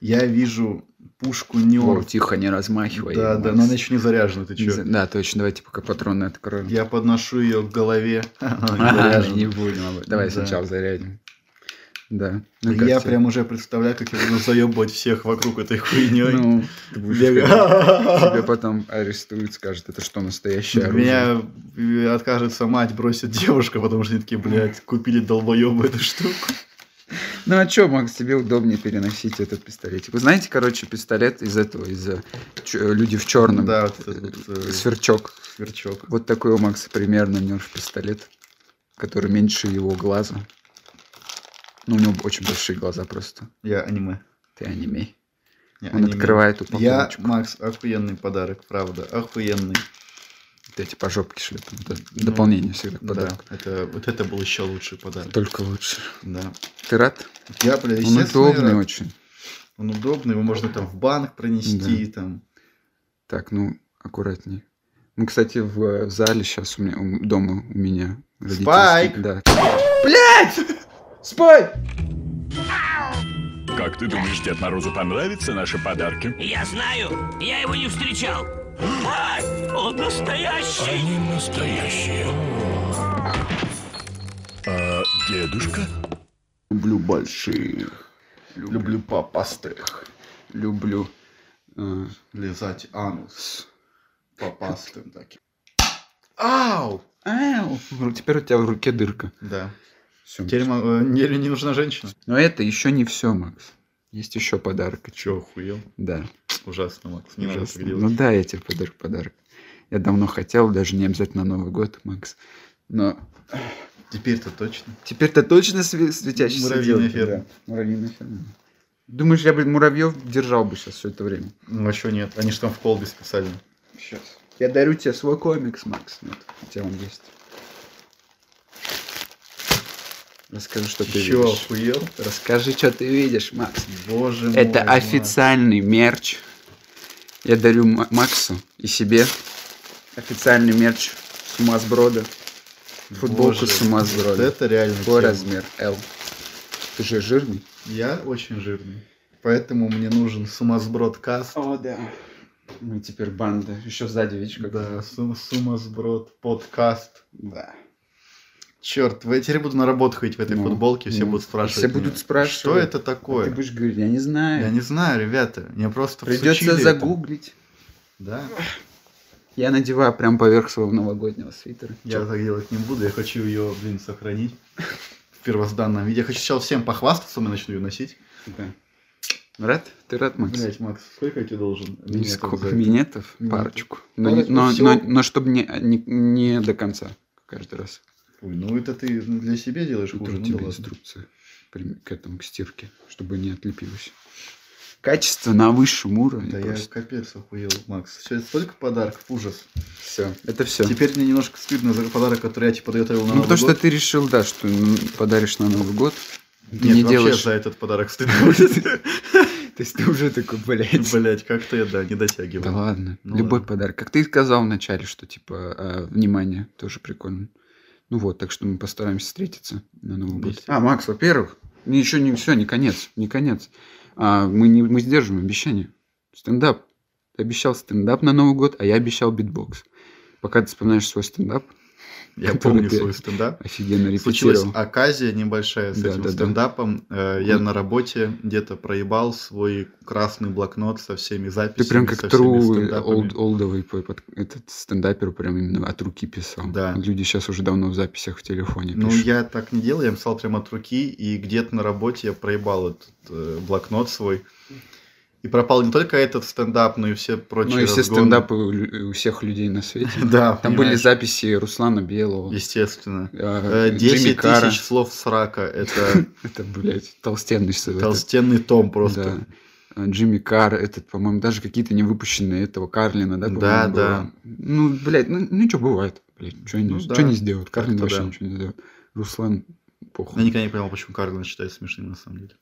[SPEAKER 2] Я вижу пушку
[SPEAKER 3] О,
[SPEAKER 2] нерв.
[SPEAKER 3] тихо, не размахивай.
[SPEAKER 2] Да, да,
[SPEAKER 3] Макс.
[SPEAKER 2] но она еще не заряжена, ты
[SPEAKER 3] Не за-
[SPEAKER 2] чё?
[SPEAKER 3] Да, точно, давайте пока патроны откроем.
[SPEAKER 2] Я подношу ее к голове. Она не
[SPEAKER 3] А,
[SPEAKER 2] заряжена.
[SPEAKER 3] Не будем об этом. Давай
[SPEAKER 2] Да.
[SPEAKER 3] сначала зарядим. Да. Ну, как
[SPEAKER 2] Я
[SPEAKER 3] тебе?
[SPEAKER 2] прям уже представляю, как я буду заебывать всех вокруг этой хуйней.
[SPEAKER 3] Ну, ты будешь ходить. Тебя
[SPEAKER 2] Бегаю.
[SPEAKER 3] потом арестуют, скажут, это что, настоящее оружие?
[SPEAKER 2] Меня э, откажется мать, бросит девушка, потому что они такие, блядь, купили долбоебы эту штуку.
[SPEAKER 3] Ну а что, Макс, тебе удобнее переносить этот пистолетик. Вы знаете, короче, пистолет из этого, из э, ч- э, люди в черном.
[SPEAKER 2] Да, вот этот вот, э,
[SPEAKER 3] Сверчок.
[SPEAKER 2] сверчок.
[SPEAKER 3] Вот такой у Макса примерно нёж пистолет, который меньше его глаза. Ну, у него очень большие глаза просто.
[SPEAKER 2] Я аниме.
[SPEAKER 3] Ты аниме.
[SPEAKER 2] Я
[SPEAKER 3] Он
[SPEAKER 2] аниме.
[SPEAKER 3] открывает
[SPEAKER 2] Я,
[SPEAKER 3] упаковочку.
[SPEAKER 2] Макс, охуенный подарок, правда, охуенный.
[SPEAKER 3] Вот эти по жопке шлют. Вот это
[SPEAKER 2] Ну,
[SPEAKER 3] дополнение всегда к
[SPEAKER 2] Да,
[SPEAKER 3] подарку.
[SPEAKER 2] это, вот это был еще лучший подарок.
[SPEAKER 3] Только лучше.
[SPEAKER 2] Да.
[SPEAKER 3] Ты рад?
[SPEAKER 2] Я, бля,
[SPEAKER 3] Он
[SPEAKER 2] естественно,
[SPEAKER 3] удобный
[SPEAKER 2] рад.
[SPEAKER 3] очень.
[SPEAKER 2] Он удобный, его можно там в банк пронести, там.
[SPEAKER 3] Так, ну, аккуратней. Ну, кстати, в э, зале сейчас у меня, у- дома у меня родительский-
[SPEAKER 2] Спайк!
[SPEAKER 3] Да. Блять! Спайк!
[SPEAKER 4] Как ты думаешь, Дед Морозу понравятся наши подарки?
[SPEAKER 5] Я знаю, я его не встречал. А, он настоящий.
[SPEAKER 4] Они настоящие. А дедушка?
[SPEAKER 2] Люблю больших. Люблю попастых.
[SPEAKER 3] Люблю. э,
[SPEAKER 2] Лизать анус попастым таким. Ау!
[SPEAKER 3] Ау! Ну, Теперь у тебя в руке дырка.
[SPEAKER 2] Да.
[SPEAKER 3] Всё.
[SPEAKER 2] Теперь ма- э, не, не нужна женщина.
[SPEAKER 3] Но это еще не все, Макс. Есть еще подарок.
[SPEAKER 2] Че, охуел?
[SPEAKER 3] Да.
[SPEAKER 2] Ужасно, Макс. Не надо
[SPEAKER 3] Ужасно.
[SPEAKER 2] так делать.
[SPEAKER 3] Ну да, я тебе подарок, подарок. Я давно хотел, даже не обязательно на Новый год, Макс. Но
[SPEAKER 2] Теперь-то точно.
[SPEAKER 3] теперь-то точно све- светящийся
[SPEAKER 2] Муравьиная
[SPEAKER 3] дело,
[SPEAKER 2] ферма.
[SPEAKER 3] да. Муравьиная ферма. Думаешь, я бы муравьев держал бы сейчас все это время?
[SPEAKER 2] Ну, а чё нет? Они же там в колбе списали.
[SPEAKER 3] Сейчас. Я дарю тебе свой комикс, Макс. Вот, у тебя он есть. Расскажи, что ты
[SPEAKER 2] Че,
[SPEAKER 3] видишь.
[SPEAKER 2] охуел?
[SPEAKER 3] Расскажи, что ты видишь, Макс.
[SPEAKER 2] Боже мой.
[SPEAKER 3] Это
[SPEAKER 2] Макс.
[SPEAKER 3] официальный мерч. Я дарю Ма- Максу и себе официальный мерч сумасброда. Футболку
[SPEAKER 2] Боже, вот
[SPEAKER 3] сумасброда.
[SPEAKER 2] это реально
[SPEAKER 3] Какой
[SPEAKER 2] тема.
[SPEAKER 3] размер? L. Ты же жирный?
[SPEAKER 2] Я очень жирный. Поэтому мне нужен сумасброд каст.
[SPEAKER 3] О, да. Мы теперь банда. Еще сзади, видишь, как?
[SPEAKER 2] Да, су- сумасброд подкаст.
[SPEAKER 3] Да.
[SPEAKER 2] Черт, я теперь буду на работу ходить в этой
[SPEAKER 3] Ну,
[SPEAKER 2] футболке, все
[SPEAKER 3] ну.
[SPEAKER 2] будут спрашивать.
[SPEAKER 3] Все будут
[SPEAKER 2] меня,
[SPEAKER 3] спрашивать.
[SPEAKER 2] Что это
[SPEAKER 3] А
[SPEAKER 2] такое?
[SPEAKER 3] Ты будешь говорить, я не знаю.
[SPEAKER 2] Я не знаю, ребята. Мне просто всучили
[SPEAKER 3] Придется
[SPEAKER 2] это.
[SPEAKER 3] загуглить.
[SPEAKER 2] Да,
[SPEAKER 3] Я надеваю прям поверх своего новогоднего свитера.
[SPEAKER 2] я так делать не буду. Я хочу ее, блин, сохранить в первозданном виде. Я хочу сейчас всем похвастаться, мы начну ее носить.
[SPEAKER 3] Да. Рад? Ты рад, Макс? Ну,
[SPEAKER 2] Блять, Макс, сколько я тебе должен? Меня
[SPEAKER 3] Нисколько.
[SPEAKER 2] тут за это.
[SPEAKER 3] Минетов?
[SPEAKER 2] Минетов.
[SPEAKER 3] Парочку. Но,
[SPEAKER 2] Парочку всего?
[SPEAKER 3] чтобы не, не, не до конца каждый раз.
[SPEAKER 2] Ой, ну это ты для себя делаешь
[SPEAKER 3] Тут
[SPEAKER 2] хуже.
[SPEAKER 3] у
[SPEAKER 2] Ну,
[SPEAKER 3] тебя
[SPEAKER 2] да ладно.
[SPEAKER 3] инструкция прям к этому, к стирке, чтобы не отлепилось. Качество на высшем уровне
[SPEAKER 2] Да я
[SPEAKER 3] просто.
[SPEAKER 2] капец охуел, Макс. Все, это столько подарков, ужас.
[SPEAKER 3] Все. Это все.
[SPEAKER 2] Теперь мне немножко стыдно за подарок, который я тебе подготовил на
[SPEAKER 3] ну,
[SPEAKER 2] Новый
[SPEAKER 3] потому что
[SPEAKER 2] год.
[SPEAKER 3] ты решил, да, что м, подаришь на Новый год. Ты
[SPEAKER 2] Нет,
[SPEAKER 3] не
[SPEAKER 2] вообще
[SPEAKER 3] делаешь.
[SPEAKER 2] за этот подарок стыдно будет.
[SPEAKER 3] То есть ты уже такой, блядь.
[SPEAKER 2] Блять, как-то я, да, не
[SPEAKER 3] Да
[SPEAKER 2] дотягиваю.
[SPEAKER 3] ладно,
[SPEAKER 2] Ну
[SPEAKER 3] любой
[SPEAKER 2] ладно.
[SPEAKER 3] подарок. Как ты и сказал вначале, что типа э, внимание тоже прикольно. Ну вот, так что мы постараемся встретиться на Новый год.
[SPEAKER 2] Вместе.
[SPEAKER 3] А, Макс, во-первых, еще не все, не конец, не конец. А, мы, не, мы сдержим обещание. Стендап. Ты обещал стендап на Новый год, а я обещал битбокс. Пока ты вспоминаешь свой стендап,
[SPEAKER 2] Я
[SPEAKER 3] который
[SPEAKER 2] помню
[SPEAKER 3] ты
[SPEAKER 2] свой стендап.
[SPEAKER 3] офигенно
[SPEAKER 2] Случилась
[SPEAKER 3] репетировал.
[SPEAKER 2] оказия небольшая с
[SPEAKER 3] Да,
[SPEAKER 2] этим
[SPEAKER 3] да, да.
[SPEAKER 2] стендапом. Э, Я
[SPEAKER 3] Ну.
[SPEAKER 2] на работе где-то проебал свой красный блокнот со всеми
[SPEAKER 3] Ты
[SPEAKER 2] записями,
[SPEAKER 3] прям как э,
[SPEAKER 2] со всеми
[SPEAKER 3] true
[SPEAKER 2] стендапами.
[SPEAKER 3] олд- олдовый по- под- этот стендаперу прям именно от руки писал.
[SPEAKER 2] Да.
[SPEAKER 3] Люди сейчас уже давно в записях в телефоне
[SPEAKER 2] Ну,
[SPEAKER 3] пишут.
[SPEAKER 2] я так не делал, я писал прям от руки, и где-то на работе я проебал этот э, блокнот свой. И пропал не только этот стендап, но и все прочие
[SPEAKER 3] Ну и все
[SPEAKER 2] разгоны.
[SPEAKER 3] стендапы у, лю- у всех людей на свете.
[SPEAKER 2] Да,
[SPEAKER 3] Там были
[SPEAKER 2] понимаешь,
[SPEAKER 3] записи Руслана Белого,
[SPEAKER 2] Естественно. Э,
[SPEAKER 3] э, Джимми
[SPEAKER 2] 10
[SPEAKER 3] Карра.
[SPEAKER 2] тысяч слов срака. Это
[SPEAKER 3] Это, блядь, толстенный с- этот,
[SPEAKER 2] толстенный том просто.
[SPEAKER 3] да. Э, Джимми Карр, этот, по-моему, даже какие-то не выпущенные этого Карлина, да?
[SPEAKER 2] Да,
[SPEAKER 3] по-моему,
[SPEAKER 2] да.
[SPEAKER 3] было. Ну, блядь, ну, ничего бывает. Блядь, что они,
[SPEAKER 2] Ну да.
[SPEAKER 3] чё они сделают? Карлин
[SPEAKER 2] Как-то
[SPEAKER 3] вообще
[SPEAKER 2] да.
[SPEAKER 3] ничего не сделает. Руслан, похуй.
[SPEAKER 2] Я никогда не понимал, почему Карлин считается смешным, на самом деле.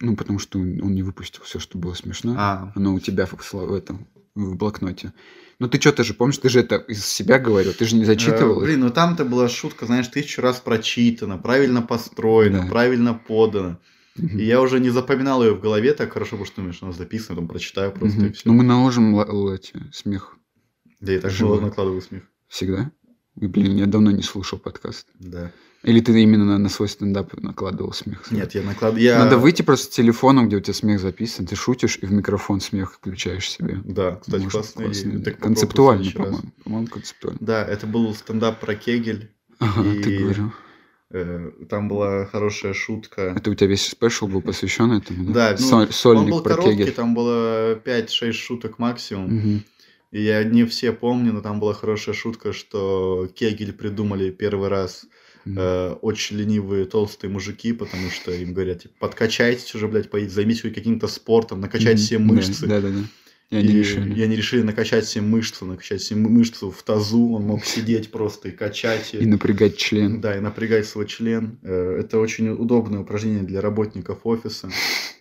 [SPEAKER 3] Ну, потому что он он не выпустил все, что было смешно.
[SPEAKER 2] А,
[SPEAKER 3] Оно у тебя в, сло- в этом, в блокноте. Ну, ты что-то же помнишь, ты же это из себя говорил, ты же не зачитывал
[SPEAKER 2] э,
[SPEAKER 3] их.
[SPEAKER 2] Блин, ну там-то была шутка, знаешь, тысячу раз прочитана, правильно построена,
[SPEAKER 3] Да.
[SPEAKER 2] правильно подана.
[SPEAKER 3] Мгм.
[SPEAKER 2] И я уже не запоминал ее в голове так хорошо, потому что думаешь, она записана, там прочитаю просто
[SPEAKER 3] Мгм.
[SPEAKER 2] и все.
[SPEAKER 3] Ну, мы наложим л- л- эти, смех
[SPEAKER 2] Да, я так
[SPEAKER 3] Живой.
[SPEAKER 2] было накладываю смех.
[SPEAKER 3] всегда. Ой, блин, я давно не слушал подкаст.
[SPEAKER 2] Да.
[SPEAKER 3] Или ты именно на, на свой стендап накладывал смех? свой?
[SPEAKER 2] Нет, я накладываю. Я...
[SPEAKER 3] Надо выйти просто с телефоном, где у тебя смех записан, ты шутишь и в микрофон смех включаешь себе.
[SPEAKER 2] Да, кстати,
[SPEAKER 3] Может,
[SPEAKER 2] классная
[SPEAKER 3] классно.
[SPEAKER 2] идея. Так попробую в
[SPEAKER 3] концептуально,
[SPEAKER 2] следующий раз.
[SPEAKER 3] по-моему. По-моему, концептуально.
[SPEAKER 2] Да, это был стендап про Кегель.
[SPEAKER 3] Ага, ты
[SPEAKER 2] И-
[SPEAKER 3] говорил.
[SPEAKER 2] Э, Там была хорошая шутка.
[SPEAKER 3] Это у тебя весь спешл был посвящен этому?
[SPEAKER 2] Да, ну,
[SPEAKER 3] Соль- сольник
[SPEAKER 2] Он был
[SPEAKER 3] про
[SPEAKER 2] короткий,
[SPEAKER 3] Кегель.
[SPEAKER 2] там было 5-6 шуток максимум.
[SPEAKER 3] Мгм.
[SPEAKER 2] И я не все помню, но там была хорошая шутка, что Кегель придумали первый раз
[SPEAKER 3] Мгм.
[SPEAKER 2] э, очень ленивые толстые мужики, потому что им говорят, типа, подкачайтесь уже, блядь, поедь, займитесь хоть каким-то спортом, накачайте
[SPEAKER 3] Мгм.
[SPEAKER 2] все
[SPEAKER 3] Да,
[SPEAKER 2] мышцы.
[SPEAKER 3] Да, да, да.
[SPEAKER 2] И
[SPEAKER 3] Я не решил.
[SPEAKER 2] и они решили накачать все мышцы, накачать все мышцу в тазу, он мог сидеть просто и качать.
[SPEAKER 3] И напрягать член.
[SPEAKER 2] Да, и напрягать свой член. Э, Это очень удобное упражнение для работников офиса,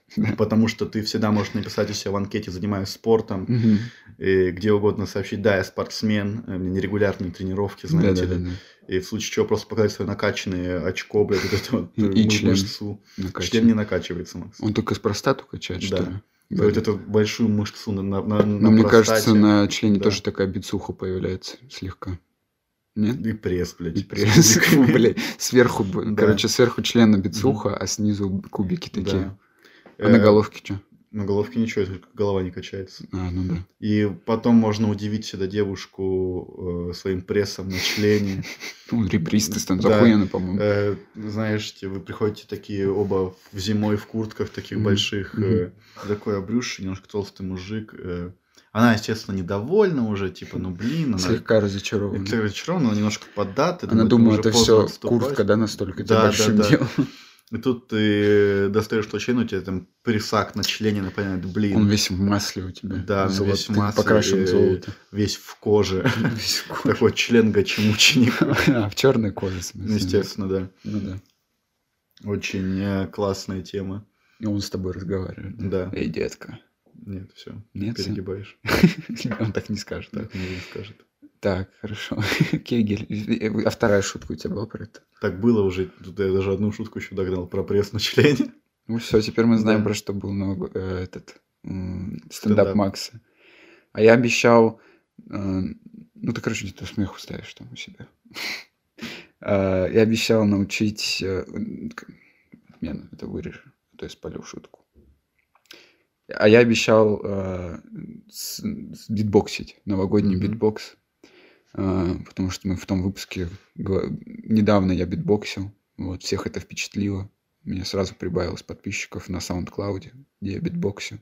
[SPEAKER 3] Да.
[SPEAKER 2] потому что ты всегда можешь написать у себя в анкете «Занимаюсь спортом»,
[SPEAKER 3] Мгм.
[SPEAKER 2] и где угодно сообщить «Да, я спортсмен, э, у меня нерегулярные тренировки,
[SPEAKER 3] Да,
[SPEAKER 2] знаете
[SPEAKER 3] да, да,
[SPEAKER 2] ли».
[SPEAKER 3] да.
[SPEAKER 2] И в случае чего просто показать свое накачанное очко, блядь, вот это вот
[SPEAKER 3] И-
[SPEAKER 2] э,
[SPEAKER 3] Ну, и
[SPEAKER 2] му-
[SPEAKER 3] член.
[SPEAKER 2] мышцу.
[SPEAKER 3] Накачать.
[SPEAKER 2] Член не накачивается, Макс.
[SPEAKER 3] Он только с простату качает, что
[SPEAKER 2] Да.
[SPEAKER 3] ли?
[SPEAKER 2] Да, Вот эту большую мышцу на, на, на- на
[SPEAKER 3] Но Ну, мне
[SPEAKER 2] простате.
[SPEAKER 3] кажется, на члене
[SPEAKER 2] Да.
[SPEAKER 3] тоже такая бицуха появляется слегка. Нет?
[SPEAKER 2] И пресс, блядь. типа,
[SPEAKER 3] И пресс, блядь, сверху, б-
[SPEAKER 2] Да.
[SPEAKER 3] короче, сверху члена бицуха, а снизу кубики такие.
[SPEAKER 2] Да.
[SPEAKER 3] А на
[SPEAKER 2] Э,
[SPEAKER 3] головке что?
[SPEAKER 2] На головке ничего, только голова не качается.
[SPEAKER 3] А, ну да.
[SPEAKER 2] И потом можно удивить всегда девушку э, своим прессом на члене.
[SPEAKER 3] Ну, ребристый там,
[SPEAKER 2] Да.
[SPEAKER 3] захуенно, по-моему.
[SPEAKER 2] Э, знаешь, те- вы приходите такие оба в- зимой в куртках таких
[SPEAKER 3] Мгм.
[SPEAKER 2] больших, э, такой обрюзший, немножко толстый мужик. э. Она, естественно, недовольна уже, типа, ну блин, она
[SPEAKER 3] Слегка разочарован.
[SPEAKER 2] как-то разочарована, она немножко подата.
[SPEAKER 3] Она
[SPEAKER 2] думает,
[SPEAKER 3] думала,
[SPEAKER 2] уже
[SPEAKER 3] это
[SPEAKER 2] поздно
[SPEAKER 3] все
[SPEAKER 2] отступать.
[SPEAKER 3] куртка, да,
[SPEAKER 2] Да,
[SPEAKER 3] настолько тебя
[SPEAKER 2] да,
[SPEAKER 3] большим
[SPEAKER 2] да.
[SPEAKER 3] делала.
[SPEAKER 2] И тут ты достаешь твой член, у тебя там прессак на члене, она понимает, блин,
[SPEAKER 3] Он весь в масле у тебя.
[SPEAKER 2] Да, он
[SPEAKER 3] Золот-
[SPEAKER 2] весь в
[SPEAKER 3] ты
[SPEAKER 2] масле,
[SPEAKER 3] Покрашен
[SPEAKER 2] э,
[SPEAKER 3] в золото.
[SPEAKER 2] весь в коже.
[SPEAKER 3] Весь в коже.
[SPEAKER 2] Такой член гачемученик.
[SPEAKER 3] А, в черной коже, в смысле.
[SPEAKER 2] Естественно, да.
[SPEAKER 3] Ну да.
[SPEAKER 2] Очень э, классная тема.
[SPEAKER 3] И он с тобой разговаривает.
[SPEAKER 2] Да.
[SPEAKER 3] Эй, детка.
[SPEAKER 2] Нет, все.
[SPEAKER 3] Нет, сын?
[SPEAKER 2] Перегибаешь.
[SPEAKER 3] Он так не скажет. да?
[SPEAKER 2] Так мне не скажет.
[SPEAKER 3] Так, хорошо. Кегель. А вторая шутка у тебя была про это?
[SPEAKER 2] Так было уже. Тут я даже одну шутку еще догнал про пресс на члене.
[SPEAKER 3] Ну все, теперь мы знаем,
[SPEAKER 2] Да.
[SPEAKER 3] про что был новый, э, этот м,
[SPEAKER 2] Стендап.
[SPEAKER 3] стендап Макса. А я обещал... э, ну, ты, короче, где-то смех ставишь там у себя. А, Я обещал научить... э, к- Отмена, это вырежу, а то я спалю шутку. А я обещал э, с- с- битбоксить, новогодний
[SPEAKER 2] Мгм.
[SPEAKER 3] битбокс. А, Потому что мы в том выпуске... гва- Недавно я битбоксил, вот, всех это впечатлило. У меня сразу прибавилось подписчиков на SoundCloud, где я битбоксю.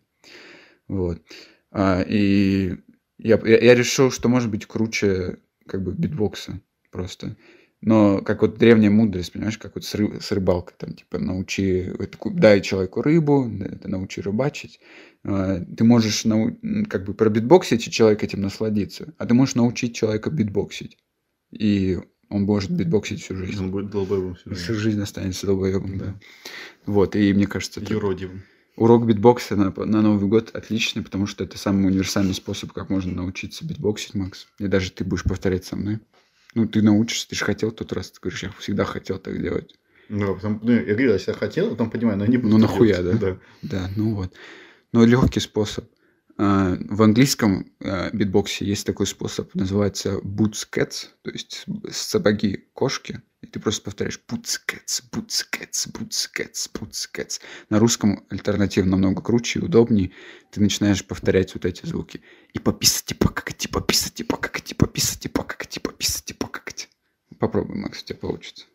[SPEAKER 3] Вот. А, и я, я- я решил, что может быть круче как бы битбокса просто. Но как вот древняя мудрость, понимаешь, как вот с, ры- с рыбалкой, там, типа, научи, вот ку- дай человеку рыбу, да, это научи рыбачить. А, Ты можешь, нау- м, как бы, пробитбоксить, и человек этим насладится, а ты можешь научить человека битбоксить. И он может битбоксить всю жизнь.
[SPEAKER 2] Он будет долбоевым всю
[SPEAKER 3] И Всю
[SPEAKER 2] жизнь.
[SPEAKER 3] жизнь останется долбоебом,
[SPEAKER 2] Да.
[SPEAKER 3] да. Вот, и мне кажется, это-
[SPEAKER 2] Юродивым.
[SPEAKER 3] урок битбокса на, на Новый год отличный, потому что это самый универсальный способ, как можно научиться битбоксить, Макс. И даже ты будешь повторять со мной. Ну, ты научишься, ты же хотел тот раз, ты говоришь, я всегда хотел так делать.
[SPEAKER 2] Ну, а потом, ну, я говорю, я себя хотел, а потом понимаю, но не буду.
[SPEAKER 3] Ну,
[SPEAKER 2] так
[SPEAKER 3] нахуя,
[SPEAKER 2] делать.
[SPEAKER 3] да? Да, ну вот. Но легкий способ. А, В английском а, битбоксе есть такой способ, называется boots cats, то есть сапоги кошки. И ты просто повторяешь boots cats, boots cats, boots cats, boots cats. На русском альтернатива намного круче и удобнее. Ты начинаешь повторять вот эти звуки. И пописать, и покакать, и пописать, и покакать, и пописать, и покакать, и пописать, и покакать. Попробуй, Макс, у тебя получится.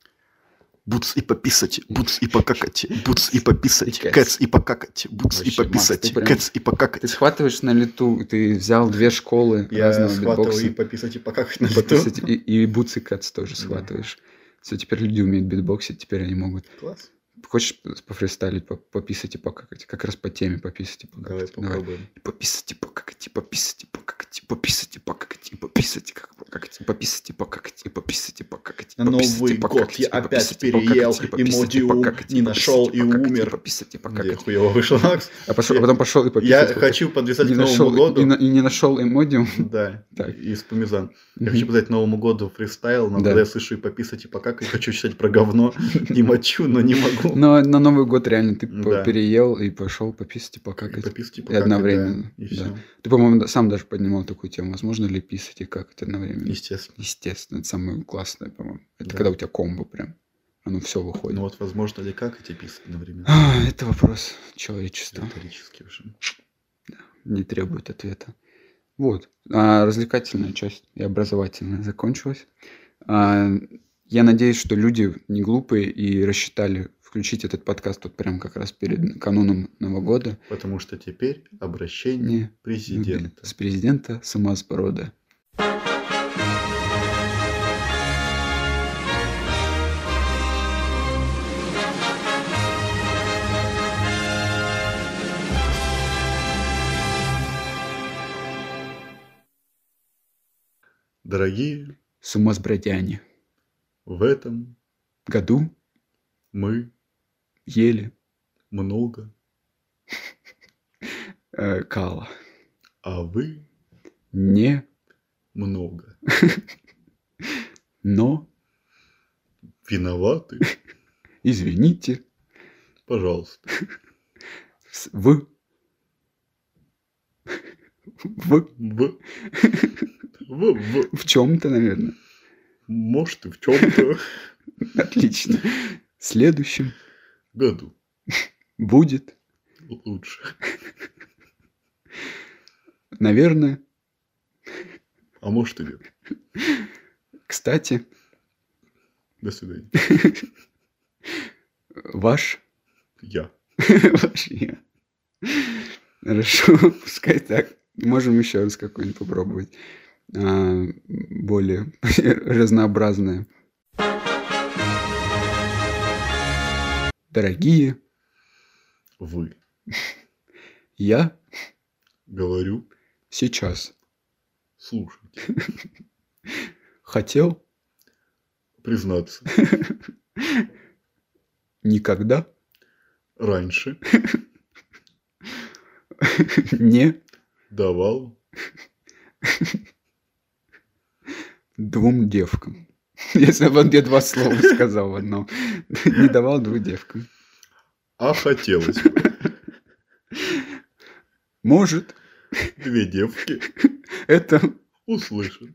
[SPEAKER 6] Буц и пописать, буц и покакать, буц и пописать,
[SPEAKER 3] И кэц.
[SPEAKER 6] кэц и покакать, буц и
[SPEAKER 3] Вообще, Макс, ты
[SPEAKER 6] пописать,
[SPEAKER 3] прям-
[SPEAKER 6] кэц и
[SPEAKER 3] Ты
[SPEAKER 6] покакать.
[SPEAKER 3] схватываешь на лету, ты взял две школы
[SPEAKER 2] Я
[SPEAKER 3] разного
[SPEAKER 2] схватывал
[SPEAKER 3] битбокса.
[SPEAKER 2] и пописать, и покакать на
[SPEAKER 3] Пописать,
[SPEAKER 2] лету.
[SPEAKER 3] и, и бутсы кац тоже
[SPEAKER 2] Да.
[SPEAKER 3] схватываешь. Все, теперь люди умеют битбоксить, теперь они могут.
[SPEAKER 2] Класс.
[SPEAKER 3] Хочешь пофристайлить, по- пописать и покакать? Как раз по теме пописать и
[SPEAKER 2] Давай
[SPEAKER 3] покакать.
[SPEAKER 2] попробуем.
[SPEAKER 3] И Пописать и покакать, и пописать и покакать, и пописать и покакать, и пописать и как- покакать, и пописать и покакать, и пописать и покакать, и
[SPEAKER 2] На
[SPEAKER 3] пописать и
[SPEAKER 2] Новый год
[SPEAKER 3] покакать,
[SPEAKER 2] я
[SPEAKER 3] и пописать
[SPEAKER 2] опять
[SPEAKER 3] и покакать,
[SPEAKER 2] переел,
[SPEAKER 3] и
[SPEAKER 2] и
[SPEAKER 3] пописать и
[SPEAKER 2] модиум
[SPEAKER 3] покакать, и
[SPEAKER 2] не
[SPEAKER 3] пописать
[SPEAKER 2] нашел и
[SPEAKER 3] покакать,
[SPEAKER 2] умер.
[SPEAKER 3] пописать и
[SPEAKER 2] Где
[SPEAKER 3] покакать.
[SPEAKER 2] хуево вышло, Макс?
[SPEAKER 3] А пошел- а
[SPEAKER 2] Я-
[SPEAKER 3] потом пошел и
[SPEAKER 2] Я
[SPEAKER 3] пописать. вот
[SPEAKER 2] хочу
[SPEAKER 3] это.
[SPEAKER 2] подвязать
[SPEAKER 3] не
[SPEAKER 2] к Новому
[SPEAKER 3] нашел, и,
[SPEAKER 2] году.
[SPEAKER 3] на- и не нашел эмодиум.
[SPEAKER 2] Да,
[SPEAKER 3] Так.
[SPEAKER 2] и с Пумизан. Я
[SPEAKER 3] Мгм.
[SPEAKER 2] хочу подать Новому году фристайл, но
[SPEAKER 3] Да.
[SPEAKER 2] когда я слышу и пописать, и покакать, хочу читать про говно, не мочу, но не могу.
[SPEAKER 3] Но на Новый год реально ты по-
[SPEAKER 2] Да.
[SPEAKER 3] переел и пошел пописать типа, и
[SPEAKER 2] И
[SPEAKER 3] покакать.
[SPEAKER 2] пописать, и
[SPEAKER 3] одновременно,
[SPEAKER 2] да, и
[SPEAKER 3] да.
[SPEAKER 2] все.
[SPEAKER 3] Ты, по-моему, да- сам даже поднимал такую тему. Возможно ли писать и как это
[SPEAKER 2] Естественно.
[SPEAKER 3] Естественно, это самое классное, по-моему. Это
[SPEAKER 2] Да.
[SPEAKER 3] когда у тебя комбо прям. Оно все выходит.
[SPEAKER 2] Ну вот, возможно ли как эти писать одновременно?
[SPEAKER 3] А, это вопрос человечества.
[SPEAKER 2] Риторически уже.
[SPEAKER 3] Не требует ответа. Вот. А развлекательная часть и образовательная закончилась. А, я надеюсь, что люди не глупые и рассчитали включить этот подкаст вот прям как раз перед кануном Нового года.
[SPEAKER 2] Потому что теперь обращение
[SPEAKER 3] Не
[SPEAKER 2] президента.
[SPEAKER 3] С президента сумасброда.
[SPEAKER 2] Дорогие,
[SPEAKER 3] Сумасбродяне.
[SPEAKER 2] в этом
[SPEAKER 3] Году
[SPEAKER 2] мы
[SPEAKER 3] ели
[SPEAKER 2] много,
[SPEAKER 3] э, кала.
[SPEAKER 2] а вы
[SPEAKER 3] Не,
[SPEAKER 2] много.
[SPEAKER 3] но,
[SPEAKER 2] Виноваты,
[SPEAKER 3] извините,
[SPEAKER 2] пожалуйста.
[SPEAKER 3] с- в... В,
[SPEAKER 2] В, в, в.
[SPEAKER 3] в чем-то, наверное.
[SPEAKER 2] может и в чем-то
[SPEAKER 3] Отлично. В следующем
[SPEAKER 2] году
[SPEAKER 3] будет,
[SPEAKER 2] лучше.
[SPEAKER 3] наверное,
[SPEAKER 2] А может и нет.
[SPEAKER 3] кстати,
[SPEAKER 2] До свидания.
[SPEAKER 3] ваш...
[SPEAKER 2] Я.
[SPEAKER 3] ваш я. Хорошо, пускай так. Можем еще раз какой-нибудь попробовать. а, более разнообразное. Дорогие,
[SPEAKER 2] Вы.
[SPEAKER 3] я
[SPEAKER 2] Говорю,
[SPEAKER 3] сейчас
[SPEAKER 2] слушайте.
[SPEAKER 3] хотел
[SPEAKER 2] Признаться,
[SPEAKER 3] никогда
[SPEAKER 2] раньше
[SPEAKER 3] не
[SPEAKER 2] давал
[SPEAKER 3] двум девкам. Если бы я два слова сказал в одном. Не давал двум девкам.
[SPEAKER 2] А хотелось бы.
[SPEAKER 3] Может,
[SPEAKER 2] Две девки
[SPEAKER 3] это
[SPEAKER 2] услышат,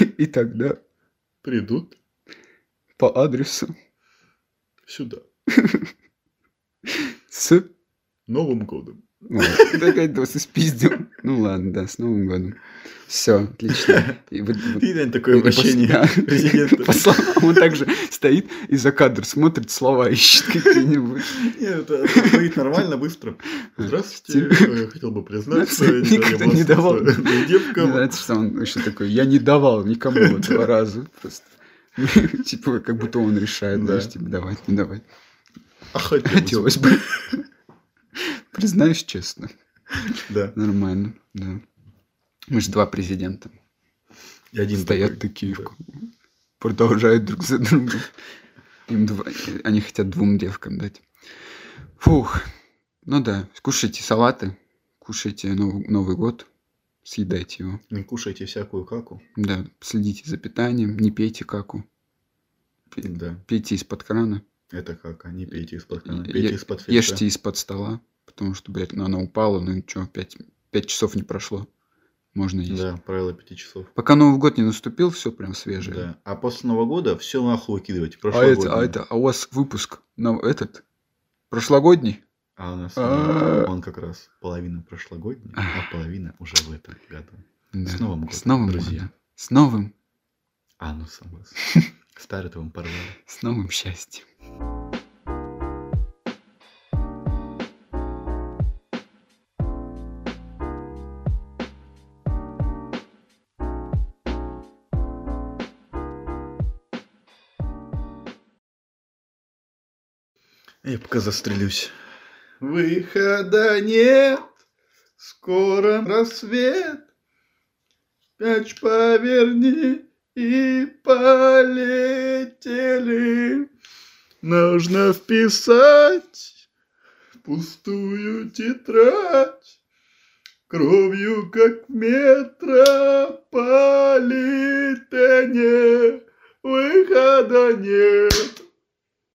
[SPEAKER 3] и тогда
[SPEAKER 2] придут
[SPEAKER 3] по адресу
[SPEAKER 2] сюда.
[SPEAKER 3] с
[SPEAKER 2] Новым годом.
[SPEAKER 3] Вот. Так это спиздил. Ну ладно, да, с Новым годом. Все, отлично. И вот- вот-
[SPEAKER 2] И реально такое
[SPEAKER 3] и пос-
[SPEAKER 2] обращение
[SPEAKER 3] да.
[SPEAKER 2] президента.
[SPEAKER 3] По словам, он также стоит и за кадр смотрит, слова ищет какие-нибудь.
[SPEAKER 2] Нет, это говорит нормально, быстро. Здравствуйте, э, хотел бы признаться,
[SPEAKER 3] Никогда не давал.
[SPEAKER 2] Две
[SPEAKER 3] Мне
[SPEAKER 2] девкам.
[SPEAKER 3] нравится, что он еще такой, я не давал никому вот два раза. Просто. Типа, как будто он решает,
[SPEAKER 2] Да.
[SPEAKER 3] знаешь, типа, давать, не давать.
[SPEAKER 2] А хотелось
[SPEAKER 3] Хотелось бы. Признаюсь честно.
[SPEAKER 2] бы. Да.
[SPEAKER 3] Нормально, да. Мы же два президента.
[SPEAKER 2] И один
[SPEAKER 3] стоят
[SPEAKER 2] такой.
[SPEAKER 3] такие, в ку- продолжают друг за другом. Им два- они хотят двум девкам дать. Фух, ну да, кушайте салаты, кушайте Нов- Новый год, съедайте его.
[SPEAKER 2] Не кушайте всякую каку.
[SPEAKER 3] Да, следите за питанием, не пейте каку, Пи-
[SPEAKER 2] Да,
[SPEAKER 3] пейте из-под крана,
[SPEAKER 2] это кака. Не пейте из-под крана.
[SPEAKER 3] Е-
[SPEAKER 2] Пейте из-под фельдша.
[SPEAKER 3] ешьте из-под стола, потому что, блядь, ну она упала, ну ничего, пять, пять часов не прошло, можно есть.
[SPEAKER 2] Да, правило пяти часов.
[SPEAKER 3] Пока Новый год не наступил, все прям свежее.
[SPEAKER 2] Да. А после Нового года все нахуй выкидывайте.
[SPEAKER 3] А это, а
[SPEAKER 2] Прошлогоднее.
[SPEAKER 3] это, а у вас выпуск на этот прошлогодний?
[SPEAKER 2] А у нас
[SPEAKER 3] А.
[SPEAKER 2] он как раз половина прошлогодний, а половина уже в этом году. С
[SPEAKER 3] Да.
[SPEAKER 2] Новым годом,
[SPEAKER 3] С новым
[SPEAKER 2] друзья.
[SPEAKER 3] годом. С новым,
[SPEAKER 2] А, ну сам вас. Старый-то вам порвал.
[SPEAKER 3] с новым счастьем.
[SPEAKER 2] Я пока застрелюсь. Выхода нет, скоро рассвет. Мяч поверни и полетели. Нужно вписать в пустую тетрадь. Кровью, как метрополитене, выхода нет.